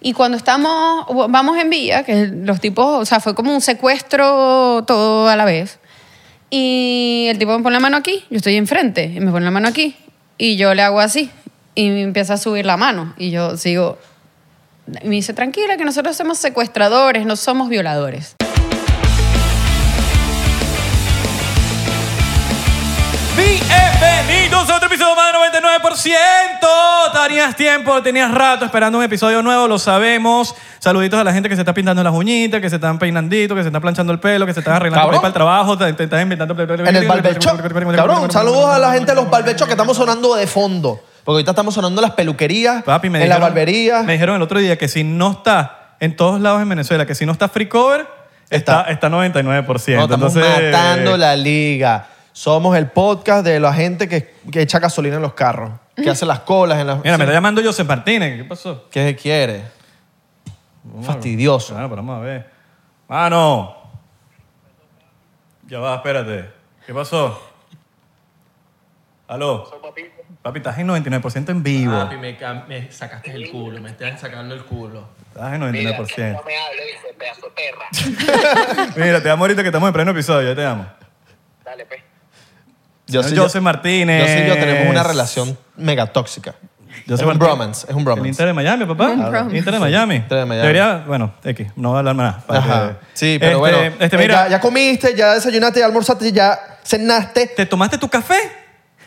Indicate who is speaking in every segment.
Speaker 1: Y cuando estamos, vamos en vía, que los tipos, o sea, fue como un secuestro todo a la vez. Y el tipo me pone la mano aquí, yo estoy enfrente, y me pone la mano aquí, y yo le hago así, y me empieza a subir la mano, y yo sigo. Y me dice, tranquila, que nosotros somos secuestradores, no somos violadores.
Speaker 2: Bienvenidos a otro episodio más de 99%. Tenías tiempo, tenías rato esperando un episodio nuevo, lo sabemos. Saluditos a la gente que se está pintando las uñitas, que se están peinandito, que se están planchando el pelo, que se están arreglando
Speaker 3: Cabrón.
Speaker 2: para ir para el trabajo, te, te están inventando.
Speaker 3: En el barbecho. Cabrón, saludos a la gente de los barbechos que estamos sonando de fondo. Porque ahorita estamos sonando en las peluquerías,
Speaker 2: Papi, me
Speaker 3: en las
Speaker 2: dijeron,
Speaker 3: barberías.
Speaker 2: Me dijeron el otro día que si no está en todos lados en Venezuela, que si no está free cover, está, está, 99%.
Speaker 3: No, estamos
Speaker 2: Entonces,
Speaker 3: matando la liga. Somos el podcast de la gente que, que echa gasolina en los carros, que hace las colas en las...
Speaker 2: Mira, me está llamando José Martínez. ¿Qué pasó?
Speaker 3: ¿Qué se quiere? Fastidioso.
Speaker 2: Claro, pero vamos a ver. Mano. Ya va, espérate. ¿Qué pasó? Aló. Papi, estás en 99% en vivo.
Speaker 4: Papi, me, cam- me sacaste el culo, me están sacando el culo.
Speaker 2: Estás en
Speaker 5: Mira, no
Speaker 2: 99%.
Speaker 5: me hable, dice, pedazo de perra.
Speaker 2: Mira, te amo ahorita que estamos en pleno episodio. Ya te amo.
Speaker 5: Dale, pues.
Speaker 3: Yo
Speaker 2: José
Speaker 3: sí, yo-
Speaker 2: Martínez.
Speaker 3: Yo sí, yo tenemos una relación mega tóxica. es un
Speaker 2: Martínez.
Speaker 3: bromance, es un
Speaker 2: El
Speaker 3: bromance.
Speaker 2: Inter de Miami, papá.
Speaker 1: Un bromance.
Speaker 2: Inter de Miami.
Speaker 3: Inter de Miami.
Speaker 2: Debería, bueno, X, no voy a hablar más. nada.
Speaker 3: Ajá. Sí, pero
Speaker 2: Este,
Speaker 3: bueno.
Speaker 2: Este,
Speaker 3: eh,
Speaker 2: mira,
Speaker 3: ya, ya comiste, ya desayunaste, ya almorzaste, ya cenaste.
Speaker 2: ¿Te tomaste tu café?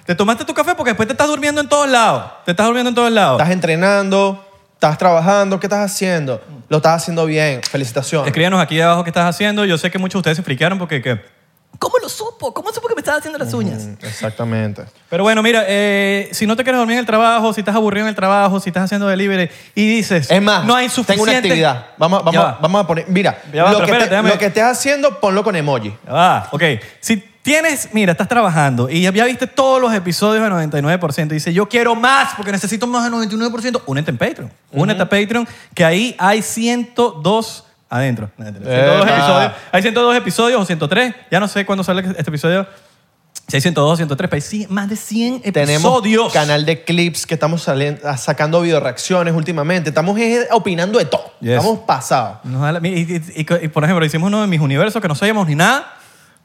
Speaker 2: ¿Te tomaste tu café? Porque después te estás durmiendo en todos lados. Te estás durmiendo en todos lados.
Speaker 3: Estás entrenando, estás trabajando, ¿qué estás haciendo? Lo estás haciendo bien, felicitaciones.
Speaker 2: Escríbanos aquí abajo qué estás haciendo. Yo sé que muchos de ustedes se friquearon porque... ¿qué?
Speaker 4: ¿Cómo lo supo? ¿Cómo supo que me estaba haciendo las uñas?
Speaker 3: Mm, Exactamente.
Speaker 2: Pero bueno, mira, eh, si no te quieres dormir en el trabajo, si estás aburrido en el trabajo, si estás haciendo delivery y dices...
Speaker 3: Es más,
Speaker 2: no hay suficiente...
Speaker 3: tengo una actividad. Vamos, vamos,
Speaker 2: Ya va,
Speaker 3: vamos a poner. Mira,
Speaker 2: Ya va,
Speaker 3: lo,
Speaker 2: pero
Speaker 3: que
Speaker 2: espérate,
Speaker 3: te-
Speaker 2: déjame-
Speaker 3: lo que estés haciendo, ponlo con emoji.
Speaker 2: ya va. Ah, Ok. Si tienes... Mira, estás trabajando y ya, ya viste todos los episodios de 99% y dices, yo quiero más porque necesito más de 99%, únete en Patreon. Únete a Patreon que ahí hay 102 adentro. 102
Speaker 3: Epa.
Speaker 2: episodios. Hay 102 episodios o 103. Ya no sé cuándo sale este episodio. Si hay 102, 103, pero hay cien- más de 100 episodios.
Speaker 3: Tenemos canal de clips que estamos saliendo, sacando video reacciones últimamente. Estamos eh, opinando de todo.
Speaker 2: Yes.
Speaker 3: Estamos pasados.
Speaker 2: Nos da la- y, y- y- y, por ejemplo, hicimos uno de mis universos que no sabíamos ni nada.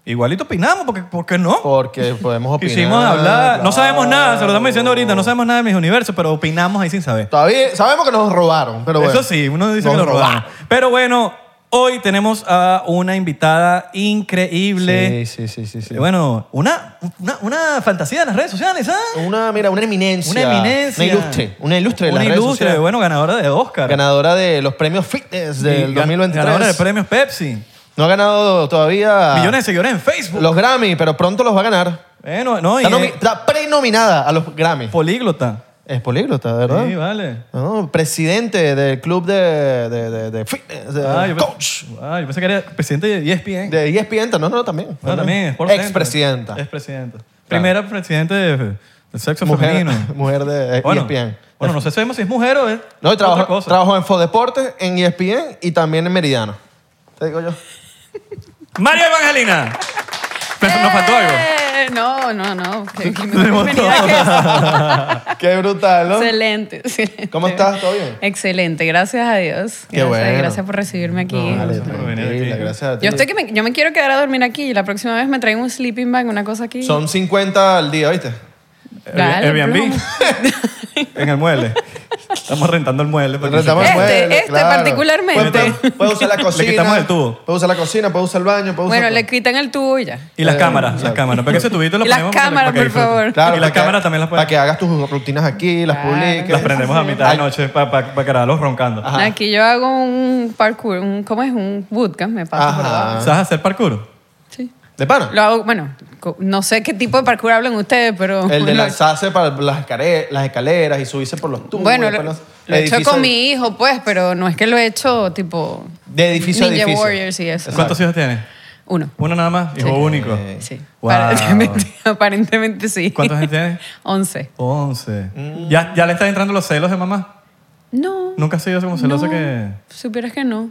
Speaker 2: Igualito opinamos, porque, ¿por qué no?
Speaker 3: Porque podemos opinar.
Speaker 2: Hicimos hablar. No sabemos nada, se lo estamos
Speaker 3: claro.
Speaker 2: diciendo ahorita, no sabemos nada de mis universos, pero opinamos ahí sin saber.
Speaker 3: Todavía sabemos que nos robaron, pero bueno.
Speaker 2: Eso sí, uno dice que
Speaker 3: Nos
Speaker 2: lo robaron. Pero bueno, hoy tenemos a una invitada increíble. Eh,
Speaker 3: Sí, sí, sí, sí. sí.
Speaker 2: Bueno, una, una, una fantasía en las redes sociales, ¿ah?
Speaker 3: Una, mira, una eminencia.
Speaker 2: Una eminencia.
Speaker 3: Una ilustre. Una ilustre de
Speaker 2: Una
Speaker 3: las redes
Speaker 2: ilustre,
Speaker 3: sociales.
Speaker 2: bueno, ganadora de Oscar.
Speaker 3: Ganadora de los premios fitness del
Speaker 2: Y gan-
Speaker 3: 2023.
Speaker 2: Ganadora de premios Pepsi.
Speaker 3: No ha ganado todavía
Speaker 2: Millones de seguidores en Facebook.
Speaker 3: los Grammy, pero pronto los va a ganar.
Speaker 2: Bueno, no, y
Speaker 3: Está, nomi-
Speaker 2: es
Speaker 3: está prenominada a los Grammy.
Speaker 2: políglota.
Speaker 3: Es políglota, ¿verdad?
Speaker 2: Sí, vale.
Speaker 3: No, presidente del club de, de, de- de fitness, de
Speaker 2: Ah, yo pe-
Speaker 3: coach.
Speaker 2: Ah, yo pensé que era presidente de E ESPN.
Speaker 3: De E ESPN, no, no, también.
Speaker 2: Ah, también, Sports Center.
Speaker 3: Expresidenta.
Speaker 2: Expresidenta. Primera presidenta de- del sexo
Speaker 3: Mujer,
Speaker 2: femenino.
Speaker 3: mujer de E ESPN.
Speaker 2: bueno, no sé sabemos si es mujer o es
Speaker 3: No, y
Speaker 2: otra
Speaker 3: trabajó,
Speaker 2: cosa.
Speaker 3: trabajó en Fodeportes, en E ESPN y también en Meridiano. Te digo yo.
Speaker 2: Mario Evangelina. Pero nos faltó algo.
Speaker 1: Eh, No, no, no. Qué- qué
Speaker 2: Me botó.
Speaker 1: bienvenida que es.
Speaker 3: Qué brutal, ¿no?
Speaker 1: Excelente, excelente.
Speaker 3: ¿Cómo estás? ¿Todo bien?
Speaker 1: Excelente, gracias a Dios.
Speaker 3: Qué
Speaker 1: gracias,
Speaker 3: bueno.
Speaker 1: gracias por recibirme aquí.
Speaker 3: Vale,
Speaker 2: Gracias por venir
Speaker 3: tranquila,
Speaker 2: aquí.
Speaker 3: gracias a ti.
Speaker 1: yo, estoy que me, yo me quiero quedar a dormir aquí y la próxima vez me traigo un sleeping bag, una cosa aquí.
Speaker 3: Son 50 al día, ¿viste?
Speaker 1: Dale,
Speaker 2: Airbnb.
Speaker 1: plomo.
Speaker 2: en el mueble. Estamos rentando el mueble. porque-
Speaker 3: Rentamos el
Speaker 1: Este,
Speaker 3: mueble,
Speaker 1: este particularmente.
Speaker 3: Puedes, puedes- puedes usar la
Speaker 2: Le
Speaker 3: cocina.
Speaker 2: quitamos el tubo.
Speaker 3: Puedes usar la cocina, puedes usar el baño, puedes
Speaker 1: bueno,
Speaker 3: usar...
Speaker 1: le quitan el tubo y ya.
Speaker 2: Y las
Speaker 3: Eh,
Speaker 2: cámaras, las
Speaker 3: claro.
Speaker 2: cámaras. Porque ese tubito lo
Speaker 1: Y las
Speaker 2: ponemos para que-
Speaker 1: cámaras,
Speaker 2: para que
Speaker 1: por
Speaker 2: disfruten.
Speaker 1: favor.
Speaker 3: Claro,
Speaker 2: Y las
Speaker 3: para que-
Speaker 2: cámaras también las
Speaker 3: Para
Speaker 2: pueden.
Speaker 3: que hagas tus rutinas aquí, las
Speaker 1: Claro.
Speaker 3: publiques.
Speaker 2: Las prendemos a mitad de
Speaker 3: Ay,
Speaker 2: noche para que quedarlos roncando.
Speaker 3: Ajá.
Speaker 1: Aquí yo hago un parkour, un, ¿cómo es? Un bootcamp, me paso por
Speaker 3: Ajá.
Speaker 1: abajo.
Speaker 2: ¿Sabes hacer parkour?
Speaker 1: Sí.
Speaker 3: ¿De pana?
Speaker 1: Lo hago, bueno, co- no sé qué tipo de parkour hablan ustedes, pero...
Speaker 3: El de
Speaker 1: lo-
Speaker 3: lanzarse para las, escare- las escaleras y subirse por los tubos.
Speaker 1: Bueno,
Speaker 3: para
Speaker 1: lo,
Speaker 3: los-
Speaker 1: lo he hecho
Speaker 3: edificios-
Speaker 1: con mi hijo, pues, pero no es que lo he hecho tipo
Speaker 3: De edificio a
Speaker 1: Ninja
Speaker 3: edificio.
Speaker 1: Warriors y eso.
Speaker 2: ¿Cuántos hijos tienes?
Speaker 1: uno.
Speaker 2: Uno nada más, hijo
Speaker 1: Sí.
Speaker 2: único.
Speaker 1: Sí.
Speaker 2: Wow.
Speaker 1: Aparentemente, aparentemente sí.
Speaker 2: ¿Cuántos años tienes?
Speaker 1: Once.
Speaker 2: 11.
Speaker 3: Mm.
Speaker 2: ¿Ya, ¿Ya le están entrando los celos de mamá?
Speaker 1: No.
Speaker 2: ¿Nunca has sido como celoso
Speaker 1: no,
Speaker 2: que...?
Speaker 1: Supieras que no.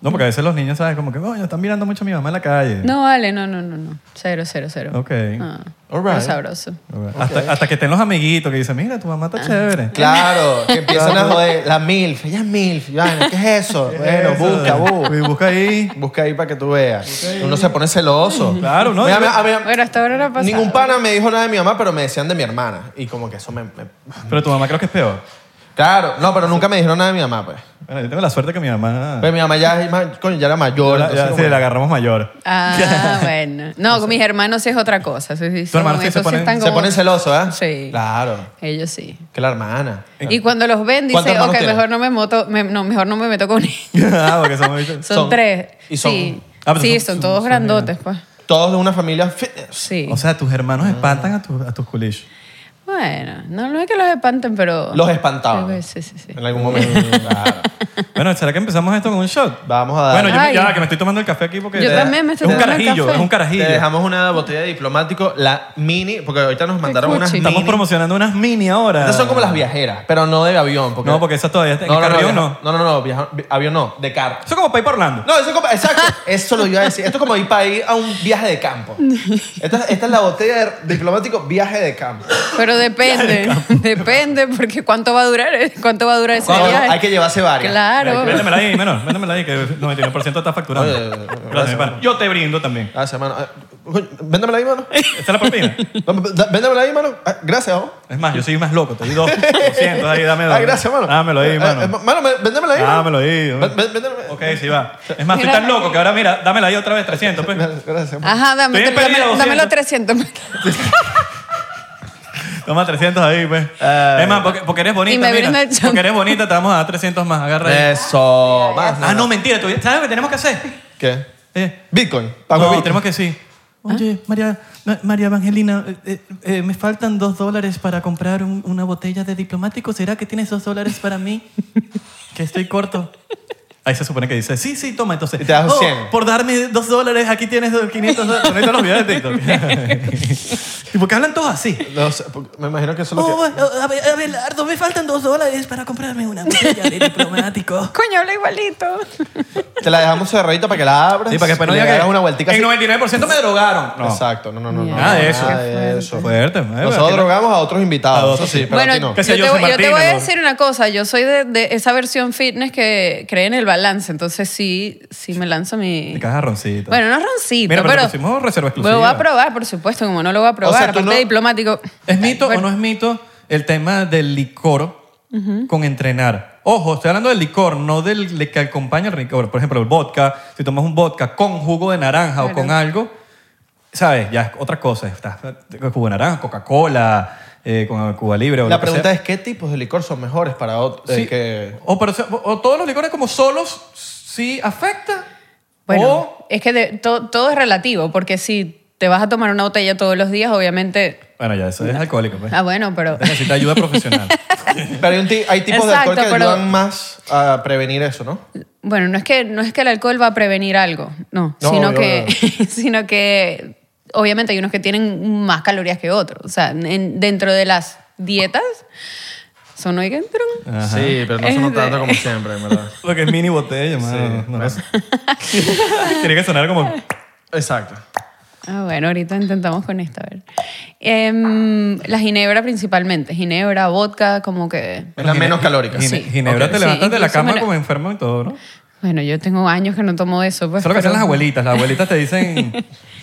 Speaker 2: No, porque a veces los niños, ¿sabes? Como que, coño, están mirando mucho a mi mamá en la calle.
Speaker 1: No, vale, no, no, no, no. Cero, cero, cero.
Speaker 2: Ok.
Speaker 1: Ah,
Speaker 3: All
Speaker 1: muy
Speaker 3: right.
Speaker 1: sabroso.
Speaker 2: Hasta, hasta que estén los amiguitos que dicen, mira, tu mamá
Speaker 3: Ah.
Speaker 2: está chévere.
Speaker 3: Claro, que empiezan a joder. La MILF, ella es MILF. Yo, ay, ¿Qué es eso? Bueno,
Speaker 2: Eso.
Speaker 3: busca, busca.
Speaker 2: Y busca ahí.
Speaker 3: Busca ahí para que tú veas. Uno se pone celoso.
Speaker 2: Claro, ¿no?
Speaker 3: Mira, mira, mira,
Speaker 1: Bueno, hasta ahora no ha pasado.
Speaker 3: Ningún pana me dijo nada de mi mamá, pero me decían de mi hermana. Y como que eso me... me-
Speaker 2: Pero tu mamá creo que es peor.
Speaker 3: Claro, no, pero nunca me dijeron nada de mi mamá, pues.
Speaker 2: Bueno, yo tengo la suerte que mi mamá...
Speaker 3: Pues mi mamá ya, es ma- coño, ya era mayor.
Speaker 2: Ya-
Speaker 3: entonces
Speaker 2: ya,
Speaker 3: como-
Speaker 2: sí, la agarramos mayor.
Speaker 1: Ah, bueno. No, con mis hermanos sí es otra cosa. Sí, sí, son-
Speaker 2: hermanos sí se
Speaker 1: esos
Speaker 2: ponen-
Speaker 1: están
Speaker 3: Se
Speaker 1: como-
Speaker 3: ponen celosos, ¿eh?
Speaker 1: Sí.
Speaker 3: Claro,
Speaker 1: Ellos sí.
Speaker 3: que la hermana.
Speaker 1: Y cuando los ven,
Speaker 3: ¿Cuántos
Speaker 1: dice,
Speaker 3: hermanos
Speaker 1: ok,
Speaker 3: tienes?
Speaker 1: mejor no me, moto, me- no, mejor no me meto con ellos.
Speaker 2: ah, porque somos...
Speaker 1: Son,
Speaker 3: Son-
Speaker 1: tres.
Speaker 3: y son-
Speaker 1: sí,
Speaker 2: Ah, pero
Speaker 1: Sí,
Speaker 2: son-
Speaker 1: son,
Speaker 2: son-
Speaker 1: todos
Speaker 2: son
Speaker 1: grandotes, pues.
Speaker 3: Todos de una familia fitness.
Speaker 1: Sí.
Speaker 2: O sea, tus hermanos
Speaker 3: Ah.
Speaker 2: espantan a, tu- a tus culichos.
Speaker 1: bueno, no, no es que los espanten, pero...
Speaker 3: Los espantaban.
Speaker 1: Sí, sí, sí.
Speaker 3: En algún momento. Claro.
Speaker 2: Bueno, ¿será que empezamos esto con un shot?
Speaker 3: Vamos a dar.
Speaker 2: Bueno, yo me,
Speaker 1: Ay.
Speaker 2: ya, va, que me estoy tomando el café aquí porque...
Speaker 1: Yo
Speaker 2: es-
Speaker 1: también me estoy
Speaker 2: Es un
Speaker 1: tomando el
Speaker 2: carajillo,
Speaker 1: café.
Speaker 2: es un
Speaker 3: Te
Speaker 2: carajillo.
Speaker 3: dejamos una botella de diplomático, la mini, porque ahorita nos mandaron unas
Speaker 1: cuchi.
Speaker 3: mini.
Speaker 2: Estamos promocionando unas mini ahora.
Speaker 3: Estas son como las viajeras, pero no de avión. Porque...
Speaker 2: No, porque esas todavía... están-
Speaker 3: No,
Speaker 2: en
Speaker 3: no,
Speaker 2: el
Speaker 3: no,
Speaker 2: carril
Speaker 3: no,
Speaker 2: no.
Speaker 3: no, no, no, viaja- vi- avión no, de carro.
Speaker 2: Eso es como para ir para Orlando.
Speaker 3: No, eso es como, exacto, eso lo iba a decir. Esto es como ir para ir a un viaje de campo. Esta, esta es la botella de diplomático viaje de campo.
Speaker 1: Pero depende, depende, porque cuánto va a durar, cuánto va a durar ese
Speaker 3: No, no,
Speaker 1: viaje.
Speaker 3: hay que llevarse varias.
Speaker 1: Claro.
Speaker 2: eh, Véndemela ahí, menos. Véndemela ahí, que el 99% está facturando.
Speaker 3: Oye, oye, oye,
Speaker 2: Gracias, mi pana. Yo te brindo también.
Speaker 3: Gracias, hermano. Ah, coño, Véndamela ahí, mano.
Speaker 2: Esta es la propina.
Speaker 3: Véndamela ahí, mano. Ah, Gracias, ¿no?
Speaker 2: Es más, yo soy más loco. Te doy dos. Lo siento, ahí, dame dos.
Speaker 3: Ah, gracias, mano.
Speaker 2: Dámelo ahí,
Speaker 3: Eh, eh,
Speaker 2: mano.
Speaker 3: Mano, me- véndamela ahí. mano.
Speaker 2: Dámelo ahí.
Speaker 3: Vé- vé- Véndamela
Speaker 2: Ok, sí va. Es más,
Speaker 1: Mira.
Speaker 2: estoy tan loco que ahora, mira, dámela ahí otra vez, 300, pues.
Speaker 3: Gracias, mano.
Speaker 1: Ajá, dame,
Speaker 2: Estoy en
Speaker 1: dame,
Speaker 2: pérdida,
Speaker 1: dame, dame los
Speaker 2: 200.
Speaker 1: 300.
Speaker 2: Toma 300 ahí, pues.
Speaker 3: Ay.
Speaker 2: Es más, porque, porque eres bonita,
Speaker 1: Y me
Speaker 2: mira.
Speaker 1: brinda el chon-
Speaker 2: Porque eres bonita, te vamos a dar 300 más. Agarra
Speaker 3: Eh.
Speaker 2: ahí.
Speaker 3: Eso, más.
Speaker 2: Ah, no, mentira. tú- ¿Sabes lo que tenemos que hacer?
Speaker 3: ¿Qué?
Speaker 2: Eh,
Speaker 3: Bitcoin. Pago
Speaker 2: No,
Speaker 3: Bitcoin.
Speaker 2: tenemos que sí. Oye, María, Ma- María Evangelina, eh, eh, eh, me faltan dos dólares para comprar un- una botella de diplomático. ¿Será que tienes dos dólares para mí? que estoy corto. Ahí se supone que dice, sí, sí, toma entonces.
Speaker 3: Y te das
Speaker 2: "Oh,
Speaker 3: 100.
Speaker 2: por darme dos dólares, aquí tienes dos- 500 dólares. Conecta los videos de TikTok. ¿Y por qué hablan todos así?
Speaker 3: No sé, porque me imagino que eso es lo
Speaker 2: Oh,
Speaker 3: que...
Speaker 2: eh, Abe- Abelardo, me faltan dos dólares para comprarme una botella de diplomático.
Speaker 1: Coño, habla igualito.
Speaker 3: Te la dejamos cerradita para que la abras.
Speaker 2: Oh. Sí, para que después no
Speaker 3: le
Speaker 2: diga
Speaker 3: hagas
Speaker 2: que
Speaker 3: una vueltica
Speaker 2: En
Speaker 3: así.
Speaker 2: 99% me drogaron. No.
Speaker 3: Exacto, no, no, no. no,
Speaker 2: Nada de
Speaker 3: no,
Speaker 2: eso.
Speaker 3: Nada de eso.
Speaker 2: Fuerte, madre,
Speaker 3: Nosotros
Speaker 2: aquí-
Speaker 3: drogamos a otros invitados,
Speaker 2: A otros,
Speaker 3: eso sí,
Speaker 2: sí.
Speaker 3: pero a ti
Speaker 1: Bueno,
Speaker 3: no.
Speaker 1: yo
Speaker 2: Que sea
Speaker 1: te,
Speaker 2: José
Speaker 1: voy, yo te
Speaker 2: Martínez,
Speaker 1: voy a
Speaker 2: ¿no?
Speaker 1: decir una cosa. Yo soy de, de esa versión fitness que cree en el balance. Entonces sí, sí me lanzo mi...
Speaker 2: De caja roncita.
Speaker 1: Bueno, no es roncito,
Speaker 2: Mira, pero
Speaker 1: pero...
Speaker 2: le pusimos reserva exclusiva.
Speaker 1: Lo voy a probar, por supuesto, como no lo voy a probar.
Speaker 3: O sea, tú
Speaker 1: Aparte
Speaker 3: no-
Speaker 1: de diplomático...
Speaker 2: ¿Es mito
Speaker 1: Bueno,
Speaker 2: o no es mito el tema del licor con entrenar? Ojo, estoy hablando del licor, no del de que acompaña el licor. Por ejemplo, el vodka, si tomas un vodka con jugo de naranja o
Speaker 1: Claro.
Speaker 2: con algo, ¿sabes? Ya es otra cosa. Estás con jugo de naranja, Coca-Cola, eh, con Cuba Libre. O
Speaker 3: La pregunta es, ¿qué tipos de licor son mejores para eh, otros?
Speaker 2: Sí. O, pero, o todos los licores como solos sí afecta.
Speaker 1: Bueno,
Speaker 2: o
Speaker 1: es que de- to- todo es relativo, porque si te vas a tomar una botella todos los días, obviamente...
Speaker 2: Bueno, ya, eso es alcohólico. Pues.
Speaker 1: Ah, bueno, pero...
Speaker 2: Necesita ayuda profesional.
Speaker 3: Pero hay, un ti- hay tipos
Speaker 1: Exacto,
Speaker 3: de alcohol que
Speaker 1: pero-
Speaker 3: ayudan más a prevenir eso, ¿no?
Speaker 1: Bueno, no es que no es que el alcohol va a prevenir algo, no,
Speaker 3: No,
Speaker 1: sino
Speaker 3: obvio,
Speaker 1: que sino que obviamente hay unos que tienen más calorías que otros, o sea, en- dentro de las dietas son oigan, trum.
Speaker 2: Ajá.
Speaker 3: Sí, pero
Speaker 1: no son tanto
Speaker 3: como siempre, en verdad.
Speaker 2: Lo que es mini botella, mano. no lo sé. Quería que sonara como.
Speaker 3: Exacto.
Speaker 1: Ah, bueno, ahorita intentamos con esta, a ver. Em, la ginebra principalmente, ginebra, vodka, como que
Speaker 3: Es la menos calórica.
Speaker 2: Gine-
Speaker 1: Sí.
Speaker 2: Ginebra,
Speaker 1: Ok.
Speaker 2: te levantas
Speaker 1: Sí,
Speaker 2: de la
Speaker 1: incluso
Speaker 2: cama
Speaker 1: me la- Pues
Speaker 2: como enfermo y todo, ¿no?
Speaker 1: bueno, yo tengo años que no tomo eso, pues.
Speaker 2: Eso es lo que hacen
Speaker 1: pero-
Speaker 2: las abuelitas. Las abuelitas te dicen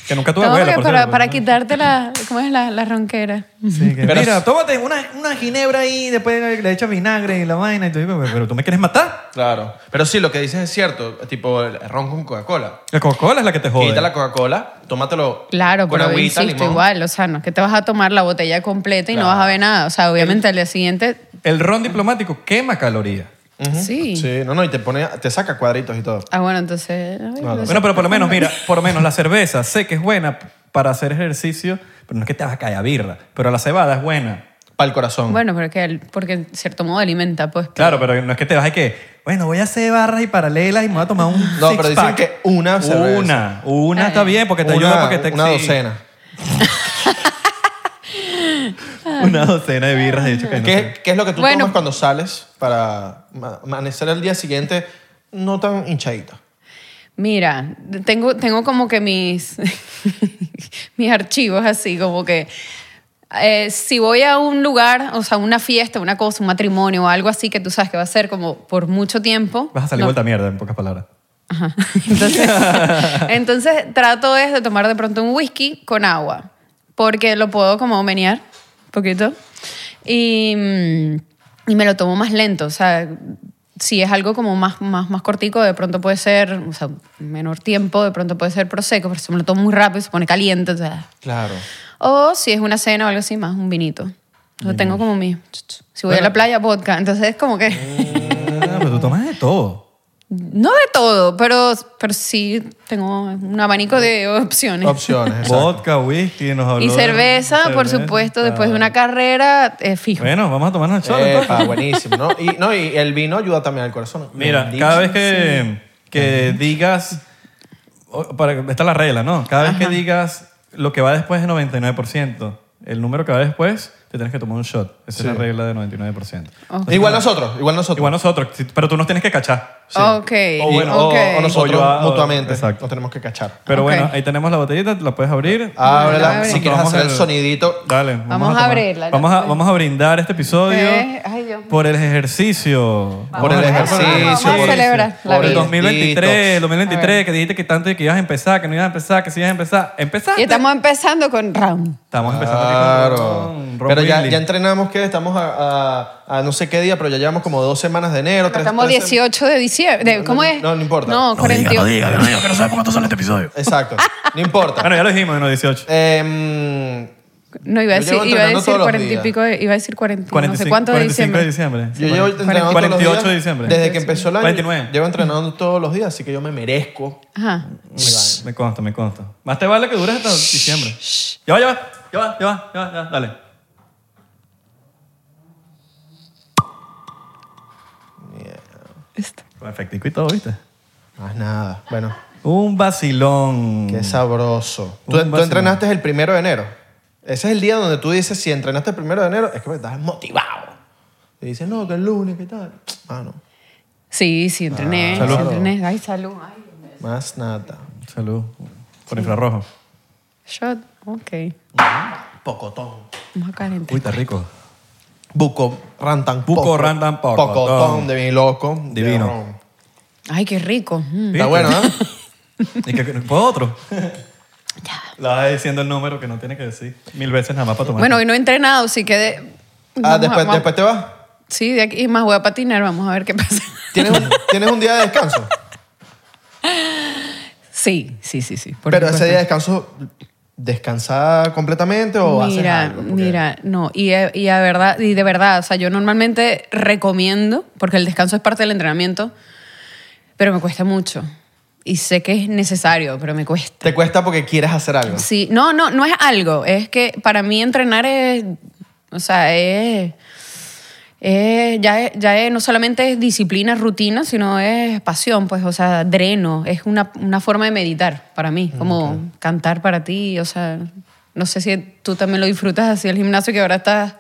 Speaker 2: que nunca
Speaker 1: No,
Speaker 2: tuve abuela.
Speaker 1: porque
Speaker 2: por
Speaker 1: para,
Speaker 2: cierto.
Speaker 1: para quitarte la, ¿cómo es la, la ronquera?
Speaker 2: Sí, que,
Speaker 3: Pero-
Speaker 2: mira, tómate una, una ginebra ahí, después le- le echas vinagre y la vaina. Y tú dices, pero, pero tú me quieres matar.
Speaker 3: Claro. Pero sí, lo que dices es cierto. Tipo, el ron con Coca-Cola.
Speaker 2: La Coca-Cola es la que te jode.
Speaker 3: Quita la Coca-Cola, tómatelo
Speaker 1: Claro,
Speaker 3: con
Speaker 1: pero
Speaker 3: agüita,
Speaker 1: insisto,
Speaker 3: limón.
Speaker 1: igual, o sea, no es que te vas a tomar la botella completa y no
Speaker 3: Claro.
Speaker 1: vas a ver nada. O sea, obviamente al día siguiente,
Speaker 2: El ron diplomático quema calorías.
Speaker 1: sí.
Speaker 3: Sí, no, no, y te pone, te saca cuadritos y todo.
Speaker 1: Ah, bueno, entonces... ay, no sé.
Speaker 2: Bueno, pero por lo menos, mira, por lo menos la cerveza sé que es buena para hacer ejercicio, pero no es que te vas a caer a birra. Pero la cebada es buena
Speaker 3: Para el corazón.
Speaker 1: Bueno, pero que el- porque en cierto modo alimenta, pues.
Speaker 2: Claro, pero no es que te vas a que, bueno, voy a hacer barras y paralelas y me voy a tomar un
Speaker 3: No, pero dicen
Speaker 2: six-pack".
Speaker 3: que una cerveza.
Speaker 2: Una, una está
Speaker 1: Ah,
Speaker 2: bien porque te
Speaker 3: una,
Speaker 2: ayuda para que te
Speaker 3: Una
Speaker 2: exi-
Speaker 3: docena.
Speaker 2: Una docena de birras, de hecho. Que no sé.
Speaker 3: ¿Qué, qué es lo que tú
Speaker 1: Bueno.
Speaker 3: tomas cuando sales para ma- amanecer al día siguiente no tan hinchadita?
Speaker 1: Mira, tengo, tengo como que mis, mis archivos así, como que eh, si voy a un lugar, o sea, una fiesta, una cosa, un matrimonio o algo así que tú sabes que va a ser como por mucho tiempo.
Speaker 2: Vas a salir
Speaker 1: no-
Speaker 2: vuelta mierda, en pocas palabras.
Speaker 1: Ajá. Entonces, entonces trato es de tomar de pronto un whisky con agua, porque lo puedo como menear un poquito y, mm, y me lo tomo más lento. O sea, si es algo como más, más, más cortico, de pronto puede ser, o sea, menor tiempo, de pronto puede ser proseco, pero si me lo tomo muy rápido, se pone caliente. O, sea.
Speaker 3: Claro.
Speaker 1: o si es una cena o algo así, más un vinito. Yo tengo como mi... Si voy a la playa, vodka. Entonces es como que...
Speaker 2: Ah, pero tú tomas de todo.
Speaker 1: No de todo, pero, pero sí tengo un abanico de opciones.
Speaker 3: Opciones. exacto.
Speaker 2: Vodka, whisky, nos habló
Speaker 1: y
Speaker 2: de-
Speaker 1: cerveza, por
Speaker 2: cerveza. Ah.
Speaker 1: supuesto, después de una carrera, eh, fijo.
Speaker 2: Bueno, vamos a tomarnos el shot. entonces.
Speaker 3: Epa, buenísimo, ¿no? Y, no, y el vino ayuda también al corazón.
Speaker 2: Mira,
Speaker 3: Bendito.
Speaker 2: cada vez que, que digas, o- para, está la regla, ¿no? Cada vez que digas lo que va después es 99%, el número que va después, te tienes que tomar un shot. Esa es la
Speaker 3: Sí.
Speaker 2: regla de 99%.
Speaker 1: Ok.
Speaker 3: Igual nosotros, igual nosotros.
Speaker 2: Igual nosotros, si- pero tú nos tienes que cachar.
Speaker 1: Ok.
Speaker 3: O, bueno, o-
Speaker 1: ok.
Speaker 3: o nosotros
Speaker 2: O yo a- o-
Speaker 3: mutuamente.
Speaker 2: exacto.
Speaker 3: Nos tenemos que cachar.
Speaker 2: Pero
Speaker 1: Ok.
Speaker 2: bueno, ahí tenemos la botellita, la puedes abrir.
Speaker 1: Ábrela,
Speaker 3: Ábrela.
Speaker 1: ábrela.
Speaker 3: Si quieres
Speaker 2: Vamos
Speaker 3: hacer el
Speaker 2: al-
Speaker 3: sonidito.
Speaker 2: Dale,
Speaker 1: Vamos a
Speaker 2: tomar-
Speaker 1: abrirla, ya
Speaker 2: Vamos a,
Speaker 1: fue.
Speaker 2: vamos a brindar este episodio
Speaker 1: Eh, ay, Dios mío.
Speaker 2: por el ejercicio.
Speaker 3: Por el
Speaker 1: Vamos,
Speaker 3: ejercicio.
Speaker 1: vamos a
Speaker 3: por-
Speaker 1: celebrar la
Speaker 2: Por el
Speaker 1: vida.
Speaker 2: 2023, el 2023,
Speaker 1: A ver.
Speaker 2: que dijiste que tanto y que ibas a empezar, que no ibas a empezar, que sí ibas a empezar. ¿Empezaste?
Speaker 1: Y estamos empezando con round.
Speaker 2: Estamos empezando aquí con
Speaker 3: Claro.
Speaker 2: Ron- Ron
Speaker 3: Pero ya,
Speaker 2: Willy.
Speaker 3: ya entrenamos que estamos a, a- a no sé qué día, pero ya llevamos como dos semanas de enero. tres-
Speaker 1: Estamos
Speaker 3: tres-
Speaker 1: 18 de diciembre. de-
Speaker 3: No,
Speaker 1: ¿Cómo
Speaker 3: no,
Speaker 1: es?
Speaker 3: no, no importa.
Speaker 1: No,
Speaker 3: No
Speaker 1: 48.
Speaker 3: Exacto. No importa.
Speaker 2: Bueno, Ah, ya lo dijimos en los 18.
Speaker 3: Em,
Speaker 1: No, iba a
Speaker 3: Yo
Speaker 1: decir,
Speaker 3: llevo
Speaker 1: iba a
Speaker 3: entrenando
Speaker 1: decir
Speaker 3: todos los
Speaker 1: 40 y
Speaker 3: días.
Speaker 1: pico, de- iba a decir 40, no sé
Speaker 2: 45,
Speaker 1: cuánto de
Speaker 2: 45
Speaker 1: diciembre.
Speaker 2: de diciembre.
Speaker 3: yo llevo entrenando
Speaker 2: 48
Speaker 3: todos los días,
Speaker 2: de diciembre.
Speaker 3: Desde que empezó el año.
Speaker 2: 49.
Speaker 3: Llevo entrenando todos los días, así que yo me merezco.
Speaker 1: Ajá.
Speaker 2: Me consta, me consta. Más te vale que dures hasta diciembre. Ya va, ya va, ya va, ya va, ya va, ya va, dale.
Speaker 1: Esto.
Speaker 2: Con efectico y todo, ¿viste?
Speaker 3: Más nada. Bueno,
Speaker 2: Un vacilón.
Speaker 3: qué sabroso.
Speaker 2: Mm. Un
Speaker 3: Tú, tú
Speaker 2: vacilón.
Speaker 3: entrenaste el primero de enero. Ese es el día donde tú dices, si entrenaste el primero de enero, es que estás motivado. Y dices, no, que el lunes, ¿qué tal? Mano,
Speaker 1: Sí, sí, entrené.
Speaker 3: Ah,
Speaker 1: sí,
Speaker 3: salud.
Speaker 1: entrené. Ay, salud. Ay, Dios mío.
Speaker 3: más nada.
Speaker 2: Salud. Con infrarrojo.
Speaker 1: Shot. Ok.
Speaker 3: Pocotón.
Speaker 1: Vamos a calentar.
Speaker 2: Uy, está rico.
Speaker 3: Buco, rantan,
Speaker 2: Buco,
Speaker 3: poco.
Speaker 2: rantan, poco.
Speaker 3: Pocotón de mi loco. de
Speaker 2: Divino.
Speaker 3: ron.
Speaker 1: Ay, qué rico. Mm.
Speaker 2: ¿Viste?
Speaker 3: Está bueno, ¿eh?
Speaker 2: ¿Y que, ¿Puedo otro? La vas diciendo el número que no tiene que decir mil veces nada más para tomar.
Speaker 1: Bueno, hoy no he entrenado, así que... de-
Speaker 3: Ah,
Speaker 1: vamos a-
Speaker 3: después,
Speaker 1: vamos-
Speaker 3: después te vas.
Speaker 1: Sí, de aquí y más voy a patinar, vamos a ver qué pasa.
Speaker 3: ¿Tienes un, tienes un día de descanso.
Speaker 1: Sí, sí, sí, sí. por
Speaker 3: Pero ese
Speaker 1: supuesto.
Speaker 3: día de descanso, ¿descansar completamente o haces
Speaker 1: Mira,
Speaker 3: algo? Porque-
Speaker 1: mira, no, y, eh, y, a verdad, y de verdad, o sea, yo normalmente recomiendo, porque el descanso es parte del entrenamiento, pero me cuesta mucho. Y sé que es necesario, pero me cuesta.
Speaker 3: Te cuesta porque quieres hacer algo.
Speaker 1: Sí, no, no, no es algo. Es que para mí entrenar es, o sea, es, es- ya, es- ya es- no solamente es disciplina, rutina, sino es pasión, pues, o sea, dreno. Es una, una forma de meditar para mí,
Speaker 3: Mm,
Speaker 1: como cantar para ti, o sea, no sé si tú también lo disfrutas así el gimnasio que ahora estás.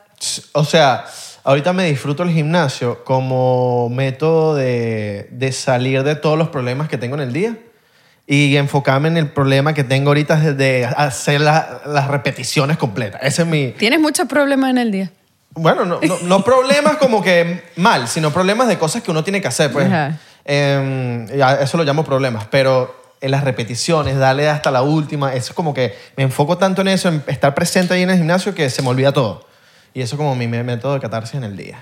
Speaker 3: O sea, ahorita me disfruto el gimnasio como método de, de salir de todos los problemas que tengo en el día y enfocarme en el problema que tengo ahorita de, de hacer la- las repeticiones completas. Ese es mi...
Speaker 1: Tienes muchos problemas en el día.
Speaker 3: Bueno, no, no, no problemas como que mal, sino problemas de cosas que uno tiene que hacer, pues.
Speaker 1: Ajá.
Speaker 3: Em, y a- eso lo llamo problemas, pero en las repeticiones, dale hasta la última, eso es como que me enfoco tanto en eso, en estar presente ahí en el gimnasio que se me olvida todo. Y eso es como mi me- método de catarsis en el día,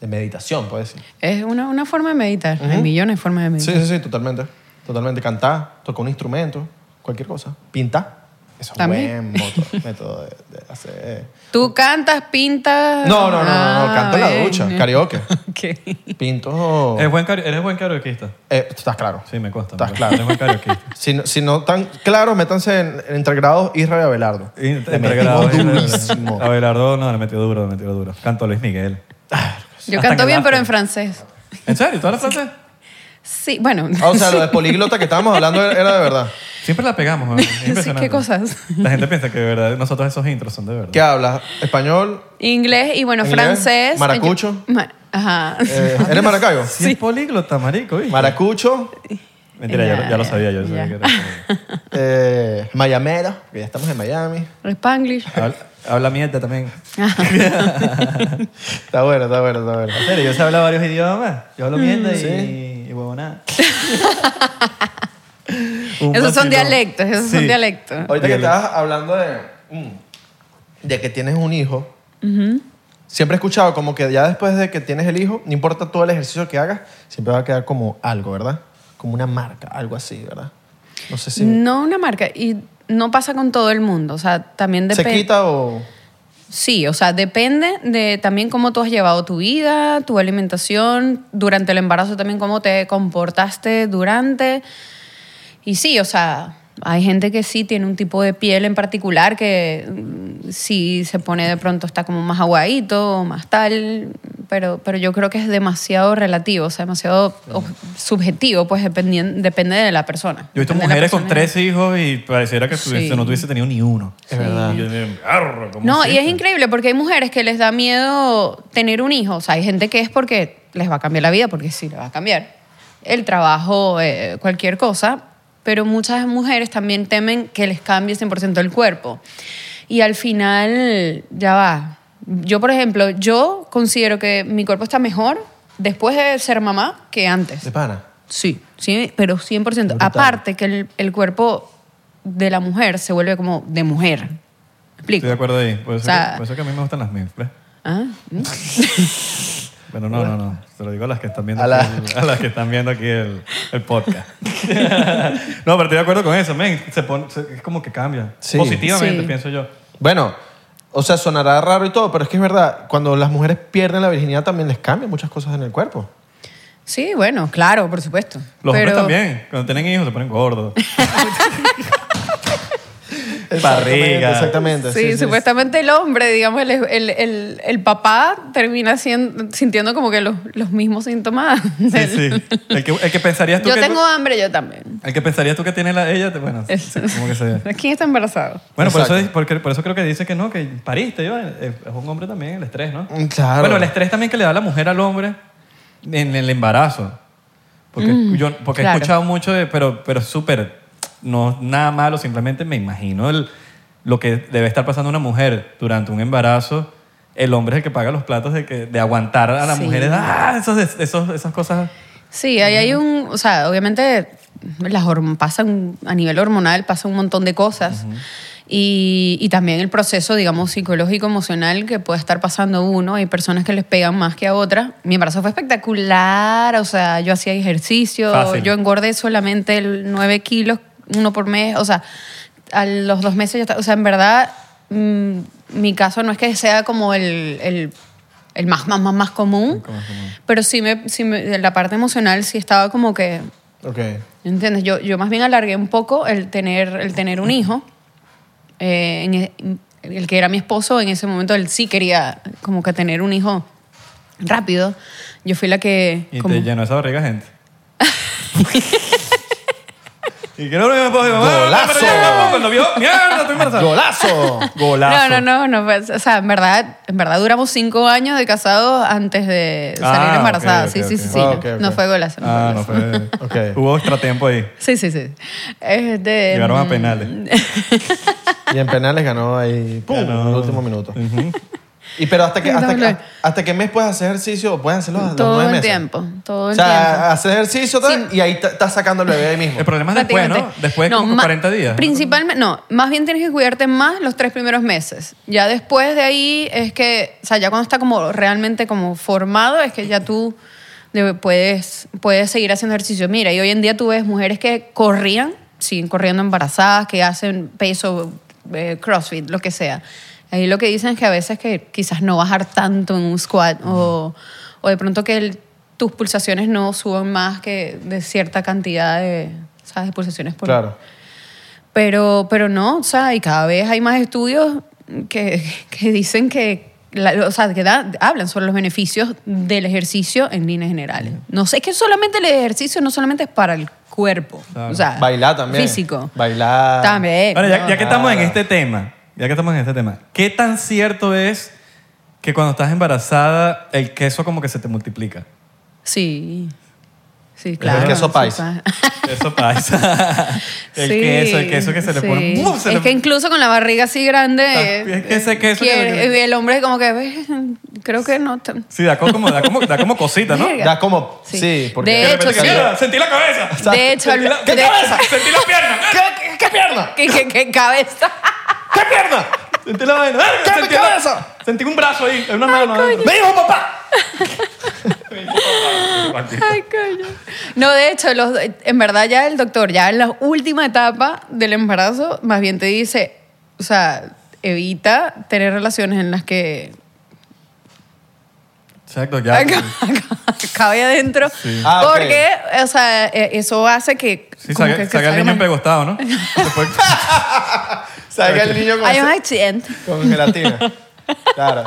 Speaker 3: de meditación, puedes decir.
Speaker 1: Es una, una forma de meditar. Hay millones de formas de
Speaker 3: Sí,
Speaker 1: meditar.
Speaker 3: sí, sí, totalmente. Totalmente cantar, tocar un instrumento, cualquier cosa, pintar. Eso es un
Speaker 1: También.
Speaker 3: buen moto- método de, de hacer.
Speaker 1: Tú cantas, pintas.
Speaker 3: No, no, no, no, no,
Speaker 1: Ah,
Speaker 3: canto en la
Speaker 1: ven.
Speaker 3: ducha, karaoke.
Speaker 1: Ok.
Speaker 3: Pinto.
Speaker 2: Eres buen, karaoke- eres buen karaokeista.
Speaker 3: Eh, estás claro.
Speaker 2: Sí, me consta.
Speaker 3: Estás
Speaker 2: me consta.
Speaker 3: claro.
Speaker 2: Eres buen karaokeista.
Speaker 3: Si no, si no tan claro, métanse en, en entre grados Israel Abelardo.
Speaker 2: Y-
Speaker 3: Le
Speaker 2: entre
Speaker 3: metimos
Speaker 2: grados,
Speaker 3: durísimo.
Speaker 2: eh, Abelardo, no, le metió duro, le metió duro. Canto Luis Miguel.
Speaker 1: Yo
Speaker 2: Hasta
Speaker 1: canto
Speaker 2: que
Speaker 1: bien, pero en
Speaker 2: lastren.
Speaker 1: francés.
Speaker 2: ¿En serio? ¿Tú hablas francés?
Speaker 1: Sí, bueno.
Speaker 3: Ah, o sea, lo de políglota que estábamos hablando era era de verdad.
Speaker 2: Siempre la pegamos, ¿no? Es impresionante.
Speaker 1: qué cosas.
Speaker 2: La gente piensa que de verdad, nosotros esos intros son de verdad.
Speaker 3: ¿Qué hablas? ¿Español?
Speaker 1: Inglés y bueno,
Speaker 3: ¿Inglés?
Speaker 1: francés. eh,
Speaker 3: Maracucho.
Speaker 1: Yo- ma- ajá.
Speaker 3: Eh, ¿Eres maracayo?
Speaker 2: Sí, es políglota, marico. ¿viste?
Speaker 3: Maracucho,
Speaker 2: Mentira, ya, lo- ya lo sabía yo. sabía
Speaker 1: Ya.
Speaker 2: que era como-
Speaker 3: Eh, Mayamero, que ya estamos en Miami.
Speaker 1: Spanglish.
Speaker 2: Habla, habla mierda también.
Speaker 3: Está bueno, está bueno, está bueno.
Speaker 2: En serio, yo sé hablar varios idiomas. Yo
Speaker 1: Mm,
Speaker 2: hablo mierda y,
Speaker 3: Sí.
Speaker 2: y huevonada.
Speaker 1: Esos son dialectos, esos son dialectos.
Speaker 3: Ahorita que estabas hablando de, mm, de que tienes un hijo, siempre he escuchado como que ya después de que tienes el hijo, no importa todo el ejercicio que hagas, siempre va a quedar como algo, ¿verdad? Como una marca, algo así, ¿verdad? No sé si
Speaker 1: No una marca. Y no pasa con todo el mundo. O sea, también
Speaker 3: se
Speaker 1: depende.
Speaker 3: quita o...
Speaker 1: Sí, o sea, depende de también cómo tú has llevado tu vida, tu alimentación, durante el embarazo también cómo te comportaste durante. Y sí, o sea, hay gente que sí tiene un tipo de piel en particular que mm, sí se pone de pronto, está como más aguadito, más tal, pero, pero yo creo que es demasiado relativo, o sea, demasiado ob- subjetivo, pues dependien- depende de la persona.
Speaker 2: Yo he visto
Speaker 1: Depende de la
Speaker 2: mujeres con
Speaker 1: persona.
Speaker 2: tres hijos y pareciera que
Speaker 1: Sí.
Speaker 2: tuviese- no tuviese tenido ni uno.
Speaker 3: Es verdad.
Speaker 2: Y yo digo, "Arr, ¿cómo
Speaker 1: No, y es
Speaker 2: hiciste?"
Speaker 1: increíble porque hay mujeres que les da miedo tener un hijo. O sea, hay gente que es porque les va a cambiar la vida, porque sí, le va a cambiar. El trabajo, eh, cualquier cosa. Pero muchas mujeres también temen que les cambie 100% el cuerpo. Y al final, ya va. Yo, por ejemplo, yo considero que mi cuerpo está mejor después de ser mamá que antes.
Speaker 3: De pana.
Speaker 1: Sí, sí, pero 100%. Aparte que el, el cuerpo de la mujer se vuelve como de mujer. ¿Me explico?
Speaker 2: Estoy de acuerdo ahí. Por
Speaker 1: O
Speaker 2: eso,
Speaker 1: sea-
Speaker 2: que, por eso que a mí me gustan las milfres.
Speaker 1: Ah, mm.
Speaker 2: Pero no, no, no. Se lo digo a las que están viendo,
Speaker 3: A la-
Speaker 2: aquí, el- a las que están viendo aquí el, el podcast. no, pero estoy de acuerdo con eso, men. Se pone- se- es como que cambia.
Speaker 3: Sí.
Speaker 2: Positivamente,
Speaker 1: Sí.
Speaker 2: pienso yo.
Speaker 3: Bueno, o sea, sonará raro y todo, pero es que es verdad, cuando las mujeres pierden la virginidad también les cambian muchas cosas en el cuerpo.
Speaker 1: Sí, bueno, claro, por supuesto.
Speaker 2: Los hombres
Speaker 1: Pero-
Speaker 2: también. Cuando tienen hijos se ponen gordos. Barriga.
Speaker 3: Exactamente.
Speaker 1: Sí, supuestamente el hombre, digamos, el, el- el- el papá termina sien- sintiendo como que los, los mismos síntomas.
Speaker 2: Sí,
Speaker 1: del-
Speaker 2: sí. El que, el que pensarías tú
Speaker 1: Yo
Speaker 2: que
Speaker 1: tengo hambre, yo también.
Speaker 2: El que pensarías tú que tiene la, ella, te- bueno,
Speaker 1: Eso.
Speaker 2: como que se...
Speaker 1: ¿Quién está embarazado?
Speaker 2: Bueno, por eso,
Speaker 3: Exacto.
Speaker 2: porque- por eso creo que dice que no, que pariste, yo, eh, es un hombre también, el estrés, ¿no?
Speaker 3: Mm, claro.
Speaker 2: Bueno, el estrés también que le da la mujer al hombre en el embarazo. Porque, yo,
Speaker 1: Mm, claro.
Speaker 2: porque he escuchado mucho, de- pero, pero súper, no es nada malo, simplemente me imagino el- lo que debe estar pasando una mujer durante un embarazo. El hombre es el que paga los platos de, que, de aguantar a la
Speaker 1: Sí.
Speaker 2: mujer. Ah, esos, esos- esas cosas.
Speaker 1: Sí, ahí hay un, o sea, obviamente las horm- pasan a nivel hormonal pasa un montón de cosas y, y también el proceso, digamos, psicológico emocional que puede estar pasando uno. Hay personas que les pegan más que a otras. Mi embarazo fue espectacular, o sea, yo hacía ejercicio,
Speaker 2: Fácil.
Speaker 1: yo engordé solamente el 9 kilos uno por mes, o sea, a los dos meses ya está- o sea, en verdad mm, mi caso no es que sea como el, el- el más, más, más, más común,
Speaker 2: Como- como-
Speaker 1: pero sí me, sí me- de la parte emocional sí estaba como que,
Speaker 3: Ok.
Speaker 1: ¿entiendes? Yo, yo más bien alargué un poco el tener, el tener un hijo. Eh, en e- en- el que era mi esposo, en ese momento él sí quería como que tener un hijo rápido. Yo fui la que...
Speaker 2: Y
Speaker 1: como-
Speaker 2: te llenó esa barriga, gente. y quiero que me puedo mamá.
Speaker 3: ¡Golazo!
Speaker 2: pero ya vamos", Cuando vio, mierda, estoy embarazada.
Speaker 3: ¡Golazo!
Speaker 2: Golazo.
Speaker 1: no, no, no, no, pues, o sea, en verdad, en verdad duramos cinco años de casados antes de salir
Speaker 2: Ah,
Speaker 1: embarazada.
Speaker 2: ok,
Speaker 1: sí,
Speaker 2: ok,
Speaker 1: sí,
Speaker 2: ok.
Speaker 1: sí, sí,
Speaker 3: Ah,
Speaker 1: no,
Speaker 3: ok, ok.
Speaker 1: no fue golazo. no fue
Speaker 2: Ah, no
Speaker 1: golazo.
Speaker 2: fue.
Speaker 3: Ok.
Speaker 2: Hubo extratiempo ahí.
Speaker 1: Sí, sí, sí. Este,
Speaker 2: Llegaron a
Speaker 1: mm,
Speaker 2: penales.
Speaker 3: Y en penales ganó ahí ¡pum!
Speaker 2: Ganó.
Speaker 3: en Uh, el último minuto.
Speaker 2: Ujú.
Speaker 3: Y pero hasta que hasta,
Speaker 1: Doble.
Speaker 3: que- hasta qué mes puedes hacer ejercicio o puedes hacerlo a los
Speaker 1: Todo
Speaker 3: nueve
Speaker 1: el
Speaker 3: meses.
Speaker 1: tiempo, todo
Speaker 3: O
Speaker 1: el tiempo.
Speaker 3: sea, haces ejercicio tal, y ahí ta- estás sacando el bebé ahí mismo.
Speaker 2: El problema es después, ¿no?
Speaker 1: Prácticamente.
Speaker 2: Después,
Speaker 1: No,
Speaker 2: como
Speaker 1: ma-
Speaker 2: 40 días.
Speaker 1: Principalmente, no, más bien tienes que cuidarte más los tres primeros meses. Ya después de ahí es que, o sea, ya cuando está como realmente como formado, es que ya tú de- puedes, puedes seguir haciendo ejercicio. Mira, y hoy en día tú ves mujeres que corrían, siguen corriendo embarazadas, que hacen peso, eh, crossfit, lo que sea. Ahí lo que dicen es que a veces que quizás no bajar tanto en un squat o, o de pronto que el- tus pulsaciones no suban más que de cierta cantidad de, ¿sabes? de pulsaciones por,
Speaker 3: Claro.
Speaker 1: pero, pero no, o sea, y cada vez hay más estudios que, que dicen que, la- o sea, que da- hablan sobre los beneficios del ejercicio en líneas generales. No sé, es que solamente el ejercicio no solamente es para el cuerpo,
Speaker 2: Claro.
Speaker 1: o sea,
Speaker 3: Bailar también.
Speaker 1: Ah, Físico.
Speaker 3: Bailar.
Speaker 1: También.
Speaker 2: Ahora, ya,
Speaker 1: no.
Speaker 2: ya que estamos en
Speaker 3: Claro.
Speaker 2: este tema, ya que estamos en este tema, ¿qué tan cierto es que cuando estás embarazada el queso como que se te multiplica?
Speaker 1: Sí. Sí, claro.
Speaker 3: queso
Speaker 1: sí,
Speaker 3: paisa.
Speaker 1: pa-
Speaker 2: Eso pasa. el
Speaker 1: Sí,
Speaker 2: queso, el queso que se le pone.
Speaker 1: sí.
Speaker 2: ¡pum! se
Speaker 1: es
Speaker 2: le-
Speaker 1: que incluso con la barriga así grande.
Speaker 2: Es que ese queso que-
Speaker 1: quiere- el hombre, como que. "Ve, Creo que no. tan-
Speaker 2: Sí, da como, da como, da como cosita, ¿no?
Speaker 1: Verga.
Speaker 3: Da como.
Speaker 1: Sí.
Speaker 3: Sí,
Speaker 1: De
Speaker 3: porque.
Speaker 2: repente,
Speaker 1: hecho, sí.
Speaker 2: "Mierda, Sentí la cabeza.
Speaker 1: De hecho,
Speaker 2: Sentí la-
Speaker 1: al-
Speaker 2: ¿Qué
Speaker 1: de-
Speaker 2: cabeza? Sentí la pierna.
Speaker 3: ¿Qué, qué pierna?
Speaker 1: ¿Qué, qué, qué cabeza?
Speaker 3: ¿Qué pierna?
Speaker 2: Sentí la vaina. ¡Verga!
Speaker 3: ¿Qué
Speaker 2: Sentí la-
Speaker 3: cabeza?
Speaker 2: Sentí un brazo ahí, una mano. adentro.
Speaker 3: ¡Me dijo papá!
Speaker 1: Ay, coño. No, de hecho, los, en verdad ya el doctor, ya en la última etapa del embarazo, más bien te dice, o sea, evita tener relaciones en las que
Speaker 2: Exacto, ya.
Speaker 1: acá- acá- cabe adentro,
Speaker 3: Ah, ok.
Speaker 1: porque, o sea, eh, eso hace que...
Speaker 2: Sí,
Speaker 1: como
Speaker 2: saca,
Speaker 1: que- que
Speaker 2: saca el
Speaker 1: salga
Speaker 2: niño
Speaker 1: más-
Speaker 2: empegostado, ¿no? Después-
Speaker 3: Salga el niño con,
Speaker 1: Hay un
Speaker 3: ese-
Speaker 1: accidente.
Speaker 3: con gelatina. Claro.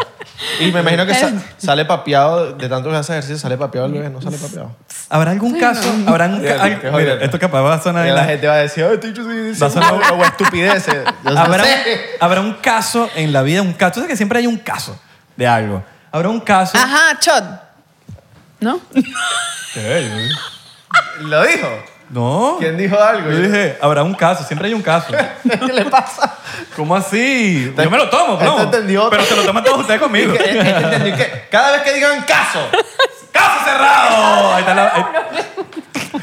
Speaker 3: Y me imagino que sa- sale papeado, de tanto que hace ejercicio, sale papeado el bebé, no sale papeado.
Speaker 2: ¿Habrá algún caso? ¿Habrá un
Speaker 3: Fíjate,
Speaker 2: ca- ay,
Speaker 3: qué
Speaker 2: mira,
Speaker 3: jodido.
Speaker 2: esto capaz va a sonar...
Speaker 3: Y
Speaker 2: en
Speaker 3: la
Speaker 2: la-
Speaker 3: gente va a decir, ¡ay, estoy diciendo
Speaker 2: Va a sonar- Ah,
Speaker 3: o, o estupideces! Yo no
Speaker 2: ¿Habrá,
Speaker 3: sé.
Speaker 2: habrá un caso en la vida, un caso. Tú sabes que siempre hay un caso de algo. Habrá un caso...
Speaker 1: Ajá, shot. ¿No?
Speaker 3: ¿Lo dijo?
Speaker 2: No.
Speaker 3: ¿Quién dijo algo?
Speaker 2: Yo dije, habrá un caso, siempre hay un caso.
Speaker 3: ¿Qué le pasa?
Speaker 2: ¿Cómo así?
Speaker 3: Te-
Speaker 2: Yo me lo tomo,
Speaker 3: Este
Speaker 2: plomo.
Speaker 3: entendió.
Speaker 2: Pero se lo toman todos ustedes conmigo.
Speaker 3: ¿Qué- qué- qué- Cada vez que digan caso.
Speaker 2: ¡Caso cerrado! Ahí está la- ahí-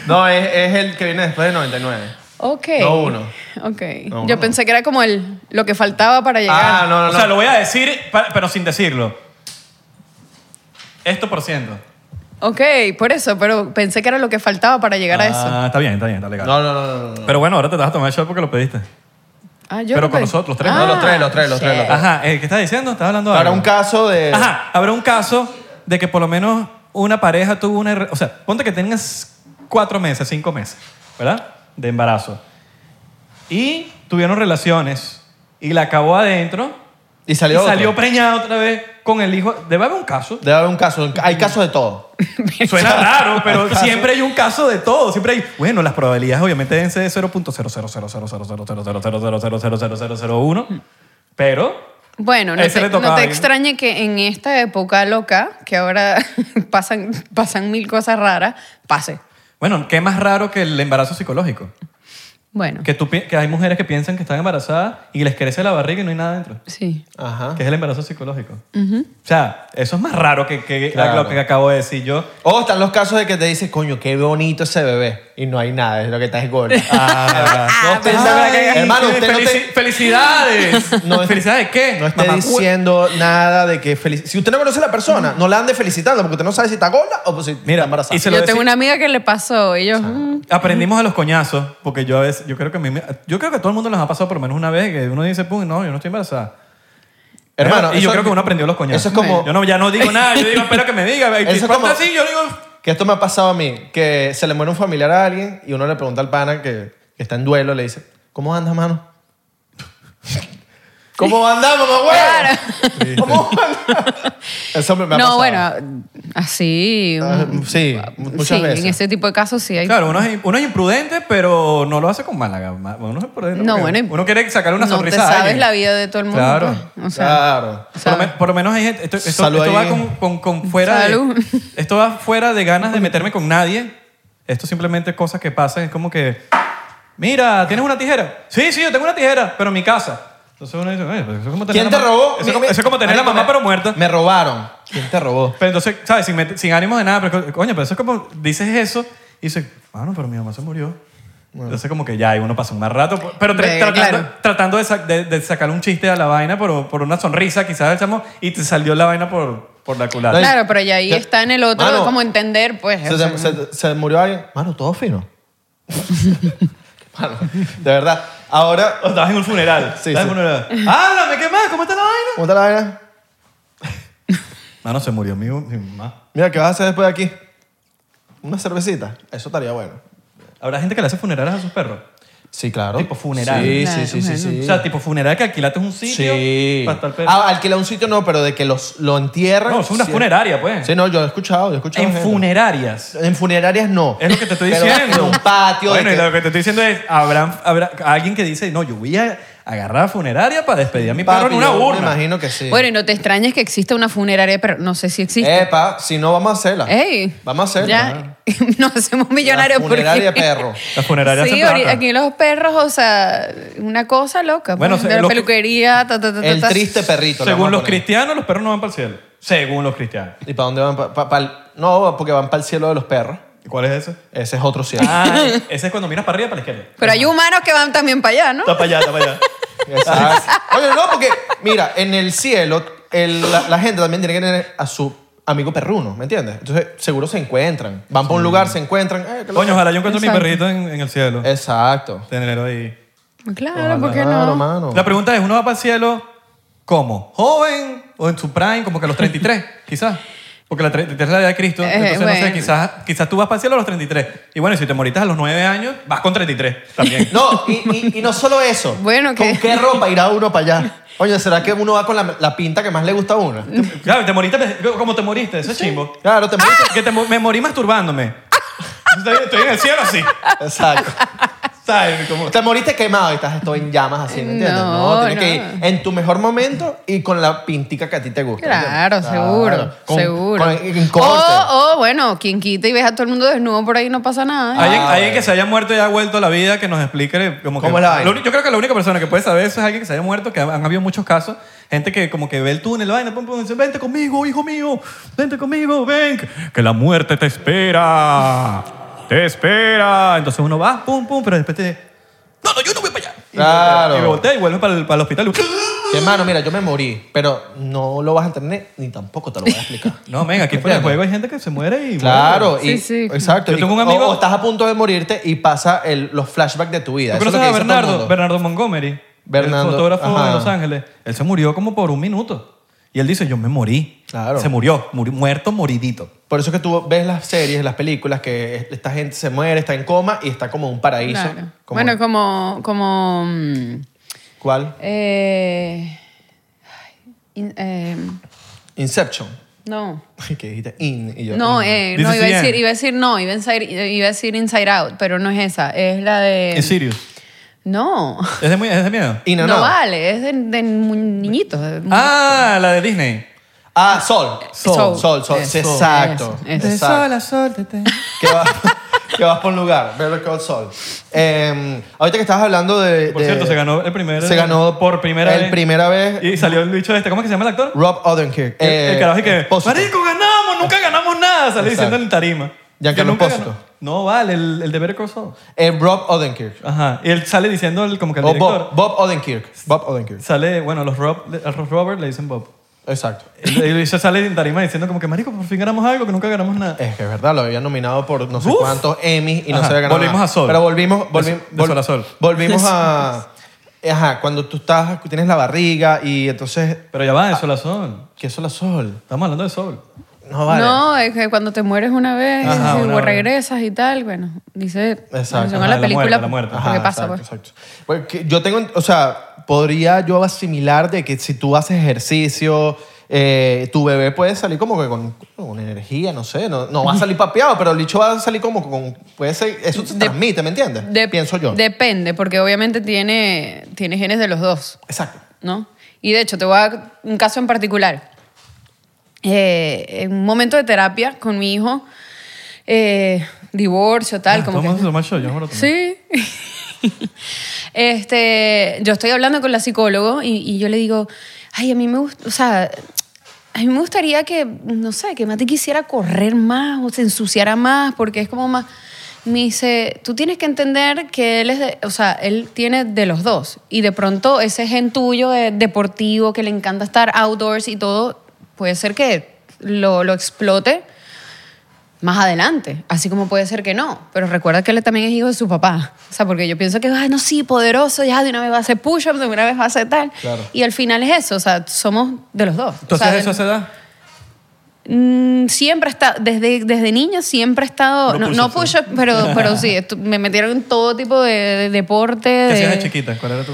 Speaker 3: No, es, es el que viene después de 99.
Speaker 1: Ok.
Speaker 3: No uno.
Speaker 1: Ok.
Speaker 3: No
Speaker 1: Yo
Speaker 3: uno.
Speaker 1: pensé que era como el, lo que faltaba para llegar.
Speaker 3: Ah, no, no, no.
Speaker 2: O sea, lo voy a decir, pa- pero sin decirlo. Esto por ciento.
Speaker 1: Ok, por eso, pero pensé que era lo que faltaba para llegar a eso.
Speaker 2: Ah, está bien, está bien, está legal.
Speaker 3: No, no, no, no, no.
Speaker 2: Pero bueno, ahora te vas a tomar el shot porque lo pediste.
Speaker 1: Ah, yo
Speaker 2: pero
Speaker 1: no Ah,
Speaker 2: con
Speaker 1: pe-
Speaker 2: nosotros, los tres.
Speaker 3: No, los tres, los tres, los tres, los
Speaker 1: shit.
Speaker 3: tres.
Speaker 2: Ajá, eh, ¿qué estás diciendo? ¿Estás hablando de
Speaker 3: Para
Speaker 2: algo?
Speaker 3: un caso de.
Speaker 2: Ajá, habrá un caso de que por lo menos una pareja tuvo una... re- O sea, ponte que tengas cuatro meses, cinco meses, ¿verdad? De embarazo. Y tuvieron relaciones y la acabó adentro
Speaker 3: Y
Speaker 2: y
Speaker 3: salió. otro.
Speaker 2: salió preñada otra vez con el hijo. Debe haber un caso.
Speaker 3: Debe haber un caso. Hay casos de todo.
Speaker 2: Suena raro, pero siempre hay un caso de todo. Siempre hay. Bueno, las probabilidades obviamente deben ser de 0.000000000000000001, pero
Speaker 1: Bueno, no
Speaker 2: Ese
Speaker 1: te,
Speaker 2: le tocaba
Speaker 1: no te
Speaker 2: a él.
Speaker 1: extrañe que en esta época loca, que ahora pasan, pasan mil cosas raras, pase.
Speaker 2: bueno, qué más raro que el embarazo psicológico.
Speaker 1: Bueno,
Speaker 2: Que, tú, pi- que hay mujeres que piensan que están embarazadas y les crece la barriga y no hay nada dentro.
Speaker 1: sí.
Speaker 3: Ajá.
Speaker 2: Que es el embarazo psicológico. O sea, eso es más raro que, que
Speaker 3: Claro.
Speaker 2: lo que acabo de decir yo.
Speaker 3: O están los casos de que te dices, coño, qué bonito ese bebé. Y no hay nada, es lo que estás es gordo. Ah, no estés-
Speaker 2: Ah, Ay,
Speaker 3: hermano, usted no
Speaker 2: felici-
Speaker 3: te,
Speaker 2: ¡Felicidades!
Speaker 3: No, es-
Speaker 2: ¿Felicidades de qué?
Speaker 3: no esté
Speaker 2: Mamá-
Speaker 3: diciendo nada de que felici- Si usted no conoce a la persona, no la ande felicitando porque usted no sabe si está gorda o pues si
Speaker 2: Mira,
Speaker 3: está embarazada.
Speaker 2: y se
Speaker 1: Yo
Speaker 2: lo
Speaker 1: tengo
Speaker 2: decí-
Speaker 1: una amiga que le pasó y yo... mm,
Speaker 2: Aprendimos a los coñazos, porque yo a veces, yo creo que a mí me- yo creo que a todo el mundo les ha pasado por lo menos una vez que uno dice, pum, no, yo no estoy embarazada.
Speaker 3: Hermano,
Speaker 2: y yo
Speaker 3: eso-
Speaker 2: creo que uno aprendió los coñazos.
Speaker 3: Eso es como-
Speaker 2: Yo no, ya no digo nada, yo digo, espero que me diga. Y
Speaker 3: Eso es
Speaker 2: si
Speaker 3: como-
Speaker 2: falta así, yo digo...
Speaker 3: Que esto me ha pasado a mí, que se le muere un familiar a alguien y uno le pregunta al pana que, que está en duelo, le dice, ¿cómo andas, mano? ¿Cómo andamos, mamá, güey?
Speaker 1: Claro.
Speaker 3: ¿Cómo andas? Eso me, me ha
Speaker 1: No,
Speaker 3: pasado.
Speaker 1: bueno, así...
Speaker 3: Ah,
Speaker 1: mm,
Speaker 3: sí, mu- muchas
Speaker 1: sí,
Speaker 3: veces.
Speaker 1: en ese tipo de casos sí hay...
Speaker 2: Claro, uno es, uno es imprudente, pero no lo hace con mala gama. Uno es imprudente.
Speaker 1: No,
Speaker 2: porque
Speaker 1: bueno, y-
Speaker 2: Uno quiere sacarle una
Speaker 1: no te
Speaker 2: sonrisa a
Speaker 1: sabes
Speaker 2: alguien.
Speaker 1: la vida de todo el mundo.
Speaker 2: Claro.
Speaker 1: pues. O sea,
Speaker 3: claro.
Speaker 2: Por lo,
Speaker 1: ¿sabes?
Speaker 2: me- por lo menos hay gente- esto, esto-
Speaker 3: Salud
Speaker 2: esto va
Speaker 3: ahí.
Speaker 2: con, con- con fuera
Speaker 1: Salud.
Speaker 2: de, esto va fuera de ganas de meterme con nadie. Esto simplemente es cosas que pasan. Es como que, mira, ¿tienes una tijera? Sí, sí, yo tengo una tijera, pero en mi casa. Entonces uno dice, "Oye, pero eso es como tener
Speaker 3: ¿Quién
Speaker 2: la
Speaker 3: te
Speaker 2: ma-
Speaker 3: robó?
Speaker 2: Eso,
Speaker 3: Mi-
Speaker 2: es como- eso es como tener la
Speaker 3: Marico,
Speaker 2: mamá
Speaker 3: me-
Speaker 2: pero muerta.
Speaker 3: Me robaron. ¿Quién te robó?
Speaker 2: Pero entonces, ¿sabes? Sin, met- sin ánimo de nada, pero co- coño, pero eso es como, dices eso y dices, mano, pero mi mamá se murió. Entonces como que ya, y uno pasa un mal rato, pero tra-
Speaker 1: Ve,
Speaker 2: tratando,
Speaker 1: claro.
Speaker 2: tratando de, sa- de- de sacar un chiste a la vaina por, por una sonrisa quizás, chamo, y te salió la vaina por, por la culata.
Speaker 1: Claro, pero ya ahí
Speaker 3: Ya-
Speaker 1: está en el otro
Speaker 3: Mano,
Speaker 1: como entender, pues...
Speaker 3: Se,
Speaker 1: o sea,
Speaker 3: se- se- se murió alguien. Mano, todo fino. Mano, de verdad. Ahora,
Speaker 2: O estabas en un funeral.
Speaker 3: Sí,
Speaker 2: estabas en
Speaker 3: sí.
Speaker 2: un funeral. Háblame, ¿qué más? ¿Cómo está la vaina?
Speaker 3: ¿cómo está la vaina?
Speaker 2: Mano, se murió mi, mi mamá.
Speaker 3: Mira, ¿qué vas a hacer después de aquí? Una cervecita. Eso estaría bueno.
Speaker 2: Habrá gente que le hace funerales a sus perros.
Speaker 3: Sí, claro.
Speaker 2: Tipo funeral.
Speaker 3: Sí,
Speaker 1: Claro,
Speaker 3: sí, sí, sí,
Speaker 1: bueno.
Speaker 3: sí.
Speaker 2: O sea, tipo funeral que alquilaste un sitio
Speaker 3: sí.
Speaker 2: para estar perro.
Speaker 3: Ah, alquilar un sitio no, pero de que los, lo entierran.
Speaker 2: no, es una
Speaker 3: Sí.
Speaker 2: funeraria, pues.
Speaker 3: Sí, no, yo he escuchado, yo he escuchado.
Speaker 2: en
Speaker 3: gente.
Speaker 2: funerarias.
Speaker 3: En funerarias no.
Speaker 2: Es lo que te estoy
Speaker 3: Pero
Speaker 2: diciendo.
Speaker 3: En un patio. de
Speaker 2: Bueno, y
Speaker 3: que-
Speaker 2: lo que te estoy diciendo es, habrán, habrá alguien que dice, no, yo voy a, agarrar a funeraria para despedir a mi perro
Speaker 3: Papi,
Speaker 2: en una
Speaker 3: yo
Speaker 2: urna.
Speaker 3: Me imagino que sí.
Speaker 1: Bueno, y no te extrañes que exista una funeraria, pero no sé si existe.
Speaker 3: Epa, si no, vamos a hacerla.
Speaker 1: Ey.
Speaker 3: Vamos a hacerla.
Speaker 1: Ya, nos hacemos millonarios
Speaker 3: La
Speaker 1: porque-
Speaker 3: funeraria perro.
Speaker 2: La funeraria
Speaker 1: Sí,
Speaker 2: se
Speaker 1: ori-
Speaker 2: trata.
Speaker 1: aquí los perros, o sea, una cosa loca.
Speaker 2: Bueno,
Speaker 1: pues,
Speaker 2: se-
Speaker 1: de la
Speaker 2: los-
Speaker 1: peluquería, ta, ta, ta, ta,
Speaker 3: El
Speaker 1: ta.
Speaker 3: triste perrito. le vamos
Speaker 2: Según
Speaker 3: a
Speaker 2: los
Speaker 3: poner.
Speaker 2: cristianos, los perros no van para el cielo. Según los cristianos.
Speaker 3: ¿Y para dónde van? Pa- pa- pa'l- no, porque van para el cielo de los perros.
Speaker 2: ¿Cuál es ese?
Speaker 3: Ese es otro cielo.
Speaker 2: Ah, ese es cuando miras para arriba, para la izquierda.
Speaker 1: Pero hay humanos que van también para allá, ¿no?
Speaker 2: Está para allá, está para allá.
Speaker 3: Exacto. Oye, no, porque, mira, en el cielo, el- la, la gente también tiene que tener a su amigo perruno, ¿me entiendes? Entonces, seguro se encuentran. Van para un lugar, se encuentran. eh, ¿qué lo-
Speaker 2: Coño, ojalá yo encuentre mi
Speaker 1: Exacto.
Speaker 2: perrito en, en el cielo.
Speaker 3: Eh. Exacto.
Speaker 2: Tenerlo ahí.
Speaker 1: Claro, ¿por qué
Speaker 3: Claro,
Speaker 1: no?
Speaker 3: mano.
Speaker 2: La pregunta es, ¿uno va para el cielo cómo? ¿Joven o en su prime? Como que a los 33, quizás. Porque la 33 es la edad de Cristo.
Speaker 1: Eh,
Speaker 2: entonces, no sé,
Speaker 1: bueno.
Speaker 2: quizás, quizás tú vas para el cielo a los 33. Y bueno, y si te moritas a los 9 años, vas con 33 también.
Speaker 3: No, y, y- y no solo eso.
Speaker 1: Bueno,
Speaker 3: ¿Con
Speaker 1: ¿qué?
Speaker 3: qué ropa irá uno para allá? Oye, ¿será que uno va con la, la pinta que más le gusta a uno?
Speaker 2: claro, te moriste como te moriste, eso es chimbo.
Speaker 3: Claro, te moriste.
Speaker 2: Que te mo- me morí masturbándome. estoy, estoy en el cielo así.
Speaker 3: Exacto.
Speaker 2: ¿Sabes? Como,
Speaker 3: Te moriste quemado y estás esto en llamas así, ¿me entiendes?
Speaker 1: No,
Speaker 3: No, tienes que
Speaker 1: no.
Speaker 3: ir en tu mejor momento y con la pintica que a ti te gusta.
Speaker 1: Claro,
Speaker 3: ¿entiendes?
Speaker 1: seguro,
Speaker 3: Con-
Speaker 1: seguro. Oh,
Speaker 3: con- en corte.
Speaker 1: O, o, bueno, quien quita y ves a todo el mundo desnudo por ahí no pasa nada.
Speaker 2: Alguien,
Speaker 3: Ah,
Speaker 2: alguien
Speaker 3: bueno.
Speaker 2: que se haya muerto y ha vuelto a la vida que nos explique como que,
Speaker 3: ¿Cómo es la vaina?
Speaker 2: Lo uni- yo creo que la única persona que puede saber eso es alguien que se haya muerto que han, han habido muchos casos gente que como que ve el túnel vaina pum, pum, dice vente conmigo hijo mío vente conmigo ven que la muerte te espera te espera entonces uno va pum pum pero después te no no yo no voy para allá Y
Speaker 3: Claro.
Speaker 2: me- y me voltea y vuelve para el, para el hospital
Speaker 3: Que, Hermano, mira, yo me morí, pero no lo vas a entender ni tampoco te lo voy a explicar.
Speaker 2: no venga aquí fuera del juego hay gente que se muere y
Speaker 3: Claro,
Speaker 2: vuelve.
Speaker 3: y,
Speaker 1: Sí, sí.
Speaker 3: exacto.
Speaker 2: Yo
Speaker 3: y-
Speaker 2: tengo un amigo-
Speaker 3: o, o estás a punto de morirte y pasa el- los flashbacks de tu vida.
Speaker 2: ¿Tú
Speaker 3: Eso es lo
Speaker 2: conoces
Speaker 3: que
Speaker 2: a
Speaker 3: dice todo el
Speaker 2: Bernardo,
Speaker 3: mundo.
Speaker 2: Bernardo Montgomery?
Speaker 3: Bernardo,
Speaker 2: El fotógrafo de
Speaker 3: ajá.
Speaker 2: Los Ángeles. Él se murió como por un minuto. Y él dice, yo me morí.
Speaker 3: Claro.
Speaker 2: Se murió, muri- muerto, moridito.
Speaker 3: Por eso es que tú ves las series, las películas, que esta gente se muere, está en coma y está como en un paraíso.
Speaker 1: Claro.
Speaker 3: Como-
Speaker 1: Bueno, como, como mm,
Speaker 3: ¿Cuál?
Speaker 1: eh, ay, in- eh,
Speaker 3: Inception.
Speaker 1: no.
Speaker 3: ¿Qué dijiste? In. Y yo,
Speaker 1: No,
Speaker 3: in.
Speaker 1: eh,
Speaker 2: This
Speaker 1: no
Speaker 2: is
Speaker 1: iba, a
Speaker 2: the
Speaker 1: decir,
Speaker 2: end.
Speaker 1: iba a decir no, iba a decir, iba a decir Inside Out, pero no es esa, es la de...
Speaker 2: Es serious.
Speaker 1: No,
Speaker 2: ¿Es de, muy- es de miedo?
Speaker 3: In
Speaker 1: no,
Speaker 3: and out.
Speaker 1: vale, es de, de mu- niñitos. de-
Speaker 2: Ah, la de Disney.
Speaker 3: Ah, sol.
Speaker 1: Sol.
Speaker 3: Sol, sol, sol.
Speaker 1: Eso,
Speaker 3: Exacto.
Speaker 1: eso, eso.
Speaker 3: Exacto.
Speaker 2: a sol, te- te-
Speaker 3: Que vas, que vas por un lugar. Better call sol. Eh, ahorita que estabas hablando de.
Speaker 2: Por
Speaker 3: de-
Speaker 2: cierto, se ganó el primer...
Speaker 3: Se ganó
Speaker 2: por primera
Speaker 3: el
Speaker 2: vez.
Speaker 3: primera vez.
Speaker 2: Y salió el bicho este. ¿Cómo es que se llama el actor?
Speaker 3: Rob Odenkirk.
Speaker 2: El- el,
Speaker 3: eh,
Speaker 2: carajo y que...
Speaker 3: Pósito.
Speaker 2: ¡Marico, ganamos! ¡Nunca ganamos nada! Salió diciendo en tarima.
Speaker 3: Giancarlo
Speaker 2: Que nunca
Speaker 3: Pósito.
Speaker 2: ganó. No, vale, el, el de Better Call Saul.
Speaker 3: Eh, Rob Odenkirk.
Speaker 2: Ajá. Y él sale diciendo el- como que el
Speaker 3: O
Speaker 2: director...
Speaker 3: Bob, Bob Odenkirk. Bob Odenkirk.
Speaker 2: Sale, bueno, los Rob, a los Robert le dicen Bob.
Speaker 3: Exacto.
Speaker 2: Y se sale en tarima diciendo como que, marico, por fin ganamos algo que nunca ganamos nada.
Speaker 3: Es que es verdad, lo habían nominado por no sé
Speaker 2: Uf.
Speaker 3: cuántos Emmys y no
Speaker 2: Ajá,
Speaker 3: se había ganado.
Speaker 2: volvimos
Speaker 3: nada.
Speaker 2: a Sol.
Speaker 3: Pero volvimos, volvi-
Speaker 2: De- de
Speaker 3: vol-
Speaker 2: Sol a Sol.
Speaker 3: Volvimos a. Ajá, cuando tú estás, tienes la barriga y entonces.
Speaker 2: Pero ya va, de sol a sol.
Speaker 3: ¿Qué es Sol a Sol?
Speaker 2: Estamos hablando de sol.
Speaker 3: No vale.
Speaker 1: No, es que cuando te mueres una vez
Speaker 2: Ajá,
Speaker 1: y
Speaker 2: una
Speaker 1: o
Speaker 2: vez.
Speaker 1: regresas y tal, bueno, dice
Speaker 3: Exacto.
Speaker 1: relación a
Speaker 2: Ajá,
Speaker 1: la
Speaker 2: la
Speaker 1: película
Speaker 2: muerte, la muerte.
Speaker 1: lo que pasa.
Speaker 3: exacto,
Speaker 1: pues.
Speaker 3: exacto. Porque yo tengo, o sea, podría yo asimilar de que si tú haces ejercicio, eh, tu bebé puede salir como que con, con energía, no sé, no, no va a salir papeado, pero el bicho va a salir como con, puede ser, eso se
Speaker 1: De-
Speaker 3: transmite, ¿me entiendes?
Speaker 1: De-
Speaker 3: Pienso yo.
Speaker 1: Depende, porque obviamente tiene, tiene genes de los dos,
Speaker 3: Exacto.
Speaker 1: ¿no? Y de hecho, te voy a dar un caso en particular. Eh, en un momento de terapia con mi hijo, eh, divorcio, tal,
Speaker 2: Ah,
Speaker 1: como
Speaker 2: tomamos
Speaker 1: que...
Speaker 2: lo más show, yo no me lo tomé.
Speaker 1: Sí. este, yo estoy hablando con la psicólogo y, y yo le digo, ay, a mí me gusta, o sea, a mí me gustaría que, no sé, que Mati quisiera correr más o se ensuciara más porque es como más... Me dice, tú tienes que entender que él es, de- o sea, él tiene de los dos y de pronto ese gen tuyo de deportivo que le encanta estar outdoors y todo, puede ser que lo, lo explote más adelante. Así como puede ser que no. Pero recuerda que él también es hijo de su papá. O sea, porque yo pienso que, ay, no, sí, poderoso, ya de una vez va a hacer push-ups, de una vez va a hacer tal.
Speaker 3: Claro.
Speaker 1: Y al final es eso, o sea, somos de los dos.
Speaker 2: Entonces
Speaker 1: o sea,
Speaker 2: eso se da.
Speaker 1: mm, siempre está, desde, desde niño siempre he estado,
Speaker 2: No
Speaker 1: no, no
Speaker 2: push-ups,
Speaker 1: push-ups, pero, pero sí, estu- me metieron en todo tipo de, de deporte.
Speaker 2: ¿Qué
Speaker 1: de-
Speaker 2: hacías de chiquita? ¿Cuál era tu...?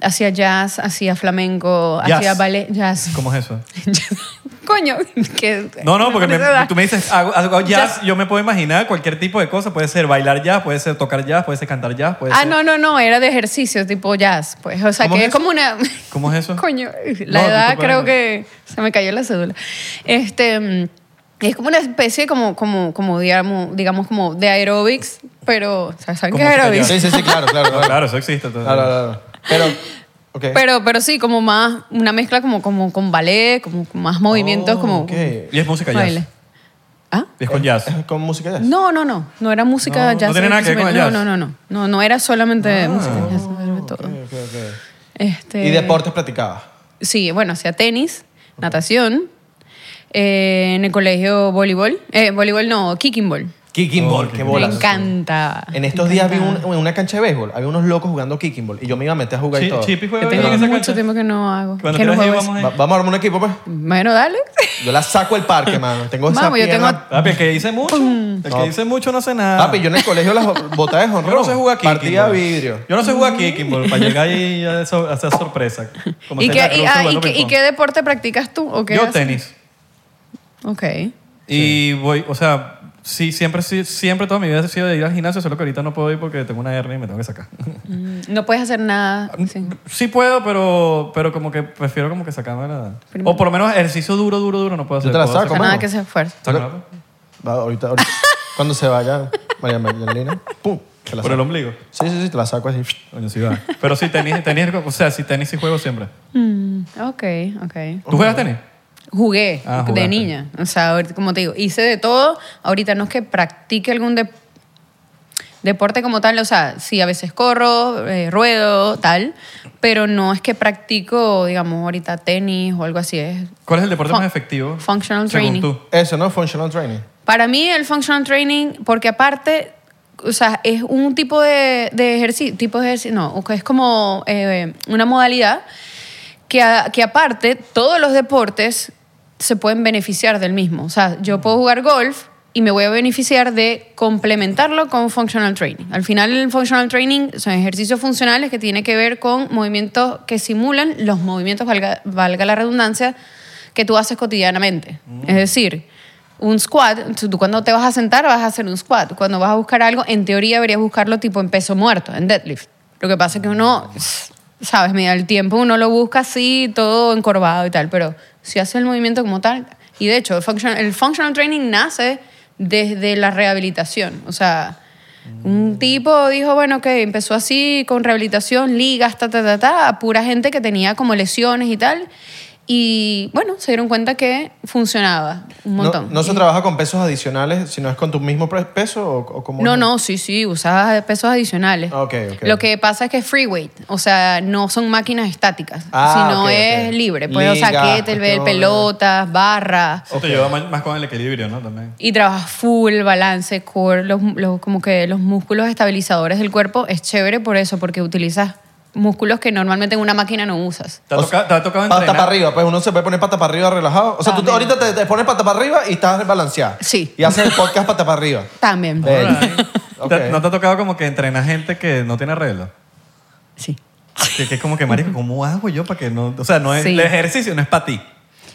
Speaker 1: Hacía jazz, hacía flamenco,
Speaker 2: Jazz.
Speaker 1: hacía ballet, jazz.
Speaker 2: ¿Cómo es eso?
Speaker 1: Coño, que...
Speaker 2: No, no, porque me-
Speaker 1: parece
Speaker 2: tú me dices, hago, hago jazz,
Speaker 1: Jazz.
Speaker 2: yo me puedo imaginar cualquier tipo de cosa. Puede ser bailar jazz, puede ser tocar jazz, puede ser cantar jazz, puede
Speaker 1: Ah,
Speaker 2: ser...
Speaker 1: no, no, no, era de ejercicios tipo jazz, pues. O sea,
Speaker 2: ¿Cómo
Speaker 1: que
Speaker 2: es
Speaker 1: es como una...
Speaker 2: ¿Cómo es eso?
Speaker 1: Coño, la
Speaker 2: No,
Speaker 1: edad
Speaker 2: disculpa,
Speaker 1: creo
Speaker 2: no.
Speaker 1: que se me cayó la cédula. Este, mm, es como una especie como, como, como digamos, digamos como de aerobics, pero, o sea, ¿saben qué
Speaker 2: Como
Speaker 1: es
Speaker 2: se
Speaker 1: aerobics?
Speaker 3: Sí, sí, sí, claro, claro.
Speaker 2: No,
Speaker 3: claro.
Speaker 2: claro, eso existe. todo.
Speaker 3: Claro, claro, claro. Pero, ok.
Speaker 1: Pero, pero sí, como más, una mezcla como, como con ballet, como con más movimientos,
Speaker 3: Oh,
Speaker 1: como
Speaker 3: ok.
Speaker 2: Y es música jazz.
Speaker 1: baile. ¿Ah?
Speaker 2: Y es con jazz.
Speaker 3: ¿Es con música jazz?
Speaker 1: No, no, no, no era música
Speaker 2: No, no
Speaker 1: jazz.
Speaker 2: tiene nada que ver con el
Speaker 1: no,
Speaker 2: jazz.
Speaker 1: No, no, no, no, no era solamente música jazz, era todo.
Speaker 3: Ah, Ok, ok, ok.
Speaker 1: Este,
Speaker 3: ¿Y deportes practicabas?
Speaker 1: Sí, bueno, hacía tenis, natación, eh, en el colegio voleibol, eh, voleibol no, kicking ball.
Speaker 3: Kicking ball,
Speaker 2: Oh,
Speaker 3: qué
Speaker 2: ok.
Speaker 3: bolas.
Speaker 1: Me encanta.
Speaker 3: En estos
Speaker 1: me
Speaker 3: días vi
Speaker 1: encanta.
Speaker 3: un- en una cancha de béisbol, había unos locos jugando kicking ball y yo me iba a meter a jugar y
Speaker 2: Chi-
Speaker 3: todo.
Speaker 2: Chipi
Speaker 1: Que
Speaker 2: juega bien
Speaker 1: tengo
Speaker 2: en esa
Speaker 1: mucho
Speaker 2: cancha.
Speaker 1: tiempo que no hago.
Speaker 2: Cuando
Speaker 1: que no
Speaker 2: quieras ir,
Speaker 1: juego eso.
Speaker 2: vamos
Speaker 3: Va- vamos a armar un equipo, pues.
Speaker 1: Bueno, dale.
Speaker 3: Yo la saco al parque, mano. Tengo esa
Speaker 1: Vamos, yo
Speaker 3: pierna-
Speaker 1: tengo-
Speaker 2: Papi, el que dice mucho, el que
Speaker 3: No.
Speaker 2: dice mucho no hace nada.
Speaker 3: Papi, yo en el colegio las botas de
Speaker 2: Yo
Speaker 3: jonrón.
Speaker 2: no sé jugar kicking
Speaker 3: Partida
Speaker 2: ball.
Speaker 3: vidrio.
Speaker 2: Yo no sé jugar kicking ball, para llegar ahí y ya eso- hacer sorpresa. Como
Speaker 1: ¿Y
Speaker 2: hacer
Speaker 1: qué,
Speaker 2: la
Speaker 1: y,
Speaker 2: cruz
Speaker 1: ah,
Speaker 2: jugando
Speaker 1: y qué- y
Speaker 2: ping-pong.
Speaker 1: qué deporte practicas tú? ¿O qué
Speaker 2: Yo
Speaker 1: haces?
Speaker 2: tenis.
Speaker 1: Ok.
Speaker 2: Y voy, o sea, sí, siempre, sí, siempre toda mi vida he sido de ir al gimnasio, solo que ahorita no puedo ir porque tengo una hernia y me tengo que sacar.
Speaker 1: Mm, No puedes hacer nada.
Speaker 2: Ah,
Speaker 1: sí.
Speaker 2: Sí puedo, pero, pero como que prefiero como que sacarme la... O por lo menos ejercicio duro, duro, duro no puedo hacer.
Speaker 3: te la
Speaker 2: puedo
Speaker 1: O sea,
Speaker 3: saco,
Speaker 2: hacer-
Speaker 1: nada
Speaker 3: mano.
Speaker 1: que se esfuerce.
Speaker 2: Sácamela,
Speaker 3: Va, ahorita, ahorita. Cuando se vaya María Magdalena, pum, te la
Speaker 2: Por el
Speaker 3: saco.
Speaker 2: ombligo.
Speaker 3: Sí, sí, sí, te la saco así.
Speaker 2: Coño, sí va. Pero sí, tenis, tenis, o sea, sí, tenis sí juego siempre.
Speaker 1: Mm, ok, ok.
Speaker 2: ¿Tú juegas tenis?
Speaker 1: Jugué
Speaker 2: Ah,
Speaker 1: de
Speaker 2: jugaste.
Speaker 1: niña. O sea, ahorita, como te digo, hice de todo. Ahorita no es que practique algún dep- deporte como tal. O sea, sí, a veces corro, eh, ruedo, tal. Pero no es que practico, digamos, ahorita tenis o algo así. Es,
Speaker 2: ¿Cuál es el deporte
Speaker 1: Fun-
Speaker 2: más efectivo?
Speaker 1: functional training.
Speaker 2: según tú?
Speaker 3: Eso, ¿no? Functional training.
Speaker 1: Para mí el functional training, porque aparte, o sea, es un tipo de, ejercicio, tipo de ejercicio, no, es como eh, una modalidad que, a- que aparte todos los deportes se pueden beneficiar del mismo. O sea, yo puedo jugar golf y me voy a beneficiar de complementarlo con functional training. Al final el functional training son ejercicios funcionales que tienen que ver con movimientos que simulan los movimientos, valga, valga la redundancia, que tú haces cotidianamente. Es decir, un squat, tú tú cuando te vas a sentar vas a hacer un squat. Cuando vas a buscar algo, en teoría deberías buscarlo tipo en peso muerto, en deadlift. Lo que pasa es que uno, sabes, mira, el tiempo uno lo busca así, todo encorvado y tal, pero si haces el movimiento como tal, y de hecho, el functional, el functional training nace desde la rehabilitación. O sea, un tipo dijo, bueno, que empezó así con rehabilitación, ligas, ta, ta, ta, ta, a pura gente que tenía como lesiones y tal. Y bueno, se dieron cuenta que funcionaba un
Speaker 3: No-
Speaker 1: montón.
Speaker 3: No, se trabaja con pesos adicionales, sino es con tu mismo pre- peso o, o como.
Speaker 1: No, no, sí, sí, usabas pesos adicionales.
Speaker 3: Ah, ok, ok.
Speaker 1: Lo que pasa es que es free weight, o sea, no son máquinas estáticas,
Speaker 3: Ah,
Speaker 1: sino
Speaker 3: ok, ok.
Speaker 1: es libre. Pues, o sea,
Speaker 3: Ligas,
Speaker 1: kettlebell,
Speaker 3: cuestiones.
Speaker 1: pelotas, barras.
Speaker 2: Eso te lleva más, más con el equilibrio, ¿no? También.
Speaker 1: Y trabajas full, balance, core, los, los- como que los músculos estabilizadores del cuerpo. Es chévere por eso, porque utilizas músculos que normalmente en una máquina no usas.
Speaker 2: ¿Te ha,
Speaker 3: O
Speaker 2: toca- te ha tocado
Speaker 3: Pata
Speaker 2: entrenar?
Speaker 3: para arriba, pues uno se puede poner pata para arriba relajado. O sea, tú te-
Speaker 1: También.
Speaker 3: ahorita te, te pones pata para arriba y estás balanceada.
Speaker 1: Sí.
Speaker 3: Y haces el podcast pata para arriba.
Speaker 1: También.
Speaker 3: Bello.
Speaker 2: Alright. ¿eh? ¿Te-
Speaker 3: Ok.
Speaker 2: ¿No te ha tocado como que entrenar gente que no tiene arreglo?
Speaker 1: Sí.
Speaker 2: Que, que es como que, marico, ¿cómo hago yo para que no...? O sea, no es,
Speaker 1: Sí.
Speaker 2: el ejercicio no es para ti.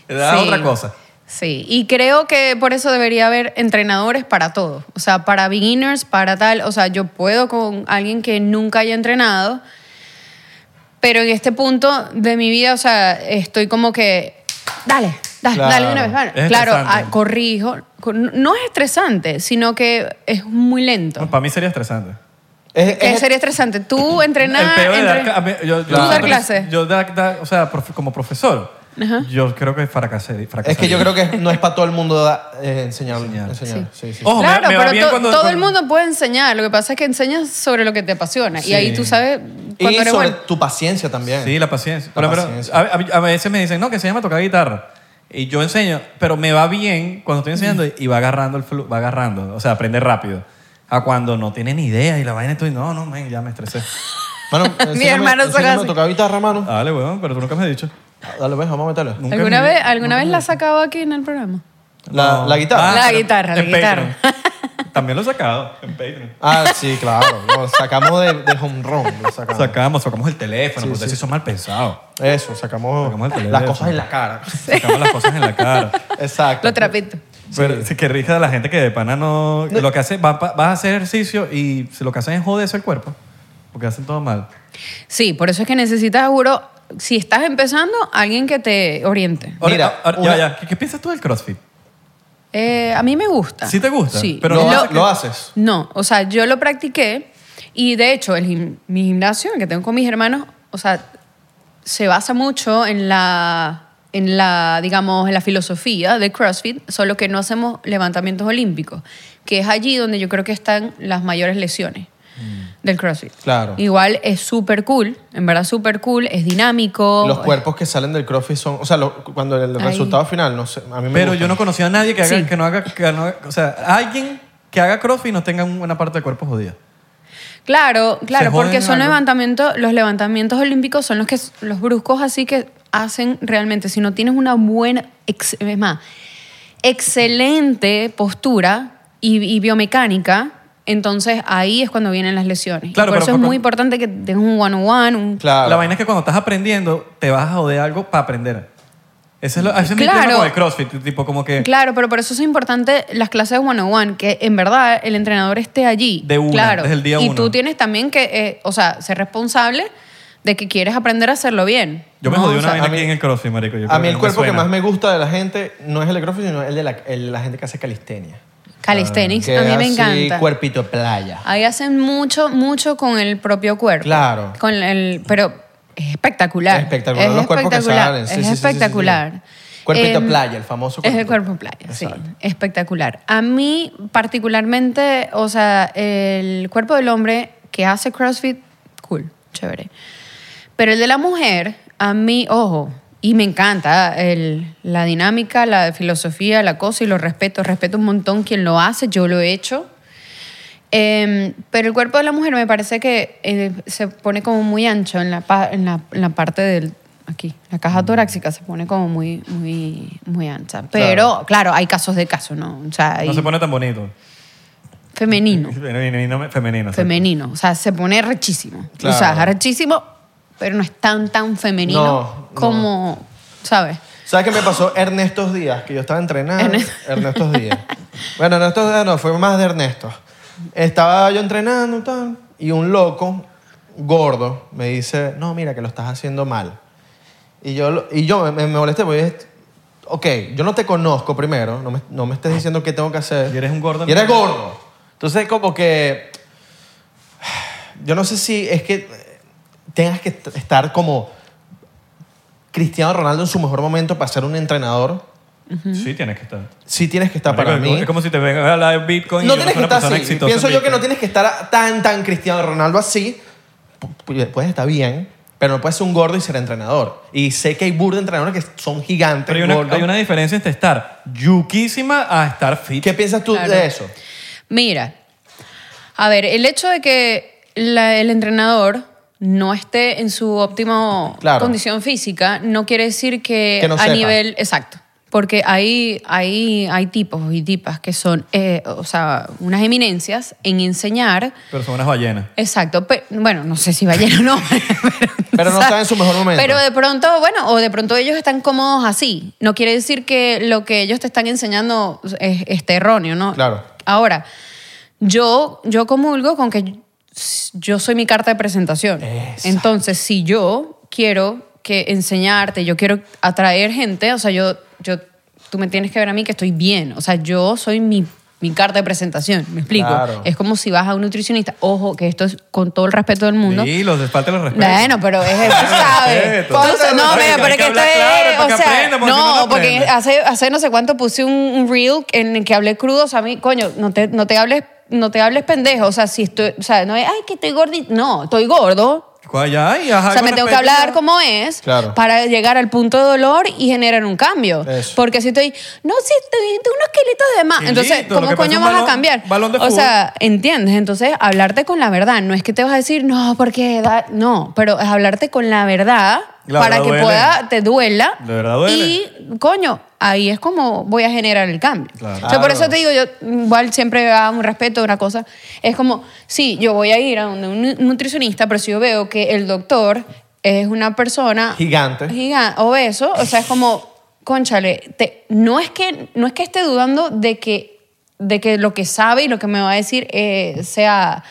Speaker 2: Es
Speaker 1: Sí.
Speaker 2: otra cosa.
Speaker 1: Sí, y creo que por eso debería haber entrenadores para todo. O sea, para beginners, para tal. O sea, yo puedo con alguien que nunca haya entrenado, pero en este punto de mi vida, o sea, estoy como que, dale, dale,
Speaker 3: Claro.
Speaker 1: dale de una vez. dale.
Speaker 2: Es
Speaker 1: claro,
Speaker 2: estresante.
Speaker 1: ah, corrijo. Cor- No es estresante, sino que es muy lento.
Speaker 2: para mí sería estresante.
Speaker 3: Es- es-
Speaker 1: ¿Qué sería estresante? Tú entrenar...
Speaker 2: el peor de dar...
Speaker 1: entre-
Speaker 2: cla- a mí- yo, yo,
Speaker 1: ¿Tú dar
Speaker 2: siento que-
Speaker 1: clases?
Speaker 2: Yo dar- dar- o sea, profe- como profesor,
Speaker 1: Ajá.
Speaker 2: yo creo que fracasé.
Speaker 3: es que yo creo que no es para todo el mundo da- eh, enseñar.
Speaker 2: Enseñar.
Speaker 3: enseñar. Sí, sí.
Speaker 2: Ojo, me-
Speaker 1: claro,
Speaker 2: me va
Speaker 1: pero
Speaker 2: bien
Speaker 1: to-
Speaker 2: cuando-
Speaker 1: todo el
Speaker 2: cuando-
Speaker 1: mundo puede enseñar. Lo que pasa es que enseñas sobre lo que te apasiona.
Speaker 2: Sí.
Speaker 1: Y ahí tú sabes
Speaker 3: Y
Speaker 1: cuando eres
Speaker 3: sobre
Speaker 1: bueno.
Speaker 3: tu paciencia también.
Speaker 2: Sí, la paciencia.
Speaker 3: La
Speaker 2: Por ejemplo,
Speaker 3: paciencia.
Speaker 2: a, a- a veces me dicen, no, que se llama tocar guitarra. Y yo enseño, pero me va bien cuando estoy enseñando y va agarrando el flu, va agarrando, o sea, aprende rápido. A cuando no tiene ni idea y la vaina estoy, no, no, man, ya me estresé.
Speaker 3: Mano, enséñame-
Speaker 1: hermano
Speaker 3: enséñame
Speaker 1: saca
Speaker 3: a
Speaker 1: así.
Speaker 3: tocar guitarra, mano.
Speaker 2: Dale, weón, pero tú nunca me has dicho.
Speaker 3: Dale, pues, vamos a meterle.
Speaker 2: Nunca
Speaker 1: ¿Alguna
Speaker 2: me-
Speaker 1: vez, ¿alguna vez la has sacado aquí en el programa?
Speaker 3: La, la guitarra.
Speaker 1: Ah, La guitarra, la
Speaker 2: en Patreon.
Speaker 1: guitarra.
Speaker 2: También lo he sacado en Patreon.
Speaker 3: Ah, sí, claro. Lo sacamos de, de home run. Lo sacamos.
Speaker 2: Sacamos, sacamos el teléfono, porque
Speaker 3: sí.
Speaker 2: ustedes son mal pensados.
Speaker 3: Eso, sacamos,
Speaker 2: Sacamos el teléfono.
Speaker 3: las cosas en la cara.
Speaker 2: Sacamos las cosas en la cara.
Speaker 3: Exacto.
Speaker 1: Lo trapito.
Speaker 2: Pero sí que rija de la gente que de pana no... Lo que hace, va- va- vas a hacer ejercicio y lo que hacen es joderse el cuerpo. Porque hacen todo mal.
Speaker 1: Sí, por eso es que necesitas, juro, si estás empezando, alguien que te oriente.
Speaker 2: Ahora-
Speaker 3: Mira,
Speaker 2: ahora-
Speaker 3: una-
Speaker 2: ya, ya. ¿Qué, qué piensas tú del CrossFit?
Speaker 1: Eh, a mí me gusta.
Speaker 2: ¿Sí te gusta?
Speaker 1: Sí.
Speaker 2: Pero
Speaker 3: lo,
Speaker 2: no
Speaker 1: Lo-
Speaker 3: ha- lo haces.
Speaker 1: No, o sea, yo lo practiqué y de hecho el gim- mi gimnasio, el que tengo con mis hermanos, o sea, se basa mucho en la, en la, digamos, en la filosofía de CrossFit, solo que no hacemos levantamientos olímpicos, que es allí donde yo creo que están las mayores lesiones del CrossFit.
Speaker 3: Mm. Claro.
Speaker 1: Igual es súper cool, en verdad súper cool, es dinámico.
Speaker 3: Los
Speaker 1: es-
Speaker 3: cuerpos que salen del CrossFit son, o sea, lo- cuando el
Speaker 1: Ahí.
Speaker 3: resultado final, no sé, a mí me
Speaker 2: Pero
Speaker 3: gusta.
Speaker 2: yo no conocía a nadie que, haga,
Speaker 1: Sí.
Speaker 2: que no haga... que no haga- o sea, alguien que haga CrossFit y no tenga una parte del cuerpo jodida.
Speaker 1: Claro, claro,
Speaker 2: joden
Speaker 1: porque son
Speaker 2: algo.
Speaker 1: levantamientos, los levantamientos olímpicos son los que los bruscos así que hacen realmente. Si no tienes una buena, ex- es más, excelente postura y, y biomecánica, entonces ahí es cuando vienen las lesiones.
Speaker 2: Claro,
Speaker 1: Y por
Speaker 2: pero
Speaker 1: eso es
Speaker 2: por-
Speaker 1: muy importante que tengas un one on one, un
Speaker 3: Claro.
Speaker 2: La vaina es que cuando estás aprendiendo, te vas a joder algo para aprender. Ese es, lo, ese es mi
Speaker 1: Claro.
Speaker 2: tema con el CrossFit. Tipo, como que...
Speaker 1: Claro, pero por eso es importante las clases one on one, que en verdad el entrenador esté allí.
Speaker 2: De una,
Speaker 1: claro.
Speaker 2: desde el día
Speaker 1: y
Speaker 2: uno.
Speaker 1: tú tienes también que, eh, o sea, ser responsable de que quieres aprender a hacerlo bien.
Speaker 2: Yo me
Speaker 1: ¿no?
Speaker 2: jodí
Speaker 1: O
Speaker 2: una
Speaker 1: sea,
Speaker 2: vaina
Speaker 3: a mí-
Speaker 2: aquí en el CrossFit, marico. Yo
Speaker 3: A
Speaker 2: creo
Speaker 3: mí el
Speaker 2: no me
Speaker 3: cuerpo que
Speaker 2: suena.
Speaker 3: más me gusta de la gente no es el de CrossFit, sino el de la, el de la gente que hace calistenia.
Speaker 1: Calisthenics,
Speaker 3: Que
Speaker 1: a mí me
Speaker 3: es Ah, así,
Speaker 1: encanta.
Speaker 3: cuerpito de playa.
Speaker 1: Ahí hacen mucho, mucho con el propio cuerpo.
Speaker 3: Claro.
Speaker 1: Con el, pero es espectacular.
Speaker 3: Es espectacular, los cuerpos que
Speaker 1: espectacular,
Speaker 3: salen. Sí, sí,
Speaker 1: es
Speaker 3: sí, sí, sí, sí.
Speaker 1: espectacular.
Speaker 3: Cuerpito
Speaker 1: Em,
Speaker 3: playa, el famoso
Speaker 1: Es el
Speaker 3: cuerpito.
Speaker 1: cuerpo playa,
Speaker 3: Exacto.
Speaker 1: sí. Espectacular. A mí, particularmente, o sea, el cuerpo del hombre que hace CrossFit, cool, chévere. Pero el de la mujer, a mí, ojo, y me encanta el- la dinámica, la filosofía, la cosa y lo respeto. Respeto un montón quien lo hace, yo lo he hecho. Em, pero el cuerpo de la mujer me parece que eh, se pone como muy ancho en la, pa- en la, en la parte del... Aquí, la caja torácica se pone como muy, muy, muy ancha. Pero, claro, hay casos de caso, ¿no? O sea, hay
Speaker 2: No se pone tan bonito.
Speaker 1: femenino,
Speaker 2: Femenino. Femenino. exacto.
Speaker 1: femenino. O sea, se pone rechísimo. O
Speaker 3: Claro.
Speaker 1: sea, rechísimo, pero no es tan, tan femenino
Speaker 3: No, no.
Speaker 1: como, ¿sabes?
Speaker 3: ¿Sabes qué me pasó Ernestos Díaz? Que yo estaba entrenando.
Speaker 1: Ernest-
Speaker 3: Ernestos Díaz. Bueno, Ernestos Díaz no, fue más de Ernesto. Estaba yo entrenando tal, y un loco gordo me dice, no, mira que lo estás haciendo mal. Y yo, lo- y yo me, me molesté porque es, ok, yo no te conozco primero, no me, no me estés diciendo qué tengo que hacer.
Speaker 2: Y eres un gordo.
Speaker 3: Y eres gordo. Entonces como que, yo no sé si es que tengas que est- estar como Cristiano Ronaldo en su mejor momento para ser un entrenador,
Speaker 2: Sí, tienes que estar.
Speaker 3: sí tienes que estar para
Speaker 2: Marico,
Speaker 3: mí.
Speaker 2: Es como si te venga a hablar de Bitcoin. y
Speaker 3: No
Speaker 2: yo
Speaker 3: tienes que
Speaker 2: soy una
Speaker 3: estar
Speaker 2: persona
Speaker 3: así.
Speaker 2: exitosa
Speaker 3: Pienso
Speaker 2: en
Speaker 3: yo que no
Speaker 2: Bitcoin.
Speaker 3: tienes que estar tan, tan Cristiano Ronaldo así. Pu- Puedes estar bien, pero no puedes ser un gordo y ser entrenador. Y sé que hay burda de entrenadores que son gigantes.
Speaker 2: Pero hay una,
Speaker 3: gordos.
Speaker 2: hay una diferencia entre estar yuquísima a estar fit.
Speaker 3: ¿Qué piensas tú
Speaker 1: Claro.
Speaker 3: de eso?
Speaker 1: Mira, a ver, el hecho de que la- el entrenador no esté en su óptima
Speaker 3: Claro.
Speaker 1: condición física no quiere decir que,
Speaker 3: Que no
Speaker 1: a
Speaker 3: sepa.
Speaker 1: nivel exacto. Porque hay, hay, hay tipos y tipas que son, eh, o sea, unas eminencias en enseñar.
Speaker 2: Pero son unas ballenas.
Speaker 1: Exacto. pe- bueno, no sé si va lleno o no. Pero,
Speaker 3: Pero no está en su mejor momento.
Speaker 1: Pero de pronto, bueno, o de pronto ellos están cómodos así. No quiere decir que lo que ellos te están enseñando es- esté erróneo, ¿no?
Speaker 3: Claro.
Speaker 1: Ahora, yo, yo comulgo con que yo soy mi carta de presentación.
Speaker 3: Exacto.
Speaker 1: Entonces, si yo quiero que enseñarte, yo quiero atraer gente, o sea, yo, yo, tú me tienes que ver a mí que estoy bien. O sea, yo soy mi, mi carta de presentación. ¿Me explico?
Speaker 3: Claro.
Speaker 1: Es como si vas a un nutricionista. Ojo, que esto es con todo el respeto del mundo.
Speaker 2: Y los falta los pues, respeto.
Speaker 1: Bueno, pero es tú sabes.
Speaker 2: respeto.
Speaker 1: Tú
Speaker 2: Falta
Speaker 1: sabes-
Speaker 2: de
Speaker 1: no,
Speaker 2: respeto.
Speaker 1: mira,
Speaker 2: Hay
Speaker 1: pero es
Speaker 2: que
Speaker 1: que esto
Speaker 2: hablar claro
Speaker 1: es.
Speaker 2: para que
Speaker 1: o sea,
Speaker 2: aprenda, porque si no,
Speaker 1: no,
Speaker 2: no
Speaker 1: porque
Speaker 2: aprende.
Speaker 1: hace, hace no sé cuánto puse un, un reel en el que hablé crudo. O sea, a mí, coño, no te, no te hables, no te hables pendejo. O sea, si estoy, o sea, no es, ay, que estoy gordito. No, estoy gordo. O sea, me tengo que hablar como es
Speaker 3: Claro.
Speaker 1: para llegar al punto de dolor y generar un cambio.
Speaker 3: Eso.
Speaker 1: Porque si estoy, no, si estoy tengo unos kilitos de más,
Speaker 2: Kilito,
Speaker 1: entonces,
Speaker 2: lo que
Speaker 1: ¿cómo
Speaker 2: parece
Speaker 1: coño
Speaker 2: un
Speaker 1: vas
Speaker 2: balón-
Speaker 1: a cambiar?
Speaker 2: balón de
Speaker 1: o
Speaker 2: fútbol.
Speaker 1: sea, ¿entiendes? Entonces, hablarte con la verdad. No es que te vas a decir, no, porque da-". No, pero es hablarte con la verdad
Speaker 2: La
Speaker 1: para
Speaker 2: verdad
Speaker 1: que
Speaker 2: duele.
Speaker 1: pueda, te duela.
Speaker 2: De verdad duele.
Speaker 1: Y, coño, ahí es como voy a generar el cambio.
Speaker 2: Claro.
Speaker 1: O sea, por
Speaker 3: Claro.
Speaker 1: eso te digo, yo igual siempre a un respeto, una cosa. Es como, sí, yo voy a ir a donde un nu- nutricionista, pero si yo veo que el doctor es una persona
Speaker 3: Gigante.
Speaker 1: giga- obeso, o sea, es como, conchale, te, no, es que, no es que esté dudando de que, de que lo que sabe y lo que me va a decir eh, sea,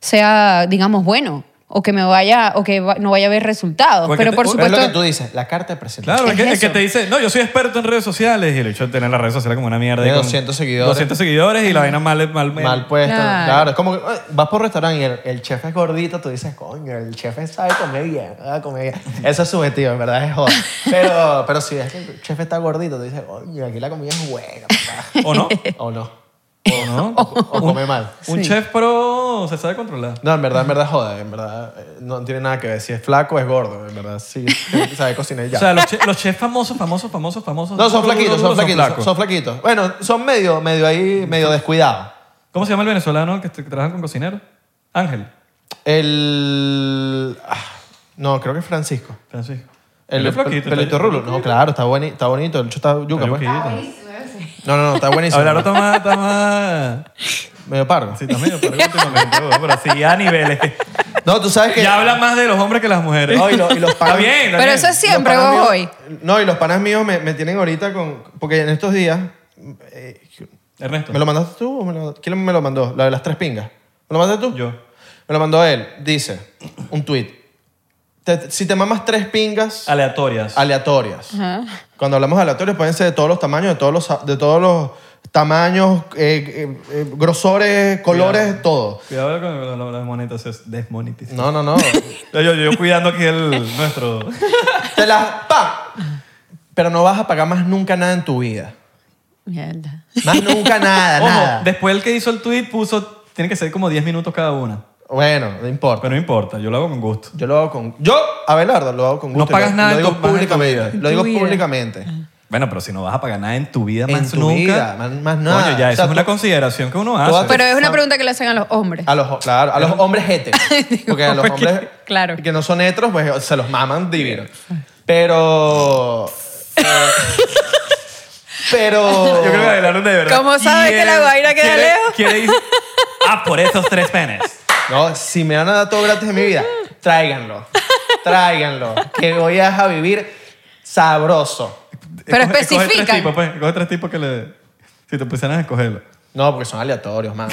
Speaker 1: sea, digamos, bueno, o que me vaya, o que va- no vaya a ver resultados.
Speaker 2: Porque
Speaker 1: pero
Speaker 2: te-
Speaker 1: por
Speaker 2: es lo
Speaker 3: Es lo
Speaker 1: supuesto...
Speaker 3: que tú dices, la carta de presentación.
Speaker 2: Claro,
Speaker 1: ¿Qué
Speaker 2: el
Speaker 1: es
Speaker 2: que, el que
Speaker 1: eso?
Speaker 2: te dice, no, yo soy experto en redes sociales y el hecho de tener las redes sociales como una mierda. y
Speaker 3: Tiene
Speaker 2: con
Speaker 3: 200 seguidores.
Speaker 2: 200 seguidores y la vaina mal. mal,
Speaker 3: Mal puesta.
Speaker 1: Claro.
Speaker 3: Claro. es como que ay, vas por un restaurante y el, el chef es gordito, tú dices, coño, el chef sabe comer bien, sabe comer bien. Eso es subjetivo, en verdad es joda. Pero, pero si es que el chef está gordito, tú dices, coño, aquí la comida es buena, papá.
Speaker 2: ¿O no?
Speaker 3: O no.
Speaker 2: ¿O no?
Speaker 1: Oh,
Speaker 3: O, o come mal.
Speaker 2: Un chef pro se sabe controlar.
Speaker 3: No, en verdad, en verdad joda, en verdad eh, no tiene nada que ver. Si es flaco, es gordo, en verdad sí, sabe cocinar y ya.
Speaker 2: O sea, los, che- los chefs famosos, famosos, famosos, famosos.
Speaker 3: no, son
Speaker 2: duros,
Speaker 3: flaquitos,
Speaker 2: duros, duros,
Speaker 3: son flaquitos, son,
Speaker 2: flacos.
Speaker 3: son flaquitos. Bueno, son medio, medio ahí, medio descuidados.
Speaker 2: ¿Cómo se llama el venezolano que, est- que trabaja con cocineros? Ángel.
Speaker 3: El... ah, No, creo que es Francisco.
Speaker 2: Francisco.
Speaker 3: El,
Speaker 2: Él es flaquito, está-
Speaker 3: pelito rulo. No, claro, está, bueni- está bonito. El chuta yuca,
Speaker 2: Está
Speaker 3: pues.
Speaker 2: yuquito.
Speaker 3: No, no, no, está buenísimo.
Speaker 2: Hablar está más, está más...
Speaker 3: Medio pargo.
Speaker 2: Sí, está medio pargo últimamente, pero sí, ya a niveles.
Speaker 3: No, tú sabes que...
Speaker 2: Ya habla más de los hombres que las mujeres.
Speaker 3: No, y lo- y los
Speaker 2: está
Speaker 3: pagan-
Speaker 2: bien, está
Speaker 1: Pero
Speaker 2: bien.
Speaker 1: eso es
Speaker 3: los
Speaker 1: siempre,
Speaker 3: panas
Speaker 1: vos
Speaker 3: míos-
Speaker 1: hoy.
Speaker 3: No, y los panas míos me, me tienen ahorita con... Porque en estos días... eh,
Speaker 2: Ernesto.
Speaker 3: ¿Me lo mandaste tú o me lo- ¿Quién me lo mandó? La de las tres pingas. ¿Me lo mandaste tú?
Speaker 2: Yo.
Speaker 3: Me lo mandó él. Dice, un tweet. si te mamas tres pingas...
Speaker 2: Aleatorias.
Speaker 3: aleatorias.
Speaker 1: Ajá.
Speaker 3: Cuando hablamos de aleatorios, pueden ser de todos los tamaños, de todos los, de todos los tamaños, eh, eh, eh, grosores, colores, todo.
Speaker 2: Cuidado con la- la la monetización. Desmonetización.
Speaker 3: No, no, no.
Speaker 2: Yo, yo, yo cuidando aquí el nuestro.
Speaker 3: Te las... ¡Pam! Pero no vas a pagar más nunca nada en tu vida.
Speaker 1: Mierda.
Speaker 3: Más nunca nada,
Speaker 2: Ojo,
Speaker 3: nada.
Speaker 2: después el que hizo el tweet puso, tiene que ser como 10 minutos cada una.
Speaker 3: Bueno, no importa.
Speaker 2: Pero no importa, yo lo hago con gusto.
Speaker 3: Yo lo hago con... Yo, Abelardo, lo hago con
Speaker 2: No
Speaker 3: gusto. y lo-
Speaker 2: pagas nada
Speaker 3: Lo
Speaker 2: en
Speaker 3: digo
Speaker 2: tu- más en tu
Speaker 3: públicamente.
Speaker 2: vida.
Speaker 3: Lo digo
Speaker 1: Tu vida.
Speaker 3: públicamente.
Speaker 2: Bueno, pero si no vas a pagar nada en tu vida
Speaker 3: En
Speaker 2: más
Speaker 3: tu
Speaker 2: nunca.
Speaker 3: vida, más- más nada.
Speaker 2: Coño, ya,
Speaker 3: O
Speaker 2: esa
Speaker 3: sea,
Speaker 2: es una
Speaker 3: tú-
Speaker 2: consideración que uno hace.
Speaker 3: vas a-
Speaker 1: Pero es una
Speaker 3: Ah.
Speaker 1: pregunta que le hacen a los hombres.
Speaker 3: A los, claro, a los hombres hetes. Porque a los
Speaker 1: Porque,
Speaker 3: hombres
Speaker 1: claro.
Speaker 3: que no son heteros, pues se los maman divino. Pero... eh, pero...
Speaker 2: Yo creo que bailaron de verdad.
Speaker 1: ¿Cómo sabe que la
Speaker 2: Quiere-
Speaker 1: guaira queda
Speaker 2: quiere-
Speaker 1: lejos?
Speaker 2: quiere ir- Ah, por esos tres penes.
Speaker 3: No, si me van a dar todo gratis en mi vida, tráiganlo. Tráiganlo. Que voy a vivir sabroso.
Speaker 1: Pero
Speaker 2: Escoge- escoge
Speaker 1: especifican.
Speaker 2: tres tipos, pues, escoge tres tipos que le. Si te pusieran a escogerlo.
Speaker 3: No, porque son aleatorios, man.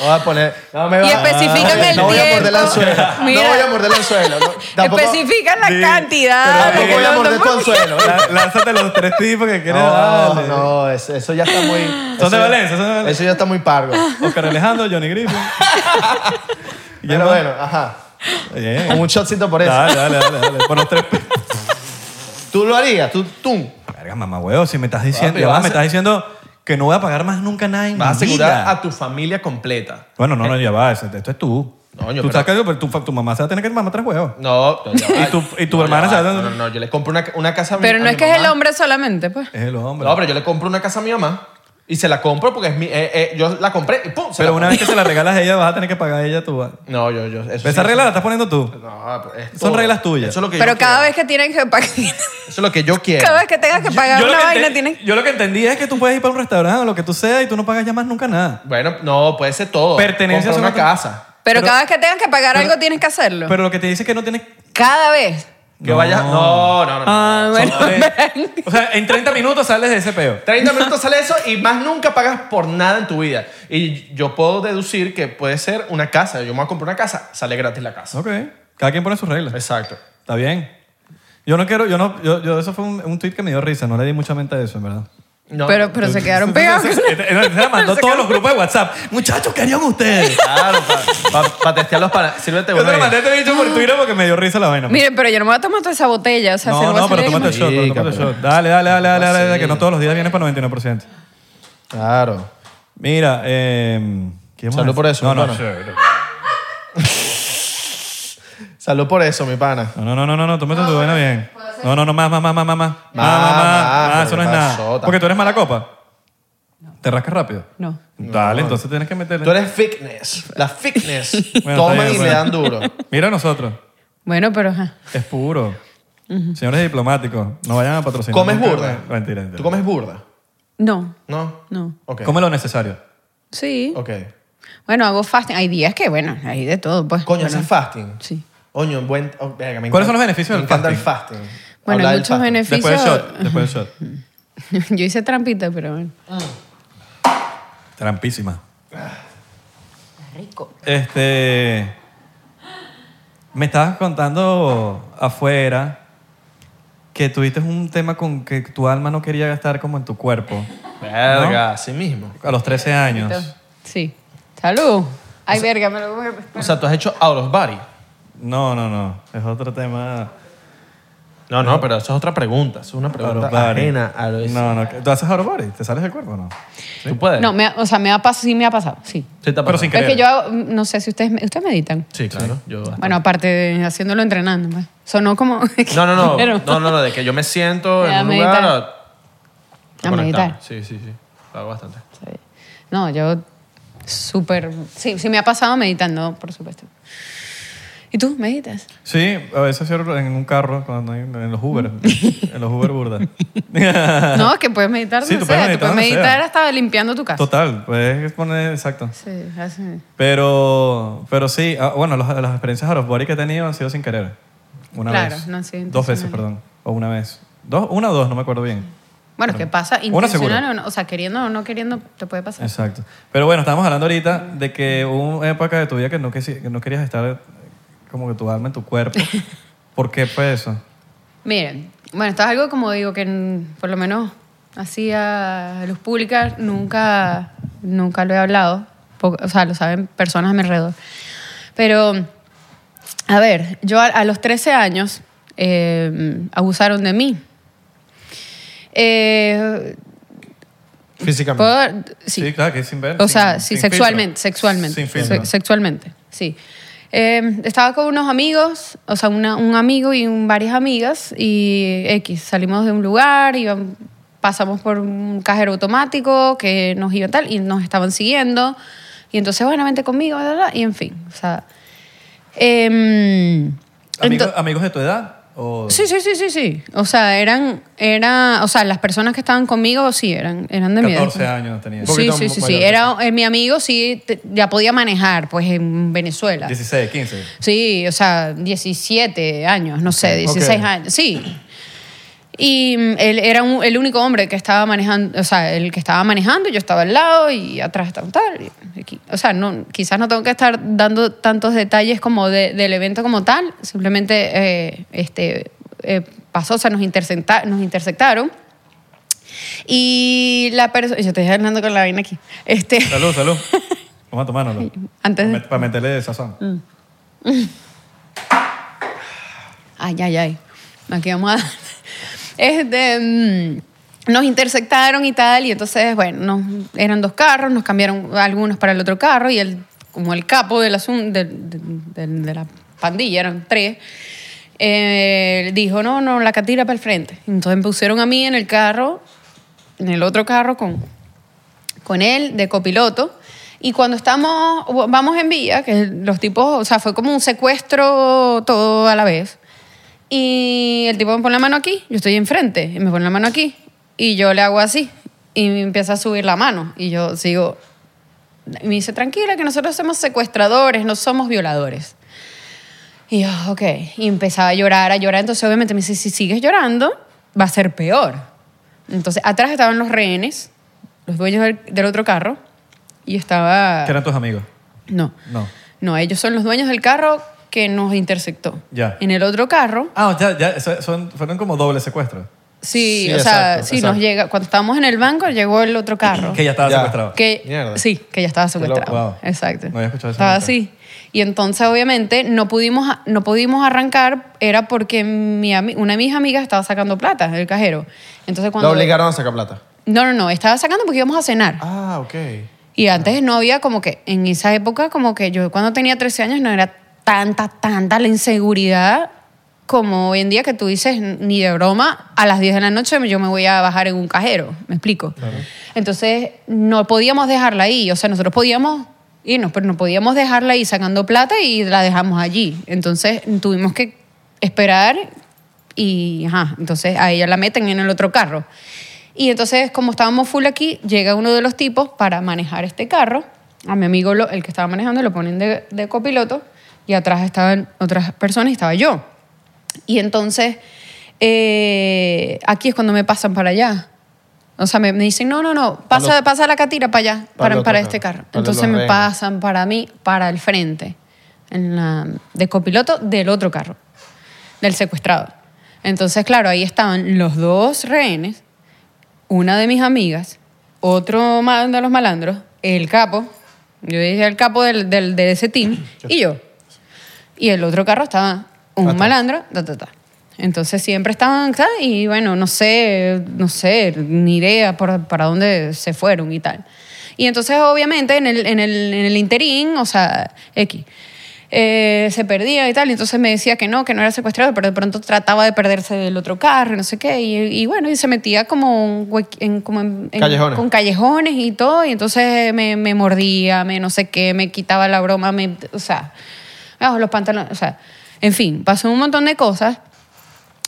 Speaker 3: No voy a poner... No me
Speaker 1: Y
Speaker 3: va-
Speaker 1: especifican
Speaker 3: no,
Speaker 1: el
Speaker 3: No voy a morder el
Speaker 1: tiempo.
Speaker 3: anzuelo.
Speaker 1: Mira.
Speaker 3: No voy a morder el anzuelo. no. Tampoco-
Speaker 1: Especifican la
Speaker 2: Sí,
Speaker 1: cantidad. Pues,
Speaker 2: pero
Speaker 1: porque
Speaker 3: Tampoco voy a
Speaker 1: no-
Speaker 3: morder tu
Speaker 1: tampoco-
Speaker 3: anzuelo. ¿eh?
Speaker 2: Lá- Lánzate los tres tipos que quieres
Speaker 3: No,
Speaker 2: darle.
Speaker 3: no, eso, eso ya está muy.
Speaker 2: Son
Speaker 3: eso
Speaker 2: de
Speaker 3: ya-
Speaker 2: Valencia, son de Valencia.
Speaker 3: Eso ya está muy pargo.
Speaker 2: Oscar Alejandro, Johnny Griffin. Y ya
Speaker 3: Pero
Speaker 2: va.
Speaker 3: bueno, ajá.
Speaker 2: Bien.
Speaker 3: Un shotcito por eso.
Speaker 2: Dale, dale, dale, dale. Por los tres penes.
Speaker 3: Tú lo harías, tú, tú.
Speaker 2: Verga, mamá huevo, si me estás diciendo,
Speaker 3: Papi,
Speaker 2: ya va,
Speaker 3: vas a-
Speaker 2: me estás diciendo que no voy a pagar más nunca nada en
Speaker 3: Vas a
Speaker 2: mi
Speaker 3: asegurar
Speaker 2: vida.
Speaker 3: a tu familia completa.
Speaker 2: Bueno, no, no, ya va, eso- esto es tú.
Speaker 3: Coño,
Speaker 2: tú
Speaker 3: pero-
Speaker 2: estás cayendo, pero tu, fa- tu mamá se va a tener que mamar tres huevos.
Speaker 3: No, no, ya va.
Speaker 2: Y tu- y tu
Speaker 3: No, ya
Speaker 2: hermana
Speaker 3: va.
Speaker 2: se va a-
Speaker 3: No, no, no, yo le compro una, una casa a mi-
Speaker 1: Pero no
Speaker 3: a
Speaker 1: es
Speaker 3: mi
Speaker 1: que es el
Speaker 3: mamá.
Speaker 1: hombre solamente, pues.
Speaker 2: Es el hombre.
Speaker 3: No, pero yo le compro una casa a mi mamá y se la compro porque es mi. eh, eh, yo la compré y pum. se
Speaker 2: Pero una
Speaker 3: la compro.
Speaker 2: vez que se la regalas a ella, vas a tener que pagar a ella tu.
Speaker 3: No, yo, yo. Eso
Speaker 2: Esa
Speaker 3: sí,
Speaker 2: regla la estás poniendo tú.
Speaker 3: No, pero es
Speaker 2: Son
Speaker 3: todo.
Speaker 2: reglas tuyas.
Speaker 3: Eso es lo que
Speaker 1: Pero
Speaker 3: yo
Speaker 1: cada
Speaker 3: quiero.
Speaker 1: vez que tienen que pagar,
Speaker 3: Eso es lo que yo quiero.
Speaker 1: cada vez que tengas que pagar
Speaker 2: lo
Speaker 1: una
Speaker 2: que
Speaker 1: vaina,
Speaker 2: enten-
Speaker 1: tienes.
Speaker 2: yo lo que entendí es que tú puedes ir para un restaurante o lo que tú seas y tú no pagas ya más nunca nada.
Speaker 3: Bueno, no, puede ser todo.
Speaker 2: Pertenencia
Speaker 3: Comprar
Speaker 2: son
Speaker 3: una
Speaker 2: otro-
Speaker 3: casa.
Speaker 1: Pero,
Speaker 2: Pero-
Speaker 1: cada vez que tengas que pagar algo, tienes que hacerlo.
Speaker 2: Pero lo que te dice es que no tienes.
Speaker 1: cada vez.
Speaker 3: Que vayas. No, no, no. no.
Speaker 1: Ah,
Speaker 2: Son
Speaker 1: bueno.
Speaker 2: tres. O sea, en 30 minutos sales de ese peo.
Speaker 3: 30 minutos sale eso y más nunca pagas por nada en tu vida. Y yo puedo deducir que puede ser una casa. Yo me voy a comprar una casa, sale gratis la casa.
Speaker 2: Ok. Cada quien pone sus reglas.
Speaker 3: Exacto.
Speaker 2: Está bien. Yo no quiero, yo no, yo, yo- eso fue un, un tweet que me dio risa, no le di mucha mente a eso, en verdad.
Speaker 3: No,
Speaker 1: pero, pero se quedaron pegados.
Speaker 2: Se la mandó a todos los grupos de WhatsApp. Muchachos, ¿qué harían ustedes?
Speaker 3: Claro, para testear los panas. Sírvete
Speaker 2: Yo
Speaker 3: uno
Speaker 2: te lo
Speaker 3: ahí.
Speaker 2: mandé a este bicho por Twitter porque me dio risa la vaina. pues.
Speaker 1: Miren, pero yo no me voy a tomar toda esa botella. O sea, se
Speaker 2: no,
Speaker 1: lo voy a
Speaker 2: no, pero
Speaker 1: hacer
Speaker 2: tómate el
Speaker 1: de-
Speaker 2: shot, pero
Speaker 3: Marica,
Speaker 2: tómate el
Speaker 3: pero-
Speaker 2: shot. Dale, dale, dale, dale, dale, dale, que
Speaker 3: Sí.
Speaker 2: no todos los días vienes para 99%.
Speaker 3: Claro.
Speaker 2: Mira, eh... ¿qué más?
Speaker 3: Salud por eso,
Speaker 2: No, no,
Speaker 3: mi Salud por eso, mi pana.
Speaker 2: no, no, no, no, no, tómate tu vaina bien. No, no, no, más, más, más, más, más, más. Más, más,
Speaker 3: más,
Speaker 2: más, más, eso
Speaker 3: pero
Speaker 2: no es
Speaker 3: qué
Speaker 2: nada.
Speaker 3: pasota.
Speaker 2: Porque tú eres mala copa. Te rascas rápido.
Speaker 1: No.
Speaker 2: Dale, entonces tienes que meterle.
Speaker 3: Tú eres fitness. La fitness.
Speaker 2: Bueno, está
Speaker 3: Toman
Speaker 2: bien, pues.
Speaker 3: y
Speaker 2: bueno.
Speaker 3: le dan duro.
Speaker 2: Mira a nosotros.
Speaker 1: Bueno, pero ajá.
Speaker 2: Es puro. Señores diplomáticos, no vayan a patrocinar.
Speaker 3: ¿Comes
Speaker 2: nunca.
Speaker 3: burda?
Speaker 2: Mentira, mentira.
Speaker 3: ¿Tú comes burda?
Speaker 1: No,
Speaker 3: ¿No?
Speaker 1: no.
Speaker 3: Ok.
Speaker 2: Come lo necesario.
Speaker 1: Sí.
Speaker 3: Ok.
Speaker 1: Bueno, hago fasting. Hay días que, bueno, hay de todo, pues.
Speaker 3: Coño,
Speaker 1: Pero-
Speaker 3: haces fasting.
Speaker 1: Sí.
Speaker 3: Coño, buen. oh, verga, me
Speaker 2: ¿Cuáles
Speaker 3: encanta-
Speaker 2: son los beneficios
Speaker 3: me
Speaker 2: del
Speaker 3: encanta el fasting?
Speaker 1: Bueno,
Speaker 3: Hablar
Speaker 1: hay
Speaker 3: del
Speaker 1: muchos
Speaker 3: fasting.
Speaker 1: beneficios.
Speaker 2: Después del shot. Después del shot.
Speaker 1: Yo hice trampita, pero bueno.
Speaker 2: Trampísima.
Speaker 1: Rico.
Speaker 2: Este. Me estabas contando afuera que tuviste un tema con que tu alma no quería gastar como en tu cuerpo.
Speaker 3: Verga, así mismo.
Speaker 2: A los 13 años.
Speaker 1: Sí. Salud. Ay, verga, me lo voy a...
Speaker 3: O sea, tú has hecho out of body.
Speaker 2: No, no, no. Es otro tema.
Speaker 3: No, no, pero eso es otra pregunta. Eso es una
Speaker 2: out
Speaker 3: pregunta
Speaker 2: of body.
Speaker 3: ajena a lo
Speaker 2: No, no. ¿Tú haces out of body? ¿Te sales del cuerpo o no?
Speaker 3: ¿Tú puedes?
Speaker 1: No, me ha- o sea, me ha pasado, sí me ha pasado, sí.
Speaker 3: Sí, te ha
Speaker 2: Pero
Speaker 3: pasado.
Speaker 2: sin
Speaker 1: Pero es que
Speaker 2: creer.
Speaker 1: yo hago- no sé si ustedes, me- ustedes meditan.
Speaker 3: Sí, claro. Yo bastante.
Speaker 1: Bueno, aparte de haciéndolo entrenando, pues. sonó como...
Speaker 3: no, no, no,
Speaker 1: Pero-
Speaker 3: no, no, no, de que yo me siento
Speaker 1: A
Speaker 3: en un
Speaker 1: meditar.
Speaker 3: lugar a,
Speaker 1: A meditar.
Speaker 3: Sí, sí, sí. Lo hago bastante.
Speaker 1: Sí. No, yo súper... Sí, sí me ha pasado meditando, por supuesto. ¿Y tú meditas?
Speaker 2: Sí, a veces cierro en un carro, cuando hay- en los Uber. en los Uber burda.
Speaker 1: No, es que puedes meditar
Speaker 2: Sí,
Speaker 1: donde
Speaker 2: tú puedes
Speaker 1: sea,
Speaker 2: meditar
Speaker 1: tú puedes
Speaker 2: donde
Speaker 1: meditar
Speaker 2: sea.
Speaker 1: hasta limpiando tu casa.
Speaker 2: Total, puedes poner exacto.
Speaker 1: Sí, así.
Speaker 2: Pero, pero sí, ah, bueno, los- las experiencias out of body que he tenido han sido sin querer. Una
Speaker 1: Claro,
Speaker 2: vez.
Speaker 1: no han sido
Speaker 2: Dos veces,
Speaker 1: intencionales.
Speaker 2: perdón. O una vez. Dos, una o dos, no me acuerdo bien.
Speaker 1: Bueno, ¿qué pasa?
Speaker 2: Una segura.
Speaker 1: Intencional o no, o sea, queriendo o no queriendo, te puede pasar.
Speaker 2: Exacto. Pero bueno, estábamos hablando ahorita de que hubo una época de tu vida que no, quisi- que no querías estar como que tu alma en tu cuerpo. ¿Por qué fue eso?
Speaker 1: Miren, bueno, esto es algo como digo que mm, por lo menos así a luz pública nunca, nunca lo he hablado. Po- O sea, lo saben personas a mi alrededor. Pero, a ver, yo a, a los 13 años eh, abusaron de mí. Eh,
Speaker 3: Físicamente.
Speaker 1: puedo- sí.
Speaker 2: claro, que es sin ver.
Speaker 1: O
Speaker 2: sin-
Speaker 1: sea, sí,
Speaker 2: sin
Speaker 1: sexualmente,
Speaker 2: filtro.
Speaker 1: sexualmente.
Speaker 2: Sin
Speaker 1: se-
Speaker 2: filtro.
Speaker 1: sexualmente, sí. Eh, estaba con unos amigos, o sea, una- un amigo y un- varias amigas, y X, salimos de un lugar, iban- pasamos por un cajero automático que nos iba tal, y nos estaban siguiendo, y entonces, bueno, vente conmigo, bla, bla, bla, y en fin, o sea. em,
Speaker 2: ¿Amigos,
Speaker 1: ento-
Speaker 2: amigos de tu edad? O...
Speaker 1: Sí, sí, sí, sí, sí. O sea, eran, era, o sea, las personas que estaban conmigo sí eran, eran de mi edad.
Speaker 2: 14 años tenías.
Speaker 1: Sí,
Speaker 3: poquito
Speaker 1: sí, sí, sí.
Speaker 3: mayor,
Speaker 1: Era, eh, mi amigo sí te- ya podía manejar, pues, en Venezuela.
Speaker 2: 16, 15.
Speaker 1: Sí, o sea, 17 años, no sé, 16
Speaker 3: ok.
Speaker 1: años, sí. Y mm, él era un- el único hombre que estaba manejando, o sea, el que estaba manejando, yo estaba al lado y atrás estaba tal. y aquí. O sea, no, quizás no tengo que estar dando tantos detalles como de- del evento como tal, simplemente eh, este, eh, pasó, o sea, nos, intercepta- nos interceptaron. Y la persona, yo te estoy hablando con la vaina aquí, este,
Speaker 2: Salud, salud. Vamos a tomárnoslo.
Speaker 1: antes de... Mm.
Speaker 2: Para, para meterle sazón.
Speaker 1: Ay, ay, ay. Aquí vamos a... Este, mm, nos intersectaron y tal, y entonces, bueno, nos- eran dos carros, nos cambiaron algunos para el otro carro, y el, como el capo del asun- del- del- del- de la pandilla, eran tres, eh, dijo, no, no, la catira para el frente. Entonces me pusieron a mí en el carro, en el otro carro con, con él de copiloto. Y cuando estamos, vamos en vía, que los tipos, o sea, fue como un secuestro todo a la vez. Y el tipo me pone la mano aquí, yo estoy enfrente, y me pone la mano aquí, y yo le hago así, y me empieza a subir la mano, y yo sigo. Y me dice, tranquila, que nosotros somos secuestradores, no somos violadores. Y yo, ok. Y empezaba a llorar, a llorar. Entonces, obviamente, me dice, si sigues llorando, va a ser peor. Entonces, atrás estaban los rehenes, los dueños del, del otro carro, y estaba...
Speaker 2: ¿Qué eran tus amigos?
Speaker 1: No.
Speaker 2: No.
Speaker 1: No, ellos son los dueños del carro que nos intersectó.
Speaker 2: Ya.
Speaker 1: En el otro carro
Speaker 2: Ah, ya, ya, eso- son, fueron como doble secuestro.
Speaker 1: Sí,
Speaker 3: Sí,
Speaker 1: o sea,
Speaker 3: exacto,
Speaker 1: sí,
Speaker 3: exacto.
Speaker 1: nos llega. Cuando estábamos en el banco, llegó el otro carro.
Speaker 2: Que ya estaba
Speaker 3: Ya.
Speaker 2: secuestrado.
Speaker 1: que-
Speaker 3: Mierda.
Speaker 1: Sí, que ya estaba secuestrado.
Speaker 2: loco, wow.
Speaker 1: Exacto.
Speaker 2: No había escuchado eso
Speaker 1: Estaba
Speaker 2: nunca.
Speaker 1: así. Y entonces, obviamente, no pudimos, no pudimos arrancar, era porque mi ami- una de mis amigas estaba sacando plata del cajero. Entonces, cuando.
Speaker 3: La obligaron a sacar plata.
Speaker 1: No, no, no, estaba sacando porque íbamos a cenar.
Speaker 3: Ah, ok.
Speaker 1: Y antes no había como que, en esa época, como que yo cuando tenía 13 años no era tanta, tanta la inseguridad como hoy en día que tú dices, ni de broma, a las 10 de la noche yo me voy a bajar en un cajero, me explico. Entonces no podíamos dejarla ahí, o sea, nosotros podíamos irnos, pero no podíamos dejarla ahí sacando plata y la dejamos allí. Entonces tuvimos que esperar Y ajá, entonces a ella la meten en el otro carro. Y entonces, como estábamos full aquí, llega uno de los tipos para manejar este carro. A mi amigo, lo- el que estaba manejando, lo ponen de, de copiloto y atrás estaban otras personas y estaba yo. Y entonces, eh, aquí es cuando me pasan para allá. O sea, me, me dicen, no, no, no, pasa,
Speaker 3: lo-
Speaker 1: pasa la catira para allá,
Speaker 3: Para el
Speaker 1: para,
Speaker 3: otro
Speaker 1: para
Speaker 3: carro,
Speaker 1: este carro.
Speaker 3: para el
Speaker 1: Entonces
Speaker 3: Los
Speaker 1: me
Speaker 3: Reyes.
Speaker 1: pasan para mí, para el frente, en la, de copiloto del otro carro del secuestrado. Entonces, claro, ahí estaban los dos rehenes, una de mis amigas, otro ma- de los malandros, el capo, yo dije el capo del, del- de ese team, y yo. Y el otro carro estaba un
Speaker 3: Atrás.
Speaker 1: malandro, ta, ta, ta. Entonces siempre estaban, ta, y bueno, no sé, no sé, ni idea por- para dónde se fueron y tal. Y entonces, obviamente, en el, en el, en el interín, o sea, X, eh, se perdía y tal. Y entonces me decía que no, que no era secuestrado, pero de pronto trataba de perderse del otro carro y no sé qué. Y, y bueno, y se metía como, un huequi- en, como en- en-
Speaker 3: Callejones.
Speaker 1: con callejones y todo. Y entonces me, me mordía, me no sé qué, me quitaba la broma, me, o sea, me bajó los pantalones. O sea, en fin, pasó un montón de cosas.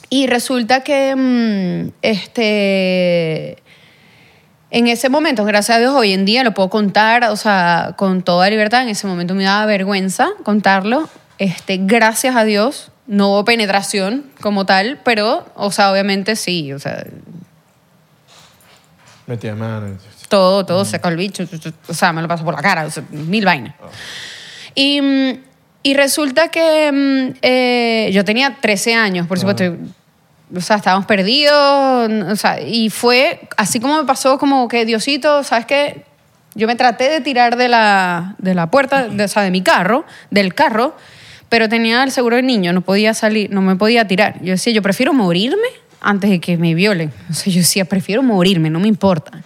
Speaker 1: Y resulta que mm, este, en ese momento, gracias a Dios, hoy en día lo puedo contar, o sea, con toda libertad. En ese momento me daba vergüenza contarlo. Este, gracias a Dios, no hubo penetración como tal, pero, o sea, obviamente sí, o sea,
Speaker 3: Metía mano.
Speaker 1: todo, todo seca el bicho, tu, tu, o sea, me lo paso por la cara, o sea, mil vainas. Y, mm, y resulta que mm, eh, yo tenía 13 años, por supuesto. O sea, estábamos perdidos, n- o sea, y fue así como me pasó, como que Diosito, ¿sabes qué? Yo me traté de tirar de la, de la puerta, de, o sea, de mi carro, del carro, pero tenía el seguro de niño, no podía salir, no me podía tirar. Yo decía, yo prefiero morirme antes de que me violen. O sea, yo decía, prefiero morirme, no me importa.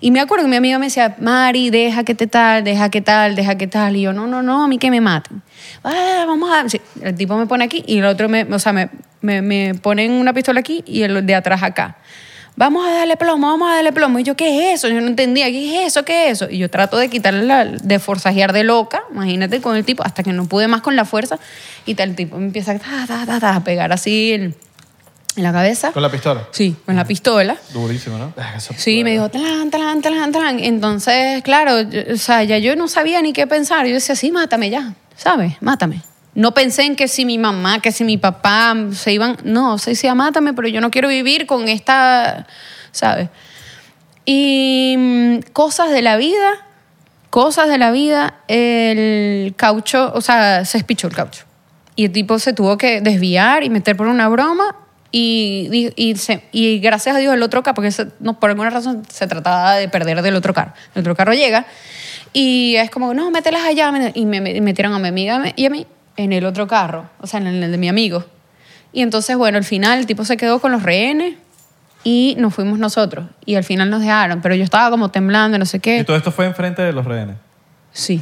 Speaker 1: Y me acuerdo que mi amiga me decía, Mari, deja que te tal, deja que tal, deja que tal. Y yo, no, no, no, a mí que me maten. Ah, vamos a... sí, El tipo me pone aquí y el otro me... O sea, me, me, me ponen una pistola aquí y el de atrás acá. Vamos a darle plomo, vamos a darle plomo. Y yo, ¿qué es eso? Yo no entendía, ¿qué es eso? ¿Qué es eso? Y yo trato de quitarle, la, de forzajear de loca, imagínate, con el tipo, hasta que no pude más con la fuerza. Y tal, el tipo me empieza ta, ta, ta, ta, a pegar así el- en la cabeza.
Speaker 3: Con la pistola.
Speaker 1: Sí, con la pistola.
Speaker 2: Durísimo, ¿no?
Speaker 3: Ah, eso-
Speaker 1: Sí, me dijo, talán, talán, talán, talán. Entonces, claro, yo- o sea, ya yo no sabía ni qué pensar. Yo decía, sí, mátame ya, ¿sabes? Mátame. No pensé en que si mi mamá, que si mi papá se iban. No, se decía, mátame, pero yo no quiero vivir con esta, ¿sabes? Y mm, cosas de la vida, cosas de la vida, el caucho, o sea, se espichó el caucho. Y el tipo se tuvo que desviar y meter por una broma. Y, di- y, se- y gracias a Dios el otro carro, porque se- no, por alguna razón se trataba de perder del otro carro. El otro carro llega y es como, no, mételas allá. Y me me metieron a mi amiga y a mí en el otro carro, o sea, en el de mi amigo. Y entonces, bueno, al final el tipo se quedó con los rehenes y nos fuimos nosotros. Y al final nos dejaron, pero yo estaba como temblando, no sé qué.
Speaker 2: Y todo esto fue enfrente de los rehenes.
Speaker 1: Sí.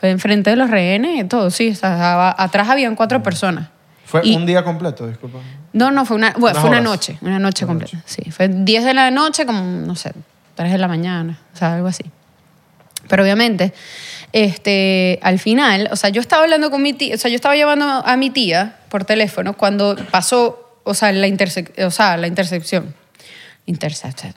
Speaker 1: Fue enfrente de los rehenes, y todo, sí. estaba- atrás habían cuatro personas.
Speaker 3: Mm. Fue
Speaker 1: Y-
Speaker 3: un día completo, disculpa.
Speaker 1: No, no, fue una, bueno,
Speaker 3: Unas
Speaker 1: fue una
Speaker 3: horas.
Speaker 1: noche, una noche completa. Sí, fue 10 de la noche, como, no sé, 3 de la mañana, o sea, algo así. Pero obviamente, este, al final, o sea, yo estaba hablando con mi tía, o sea, yo estaba llamando a mi tía por teléfono cuando pasó, o sea, la, intersec- o sea, la intercepción. Intercepción.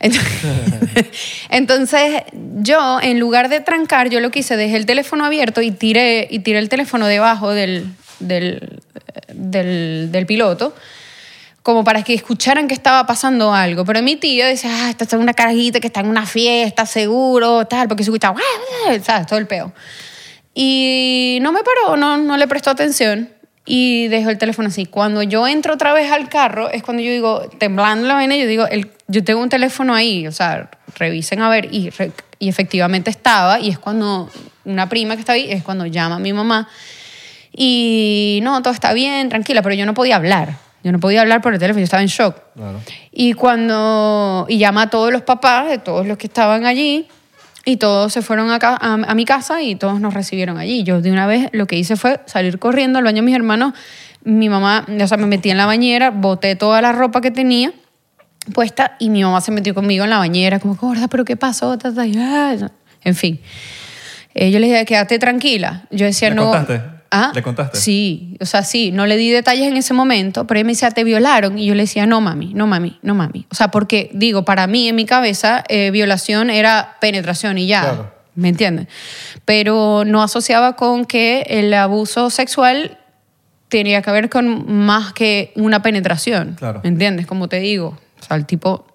Speaker 1: Entonces, entonces, yo, en lugar de trancar, yo lo que hice, dejé el teléfono abierto y tiré, y tiré el teléfono debajo del, del, eh, del, del piloto como para que escucharan que estaba pasando algo. Pero mi tío decía, ah, esta es una carajita que está en una fiesta, seguro, tal, porque se escuchaba, "Ah, ah", ¿sabes? Todo el peo. Y no me paró, no, no le prestó atención y dejó el teléfono así. Cuando yo entro otra vez al carro, es cuando yo digo, temblando la vaina, yo digo, el, yo tengo un teléfono ahí, o sea, revisen a ver. Y, re- y efectivamente estaba, y es cuando una prima que está ahí, es cuando llama a mi mamá y no, todo está bien, tranquila, pero yo no podía hablar. Yo no podía hablar por el teléfono, yo estaba en shock. Y cuando. Y llama a todos los papás de todos los que estaban allí. Y todos se fueron a, ca- a- a mi casa y todos nos recibieron allí. Yo de una vez lo que hice fue salir corriendo al baño de mis hermanos. Mi mamá, o sea, me metí en la bañera, boté toda la ropa que tenía puesta y mi mamá se metió conmigo en la bañera, como, gorda, ¿pero qué pasó? Ta, ta, y, ah, En fin. Eh, yo les dije, quédate tranquila. Yo decía,
Speaker 2: ¿Le
Speaker 1: no.
Speaker 2: contaste?
Speaker 1: Ah,
Speaker 2: ¿Le contaste?
Speaker 1: Sí, o sea, sí, no le di detalles en ese momento, pero ella me decía, te violaron. Y yo le decía, no mami, no mami, no mami. O sea, porque digo, para mí en mi cabeza, eh, violación era penetración y ya.
Speaker 3: Claro.
Speaker 1: ¿Me entiendes? Pero no asociaba con que el abuso sexual tenía que ver con más que una penetración.
Speaker 2: Claro.
Speaker 1: ¿Me entiendes? Como te digo, o sea, el tipo... o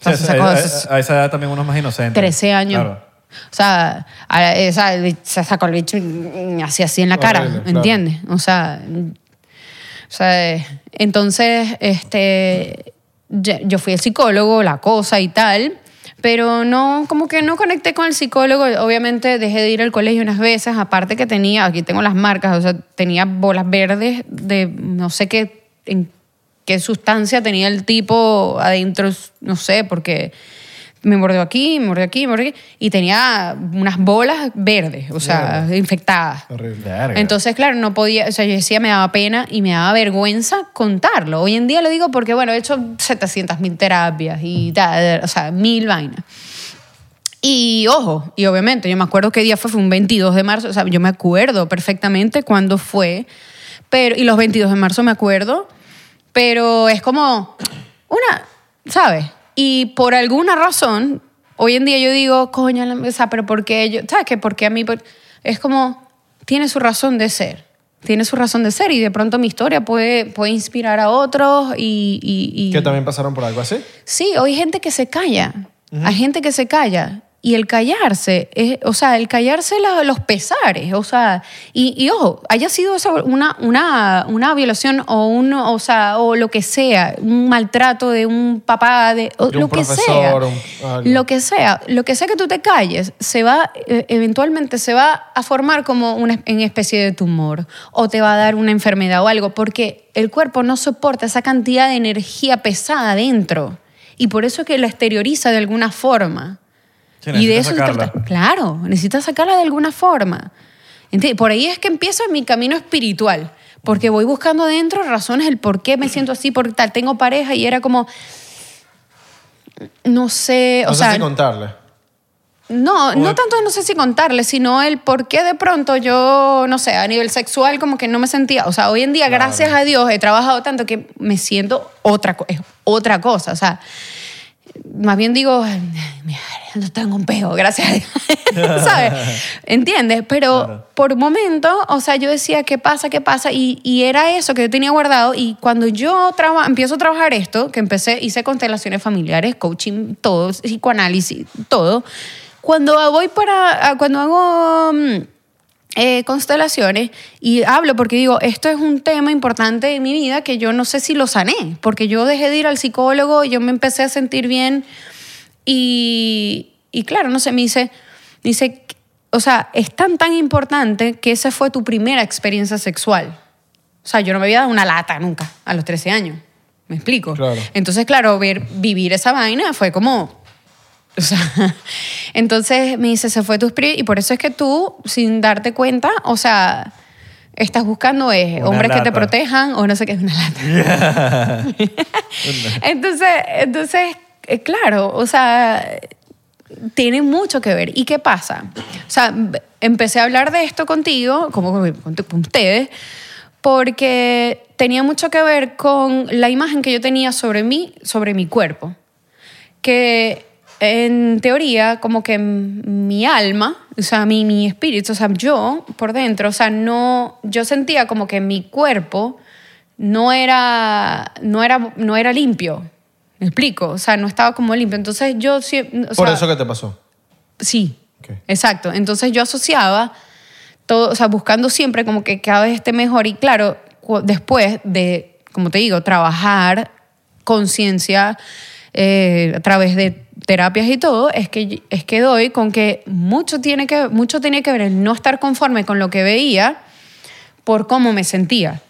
Speaker 2: Sí,
Speaker 1: sea,
Speaker 2: eh, a,
Speaker 1: se
Speaker 2: esa,
Speaker 1: sacó-
Speaker 2: a-
Speaker 1: se-
Speaker 2: a esa edad también uno es más inocente.
Speaker 1: 13 años.
Speaker 2: Claro.
Speaker 1: O sea, a- eh, o sea, el bicho- se sacó el bicho y- y así, así en la cara,
Speaker 3: Horrible, claro.
Speaker 1: ¿entiendes? O sea, mm, o sea, eh, entonces, este, ya- yo fui el psicólogo, la cosa y tal, pero no, como que no conecté con el psicólogo. Obviamente dejé de ir al colegio unas veces, aparte que tenía, aquí tengo las marcas, o sea, tenía bolas verdes de no sé qué, en qué sustancia tenía el tipo adentro, no sé, porque me mordió aquí, me mordió aquí, me mordió aquí, y tenía unas bolas verdes, o sea, infectadas.
Speaker 3: Horrible.
Speaker 2: Verga.
Speaker 1: Entonces, claro, no podía, o sea, yo decía, me daba pena y me daba vergüenza contarlo. Hoy en día lo digo porque, bueno, he hecho 700 mil terapias y tal, o sea, mil vainas. Y ojo, y obviamente, yo me acuerdo qué día fue, fue un 22 de marzo, o sea, yo me acuerdo perfectamente cuándo fue, pero, y los 22 de marzo me acuerdo, pero es como una, ¿sabes? Y por alguna razón, hoy en día yo digo, coño, la- o sea, pero ¿por qué yo? ¿Sabes qué? Porque a mí, por- es como, tiene su razón de ser, tiene su razón de ser y de pronto mi historia puede, puede inspirar a otros y... y, Eh, y
Speaker 3: Que también pasaron por algo así.
Speaker 1: Sí, hoy hay gente que se calla. Hay gente que se calla. Y el callarse, es, o sea, el callarse la- los pesares, o sea, y, y ojo, haya sido esa una, una, una violación o, un, o, sea, o lo que sea, un maltrato de un papá, de, o
Speaker 3: De un
Speaker 1: lo que sea,
Speaker 3: profesor, un- algo.
Speaker 1: lo que sea, lo que sea que tú te calles, se va, eh, eventualmente se va a formar como una en especie de tumor o te va a dar una enfermedad o algo, porque el cuerpo no soporta esa cantidad de energía pesada dentro y por eso es que la exterioriza de alguna forma.
Speaker 2: Sí,
Speaker 1: y de
Speaker 2: necesitas
Speaker 1: eso se
Speaker 2: sacarla.
Speaker 1: trata. Claro, necesitas sacarla de alguna forma. Enti- Por ahí es que empieza mi camino espiritual, porque voy buscando dentro razones el por qué me siento así, por tal, tengo pareja y era como... No sé,
Speaker 3: No
Speaker 1: o
Speaker 3: sé
Speaker 1: sea,
Speaker 3: si contarle.
Speaker 1: no,
Speaker 2: el-
Speaker 1: no tanto no sé si contarle, sino el por qué de pronto yo, no sé, a nivel sexual como que no me sentía, o sea, hoy en día gracias a Dios he trabajado tanto que me siento otra, co- es otra cosa, o sea, más bien digo, "Ay, mira, no tengo un peo, gracias a Dios, ¿sabes? ¿Entiendes? Pero por momento, o sea, yo decía, ¿qué pasa? ¿Qué pasa? Y, y era eso que yo tenía guardado y cuando yo traba- empiezo a trabajar esto, que empecé, hice constelaciones familiares, coaching, todo, psicoanálisis, todo, cuando voy para, a- cuando hago... mm, eh, constelaciones y hablo porque digo, esto es un tema importante de mi vida que yo no sé si lo sané, porque yo dejé de ir al psicólogo, yo me empecé a sentir bien y, y claro, no sé, me dice, me dice, o sea, es tan tan importante que esa fue tu primera experiencia sexual. O sea, yo no me había dado una lata nunca a los 13 años, me explico.
Speaker 3: Claro.
Speaker 1: Entonces, claro, ver, vivir esa vaina fue como, o sea, entonces me dice, se fue tu espíritu y por eso es que tú, sin darte cuenta, o sea, estás buscando eh,
Speaker 2: Una
Speaker 1: hombres que te
Speaker 2: lata.
Speaker 1: protejan o no sé qué es una lata. entonces, entonces, eh, claro, o sea, tiene mucho que ver. ¿Y qué pasa? O sea, em- empecé a hablar de esto contigo, como con, con- con ustedes, porque tenía mucho que ver con la imagen que yo tenía sobre mí, sobre mi cuerpo que en teoría como que m- mi alma, o sea, mi, mi espíritu, o sea, yo por dentro, o sea, no, yo sentía como que mi cuerpo no era, no era, no era limpio. ¿Me explico? O sea, no estaba como limpio. Entonces yo... sie- o
Speaker 3: Por
Speaker 1: sea,
Speaker 3: eso que te pasó.
Speaker 1: Sí.
Speaker 3: Ok.
Speaker 1: Exacto. Entonces yo asociaba todo, o sea, buscando siempre como que cada vez esté mejor y claro, cu- después de, como te digo, trabajar conciencia eh, a través de terapias y todo, es que, es que doy con que mucho tiene que, mucho tiene que ver el no estar conforme con lo que veía por cómo me sentía.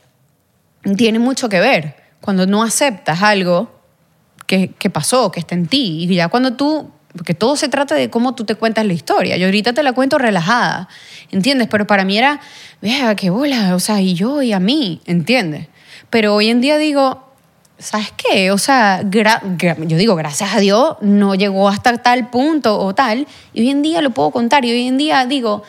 Speaker 1: Tiene mucho que ver. Cuando no aceptas algo, que, que pasó, que está en ti. Y ya cuando tú, porque todo se trata de cómo tú te cuentas la historia. Yo ahorita te la cuento relajada, ¿entiendes? Pero para mí era, vea, qué bola, o sea, y yo y a mí, ¿entiendes? Pero hoy en día digo, ¿sabes qué? O sea, gra- gra- yo digo, gracias a Dios no llegó hasta tal punto o tal, y hoy en día lo puedo contar, y hoy en día digo,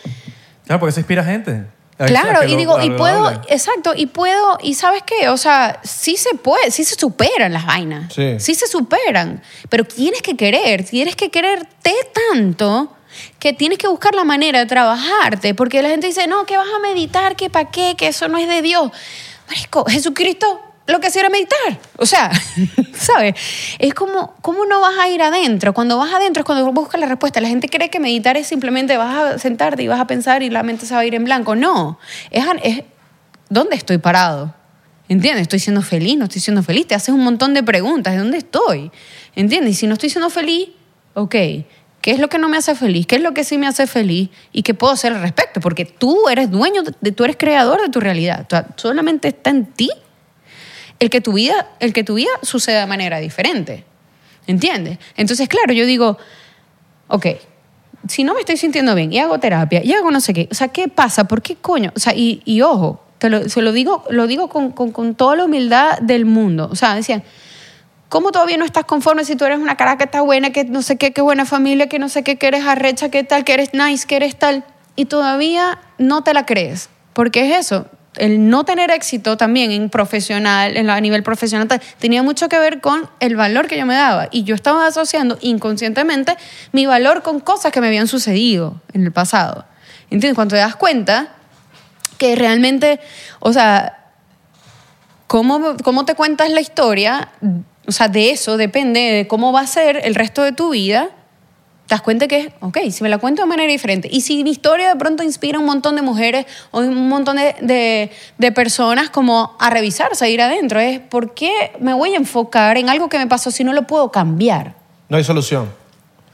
Speaker 2: Claro, porque eso inspira gente.
Speaker 1: Claro, y digo, y puedo,
Speaker 2: Exacto.
Speaker 1: exacto, y puedo, y sabes qué, o sea, sí se puede, sí se superan las vainas,
Speaker 3: Sí.
Speaker 1: se superan, pero tienes que querer, tienes que quererte tanto que tienes que buscar la manera de trabajarte, porque la gente dice, no, que vas a meditar, que para qué, que eso no es de Dios. Marico, Jesucristo lo que hacía era meditar, o sea, ¿sabes? Es como, ¿cómo no vas a ir adentro? Cuando vas adentro es cuando buscas la respuesta. La gente cree que meditar es simplemente vas a sentarte y vas a pensar y la mente se va a ir en blanco. No, es, es ¿dónde estoy parado? ¿Entiendes? Estoy siendo feliz, no estoy siendo feliz. Te haces un montón de preguntas. ¿De dónde estoy? ¿Entiendes? Y si no estoy siendo feliz, ok, ¿qué es lo que no me hace feliz? ¿Qué es lo que sí me hace feliz? ¿Y qué puedo hacer al respecto? Porque tú eres dueño, de, tú eres creador de tu realidad. O sea, solamente está en ti el que tu vida, el que tu vida suceda de manera diferente. ¿Entiendes? Entonces, claro, yo digo, ok, si no me estoy sintiendo bien y hago terapia y hago no sé qué, o sea, ¿qué pasa? ¿Por qué coño? O sea, y, y ojo, te lo, se lo digo, lo digo con, con- con toda la humildad del mundo. O sea, decían, ¿cómo todavía no estás conforme si tú eres una cara que está buena, que no sé qué, que buena familia, que no sé qué, que eres arrecha, que tal, que eres nice, que eres tal? Y todavía no te la crees. Porque es eso, el no tener éxito también en profesional, en la- a nivel profesional, tal, tenía mucho que ver con el valor que yo me daba. Y yo estaba asociando inconscientemente mi valor con cosas que me habían sucedido en el pasado. ¿Entiendes? Cuando te das cuenta que realmente, o sea, cómo, cómo te cuentas la historia, o sea, de eso depende de cómo va a ser el resto de tu vida. Te das cuenta que es, ok, si me la cuento de manera diferente. Y si mi historia de pronto inspira a un montón de mujeres o un montón de, de- de personas como a revisarse, a ir adentro, es por qué me voy a enfocar en algo que me pasó si no lo puedo cambiar.
Speaker 3: No hay solución.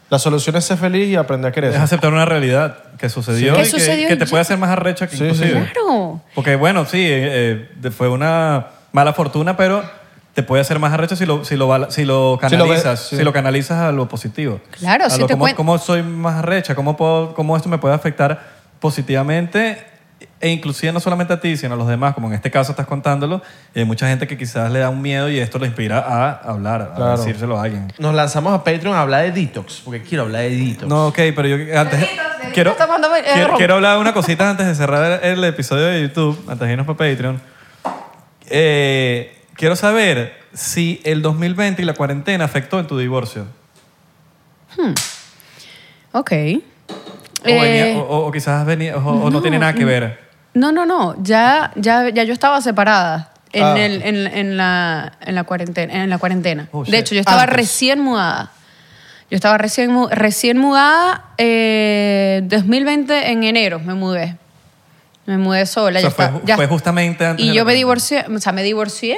Speaker 3: La solución es ser feliz y aprender a
Speaker 2: Es
Speaker 3: querer.
Speaker 2: aceptar una realidad que sucedió
Speaker 1: Sí. Que
Speaker 2: y que,
Speaker 1: sucedió
Speaker 2: que
Speaker 1: y
Speaker 2: te
Speaker 1: ya.
Speaker 2: puede hacer más arrecha que
Speaker 3: Sí, sí,
Speaker 2: imposible.
Speaker 3: sí.
Speaker 1: Claro.
Speaker 2: Porque bueno, sí, eh, eh, fue una mala fortuna, pero te puede hacer más arrecho si lo, si lo, val- si lo
Speaker 3: Si lo ves,
Speaker 2: canalizas, si lo,
Speaker 3: sí.
Speaker 2: canalizas a lo positivo.
Speaker 1: Claro,
Speaker 2: a
Speaker 1: si
Speaker 2: lo
Speaker 1: te
Speaker 2: cómo,
Speaker 1: cuen-
Speaker 2: cómo soy más arrecha, cómo, puedo- cómo esto me puede afectar positivamente e inclusive no solamente a ti, sino a los demás, como en este caso estás contándolo, y hay mucha gente que quizás le da un miedo y esto lo inspira a hablar, a
Speaker 3: Claro.
Speaker 2: decírselo a alguien.
Speaker 3: Nos lanzamos a Patreon a hablar de detox, porque quiero hablar de detox.
Speaker 2: No, ok, pero yo antes.
Speaker 1: Deditos, deditos,
Speaker 2: quiero,
Speaker 1: tomando, eh,
Speaker 2: quiero,
Speaker 1: ron.
Speaker 2: quiero hablar de una cosita antes de cerrar el, el episodio de YouTube, antes de irnos para Patreon. Eh, quiero saber si el 2020 y la cuarentena afectó en tu divorcio.
Speaker 1: Ok.
Speaker 2: O, venía-
Speaker 1: Eh,
Speaker 2: o- o- o quizás venía, o, o no tiene nada que ver.
Speaker 1: No, no, no. Ya, ya, ya yo estaba separada en,
Speaker 3: Ah.
Speaker 1: el- en- en la, en la cuarentena. En la cuarentena.
Speaker 2: Oh,
Speaker 1: de
Speaker 2: shit.
Speaker 1: hecho, yo estaba
Speaker 2: Antes.
Speaker 1: recién mudada. Yo estaba recién, mu- recién mudada. Eh, 2020 en enero me mudé. Me mudé sola.
Speaker 2: O
Speaker 1: ya
Speaker 2: sea,
Speaker 1: está-
Speaker 2: fue ju-
Speaker 1: ya-
Speaker 2: fue justamente antes
Speaker 1: Y
Speaker 2: de la
Speaker 1: yo me
Speaker 2: pandemia.
Speaker 1: divorcié. O sea, me divorcié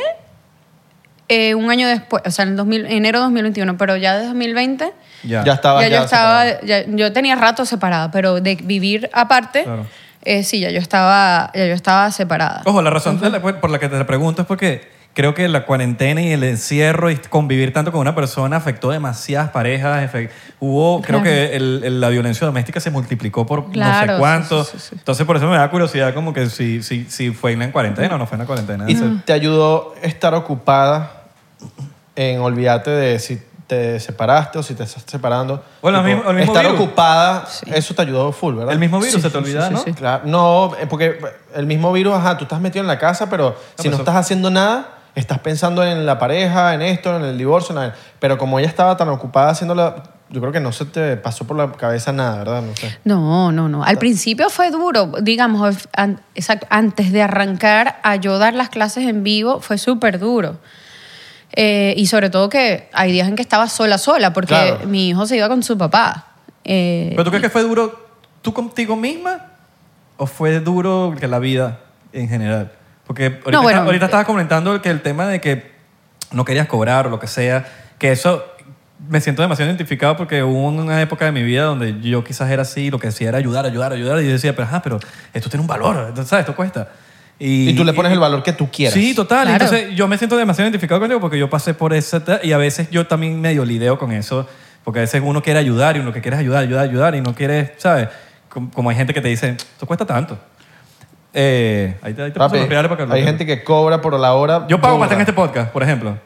Speaker 1: eh, un año después. O sea, en 2000, enero de 2021. Pero ya de 2020
Speaker 2: Ya.
Speaker 3: Ya estaba.
Speaker 1: ya, yo
Speaker 3: separado.
Speaker 1: estaba ya- yo tenía rato separada pero de vivir aparte
Speaker 2: Claro.
Speaker 1: eh, sí ya yo estaba ya yo estaba separada
Speaker 2: Ojo, la razón de la- por la que te la pregunto es porque creo que la cuarentena y el encierro y convivir tanto con una persona afectó demasiadas parejas. efe- Hubo,
Speaker 1: Claro.
Speaker 2: creo que el- el- la violencia doméstica se multiplicó por no
Speaker 1: Claro,
Speaker 2: sé
Speaker 1: sí,
Speaker 2: cuánto.
Speaker 1: sí, sí, sí.
Speaker 2: Entonces, por eso me da curiosidad como que si, si, si fue en la cuarentena o no fue en la cuarentena.
Speaker 3: Y
Speaker 2: O sea,
Speaker 3: te ayudó estar ocupada en olvidarte de si te separaste o si te estás separando.
Speaker 2: O lo mismo- o el mismo
Speaker 3: estar
Speaker 2: virus.
Speaker 3: ocupada, eso te ayudó full, ¿verdad?
Speaker 2: el mismo virus
Speaker 1: Sí,
Speaker 2: se te
Speaker 1: sí,
Speaker 2: olvida,
Speaker 1: sí,
Speaker 2: ¿no?
Speaker 1: sí, sí.
Speaker 3: Claro, no, eh, porque el mismo virus, ajá, tú estás metido en la casa, pero si
Speaker 2: pero
Speaker 3: no
Speaker 2: eso-
Speaker 3: estás haciendo nada, estás pensando en la pareja, en esto, en el divorcio, en la- pero como ella estaba tan ocupada haciéndola, yo creo que no se te pasó por la cabeza nada, ¿verdad? No sé.
Speaker 1: no no no al principio fue duro digamos af- an- exacto antes de arrancar a yo dar las clases en vivo fue súper duro Eh, y sobre todo que hay días en que estaba sola sola porque
Speaker 3: Claro.
Speaker 1: mi hijo se iba con su papá Eh,
Speaker 2: ¿Pero tú crees que fue duro tú contigo misma o fue duro que la vida en general? Porque ahorita,
Speaker 1: No, bueno,
Speaker 2: está- ahorita
Speaker 1: eh.
Speaker 2: estabas comentando el, que el tema de que no querías cobrar o lo que sea, que eso me siento demasiado identificado porque hubo una época de mi vida donde yo quizás era así, lo que hacía era ayudar, ayudar, ayudar, y yo decía, pero, ajá, pero esto tiene un valor, entonces, ¿sabes? Esto cuesta. Y,
Speaker 3: Y tú le pones el valor que tú quieras.
Speaker 2: Sí, total.
Speaker 1: Claro.
Speaker 2: Entonces yo me siento demasiado identificado contigo porque yo pasé por esa ta- y a veces yo también medio lideo con eso porque a veces uno quiere ayudar y uno que quiere es ayudar, ayudar, ayudar y no quiere, ¿sabes? Com- Como hay gente que te dice, esto cuesta tanto. Eh, ahí te, ahí te paso
Speaker 3: Papi,
Speaker 2: los reales para que lo-
Speaker 3: hay gente que cobra por la hora.
Speaker 2: Yo pago para
Speaker 3: dura.
Speaker 2: estar en este podcast, por ejemplo.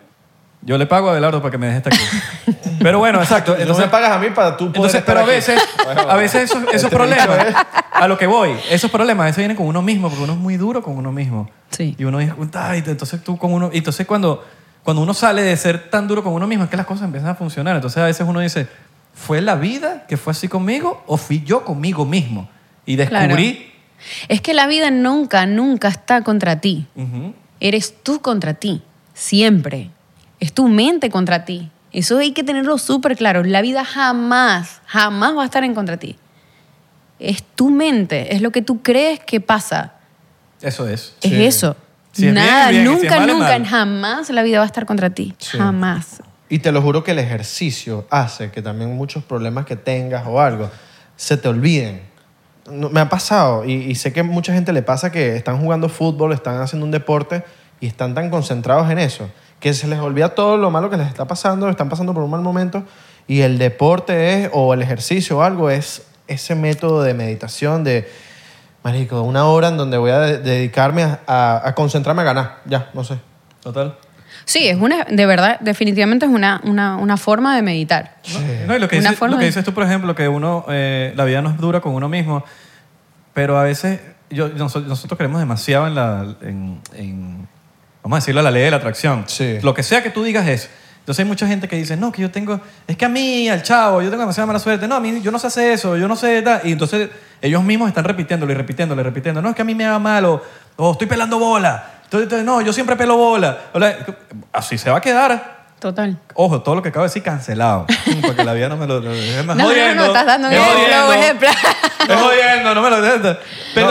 Speaker 2: Yo le pago a Abelardo para que me deje estar aquí. Pero bueno, exacto.
Speaker 3: Entonces,
Speaker 2: Entonces,
Speaker 3: pagas a mí para tú poder
Speaker 2: entonces,
Speaker 3: estar este
Speaker 2: pero a
Speaker 3: aquí. ¿eh?
Speaker 2: veces, a veces esos, esos problemas, a lo que voy, esos problemas, eso viene con uno mismo, porque uno es muy duro con uno mismo.
Speaker 1: Sí.
Speaker 2: Y uno dice, "Ay, entonces tú con uno, y entonces cuando, cuando uno sale de ser tan duro con uno mismo, es que las cosas empiezan a funcionar. Entonces a veces uno dice, ¿fue la vida que fue así conmigo o fui yo conmigo mismo? Y
Speaker 1: Claro.
Speaker 2: descubrí,
Speaker 1: Es que la vida nunca, nunca está contra ti.
Speaker 2: ujú,
Speaker 1: Eres tú contra ti, siempre. Es tu mente contra ti. Eso hay que tenerlo súper claro. La vida jamás, jamás va a estar en contra ti. Es tu mente, es lo que tú crees que pasa.
Speaker 2: eso es.
Speaker 1: Es
Speaker 3: Sí.
Speaker 1: eso.
Speaker 2: Si es bien,
Speaker 1: Nada,
Speaker 2: bien, y si es
Speaker 1: nunca,
Speaker 2: mal, es
Speaker 1: nunca,
Speaker 2: mal.
Speaker 1: jamás la vida va a estar contra ti.
Speaker 3: Sí.
Speaker 1: Jamás.
Speaker 3: Y te lo juro que el ejercicio hace que también muchos problemas que tengas o algo se te olviden. No, Me ha pasado y, y sé que mucha gente le pasa que están jugando fútbol, están haciendo un deporte y están tan concentrados en eso que se les olvida todo lo malo que les está pasando, están pasando por un mal momento y el deporte es, o el ejercicio o algo, es ese método de meditación, de, marico, una hora en donde voy a de- dedicarme a, a- a concentrarme a ganar. Ya, no sé.
Speaker 2: Total.
Speaker 1: Sí, es una, de verdad, definitivamente es una, una, una forma de meditar.
Speaker 2: No, y lo que,
Speaker 1: Una
Speaker 2: dices,
Speaker 1: forma
Speaker 2: lo que
Speaker 1: de-
Speaker 2: dices tú, por ejemplo, que uno, eh, la vida no es dura con uno mismo, pero a veces yo, nosotros, nosotros creemos demasiado en la, en, en, vamos a decirlo, la ley de la atracción.
Speaker 3: Sí.
Speaker 2: Lo que sea que tú digas es. Entonces hay mucha gente que dice, no, que yo tengo, es que a mí, al chavo, yo tengo demasiada mala suerte, no, a mí yo no sé hacer eso, yo no sé tal. Y entonces ellos mismos están repitiéndolo y repitiéndolo y repitiendo, no, es que a mí me va mal o, o estoy pelando bola, Entonces, entonces, no, yo siempre pelo bola. O la- Así se va a quedar.
Speaker 1: Total.
Speaker 2: Ojo, todo lo que acabo de decir cancelado. Mm, Porque la vida no me lo. No,
Speaker 1: No,
Speaker 2: no,
Speaker 1: no, no, estás dando
Speaker 2: es
Speaker 1: bien el
Speaker 2: jodiendo,
Speaker 1: flow, ejemplo.
Speaker 2: Es jodiendo, no me lo. Pero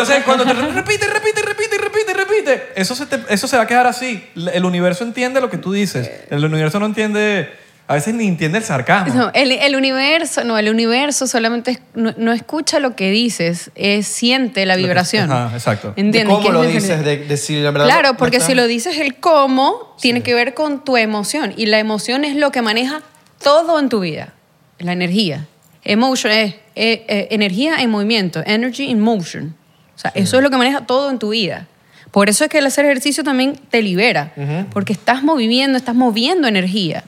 Speaker 2: entonces, cuando te repite, repite, repite, repite, repite, eso se, te- eso se va a quedar así. L- El universo entiende lo que tú dices. El universo no entiende. A veces ni entiende el sarcasmo.
Speaker 1: Eh. No, el, el universo, no, el universo solamente es- no, no escucha lo que dices, eh, siente la
Speaker 2: que-
Speaker 1: vibración.
Speaker 2: ajá, exacto.
Speaker 1: ¿Entiendes?
Speaker 3: ¿Cómo
Speaker 1: Que es
Speaker 3: lo
Speaker 1: diferente.
Speaker 3: dices? De, de si la verdad
Speaker 1: Claro,
Speaker 3: me
Speaker 1: porque
Speaker 3: está-
Speaker 1: si lo dices el cómo, tiene que ver con tu emoción. Y la emoción es lo que maneja todo en tu vida. La energía. Emotion es eh, eh, energía en movimiento. Energy in motion. O sea, eso es lo que maneja todo en tu vida. Por eso es que el hacer ejercicio también te libera. Porque estás moviendo, estás moviendo energía.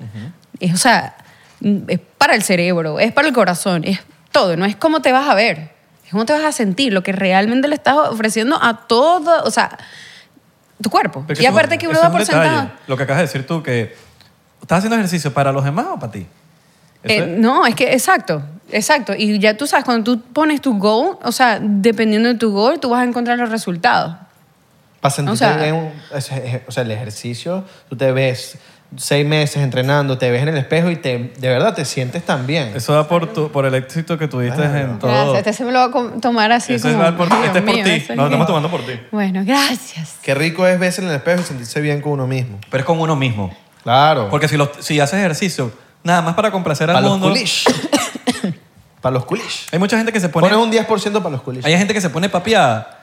Speaker 1: Es, o sea, mm, es para el cerebro, es para el corazón, es todo. No es cómo te vas a ver. Es cómo te vas a sentir. Lo que realmente le estás ofreciendo a todo. O sea, tu cuerpo.
Speaker 2: Porque
Speaker 1: y
Speaker 2: eso es un-
Speaker 1: aparte que uno
Speaker 2: eso
Speaker 1: da
Speaker 2: es un
Speaker 1: por
Speaker 2: detalle.
Speaker 1: sentado.
Speaker 2: Lo que acabas de decir tú, que. ¿Estás haciendo ejercicio para los demás o para ti? Eso
Speaker 1: Eh,
Speaker 2: es-
Speaker 1: no, es que exacto, exacto. Y ya tú sabes, cuando tú pones tu goal, o sea, dependiendo de tu goal, tú vas a encontrar los resultados.
Speaker 3: Para sentirte
Speaker 1: O sea-
Speaker 3: bien, es- es- o sea, el ejercicio, tú te ves seis meses entrenando, te ves en el espejo y te, de verdad te sientes tan bien.
Speaker 2: Eso va por, tu- por el éxito que tuviste en todo.
Speaker 1: Gracias. Este se me lo va a com- tomar así.
Speaker 2: Eso es
Speaker 1: como,
Speaker 2: va por-
Speaker 1: Dios
Speaker 2: este es por
Speaker 1: mío,
Speaker 2: ti.
Speaker 1: eso es
Speaker 2: Nos lo
Speaker 1: mío.
Speaker 2: estamos tomando por ti.
Speaker 1: Bueno, gracias.
Speaker 3: Qué rico es verse en el espejo y sentirse bien con uno mismo.
Speaker 2: Pero es con uno mismo.
Speaker 3: Claro.
Speaker 2: Porque si, los- si haces ejercicio, nada más para complacer al
Speaker 3: para los
Speaker 2: mundo.
Speaker 3: culish. para los culish.
Speaker 2: Hay mucha gente que se pone.
Speaker 3: Pones un 10% para los culish.
Speaker 2: Hay gente que se pone papiada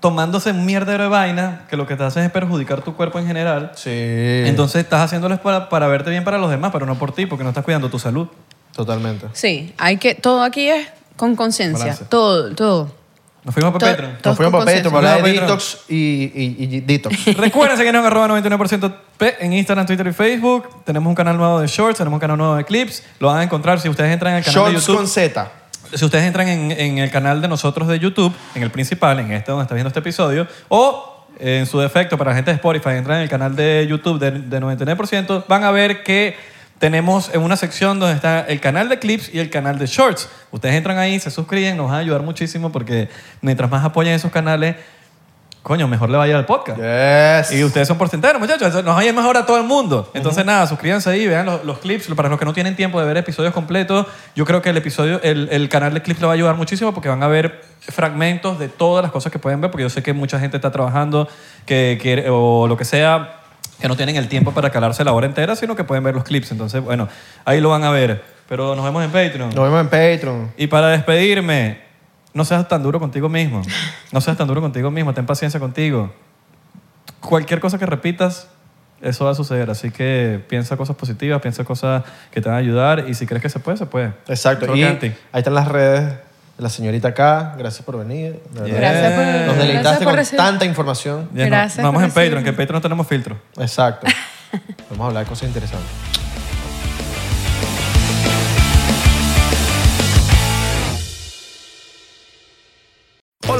Speaker 2: tomándose un mierdero de vaina que lo que te hace es perjudicar tu cuerpo en general.
Speaker 3: Sí.
Speaker 2: Entonces estás haciéndolo es para, para verte bien para los demás, pero no por ti, porque no estás cuidando tu salud.
Speaker 3: Totalmente.
Speaker 1: Sí, hay que, todo aquí es con conciencia.
Speaker 2: Balance.
Speaker 1: Todo, todo.
Speaker 2: Nos fuimos para
Speaker 1: To-
Speaker 2: Patreon.
Speaker 1: Todos
Speaker 3: Nos fuimos
Speaker 1: con
Speaker 3: para Patreon
Speaker 1: conciencia.
Speaker 3: para hablar de
Speaker 2: Nos fuimos a
Speaker 3: detox y, y- y detox.
Speaker 2: Recuérdense que nos arroba 99% P en Instagram, Twitter y Facebook. Tenemos un canal nuevo de Shorts, tenemos un canal nuevo de Clips. Lo van a encontrar si ustedes entran al canal de
Speaker 3: Shorts
Speaker 2: YouTube.
Speaker 3: con Z.
Speaker 2: Si ustedes entran en, en el canal de nosotros de YouTube, en el principal, en este donde está viendo este episodio, o eh, en su defecto para la gente de Spotify, entran en el canal de YouTube de, de 99%, van a ver que tenemos en una sección donde está el canal de clips y el canal de shorts. Ustedes entran ahí, se suscriben, nos va a ayudar muchísimo porque mientras más apoyen esos canales, coño, mejor le va a ir al podcast.
Speaker 3: Yes.
Speaker 2: Y ustedes son porcenteros, muchachos. Eso Nos oyen mejor a todo el mundo. Entonces, nada, suscríbanse ahí, vean los, los clips. Para los que no tienen tiempo de ver episodios completos, yo creo que el episodio, el, el canal de clips le va a ayudar muchísimo porque van a ver fragmentos de todas las cosas que pueden ver, porque yo sé que mucha gente está trabajando que, que- o lo que sea, que no tienen el tiempo para calarse la hora entera, sino que pueden ver los clips. Entonces, bueno, ahí lo van a ver. Pero nos vemos en Patreon.
Speaker 3: Nos vemos en Patreon.
Speaker 2: Y para despedirme, no seas tan duro contigo mismo. No seas tan duro contigo mismo. Ten paciencia contigo. Cualquier cosa que repitas, eso va a suceder. Así que piensa cosas positivas, piensa cosas que te van a ayudar. Y si crees que se puede, se puede.
Speaker 3: Exacto.
Speaker 2: Solo
Speaker 3: Y
Speaker 2: queda
Speaker 3: ahí
Speaker 2: en ti.
Speaker 3: están las redes de la señorita acá. Gracias por venir. de verdad.
Speaker 1: Gracias por,
Speaker 2: Eh,
Speaker 3: Nos
Speaker 1: gracias
Speaker 3: deleitaste
Speaker 1: por
Speaker 3: con
Speaker 1: recibir-
Speaker 3: tanta información.
Speaker 2: Ya no-
Speaker 1: Gracias
Speaker 2: Vamos
Speaker 1: por
Speaker 2: en Patreon,
Speaker 1: recibirme.
Speaker 2: que en Patreon no tenemos filtro.
Speaker 3: Exacto. Vamos a hablar de cosas interesantes.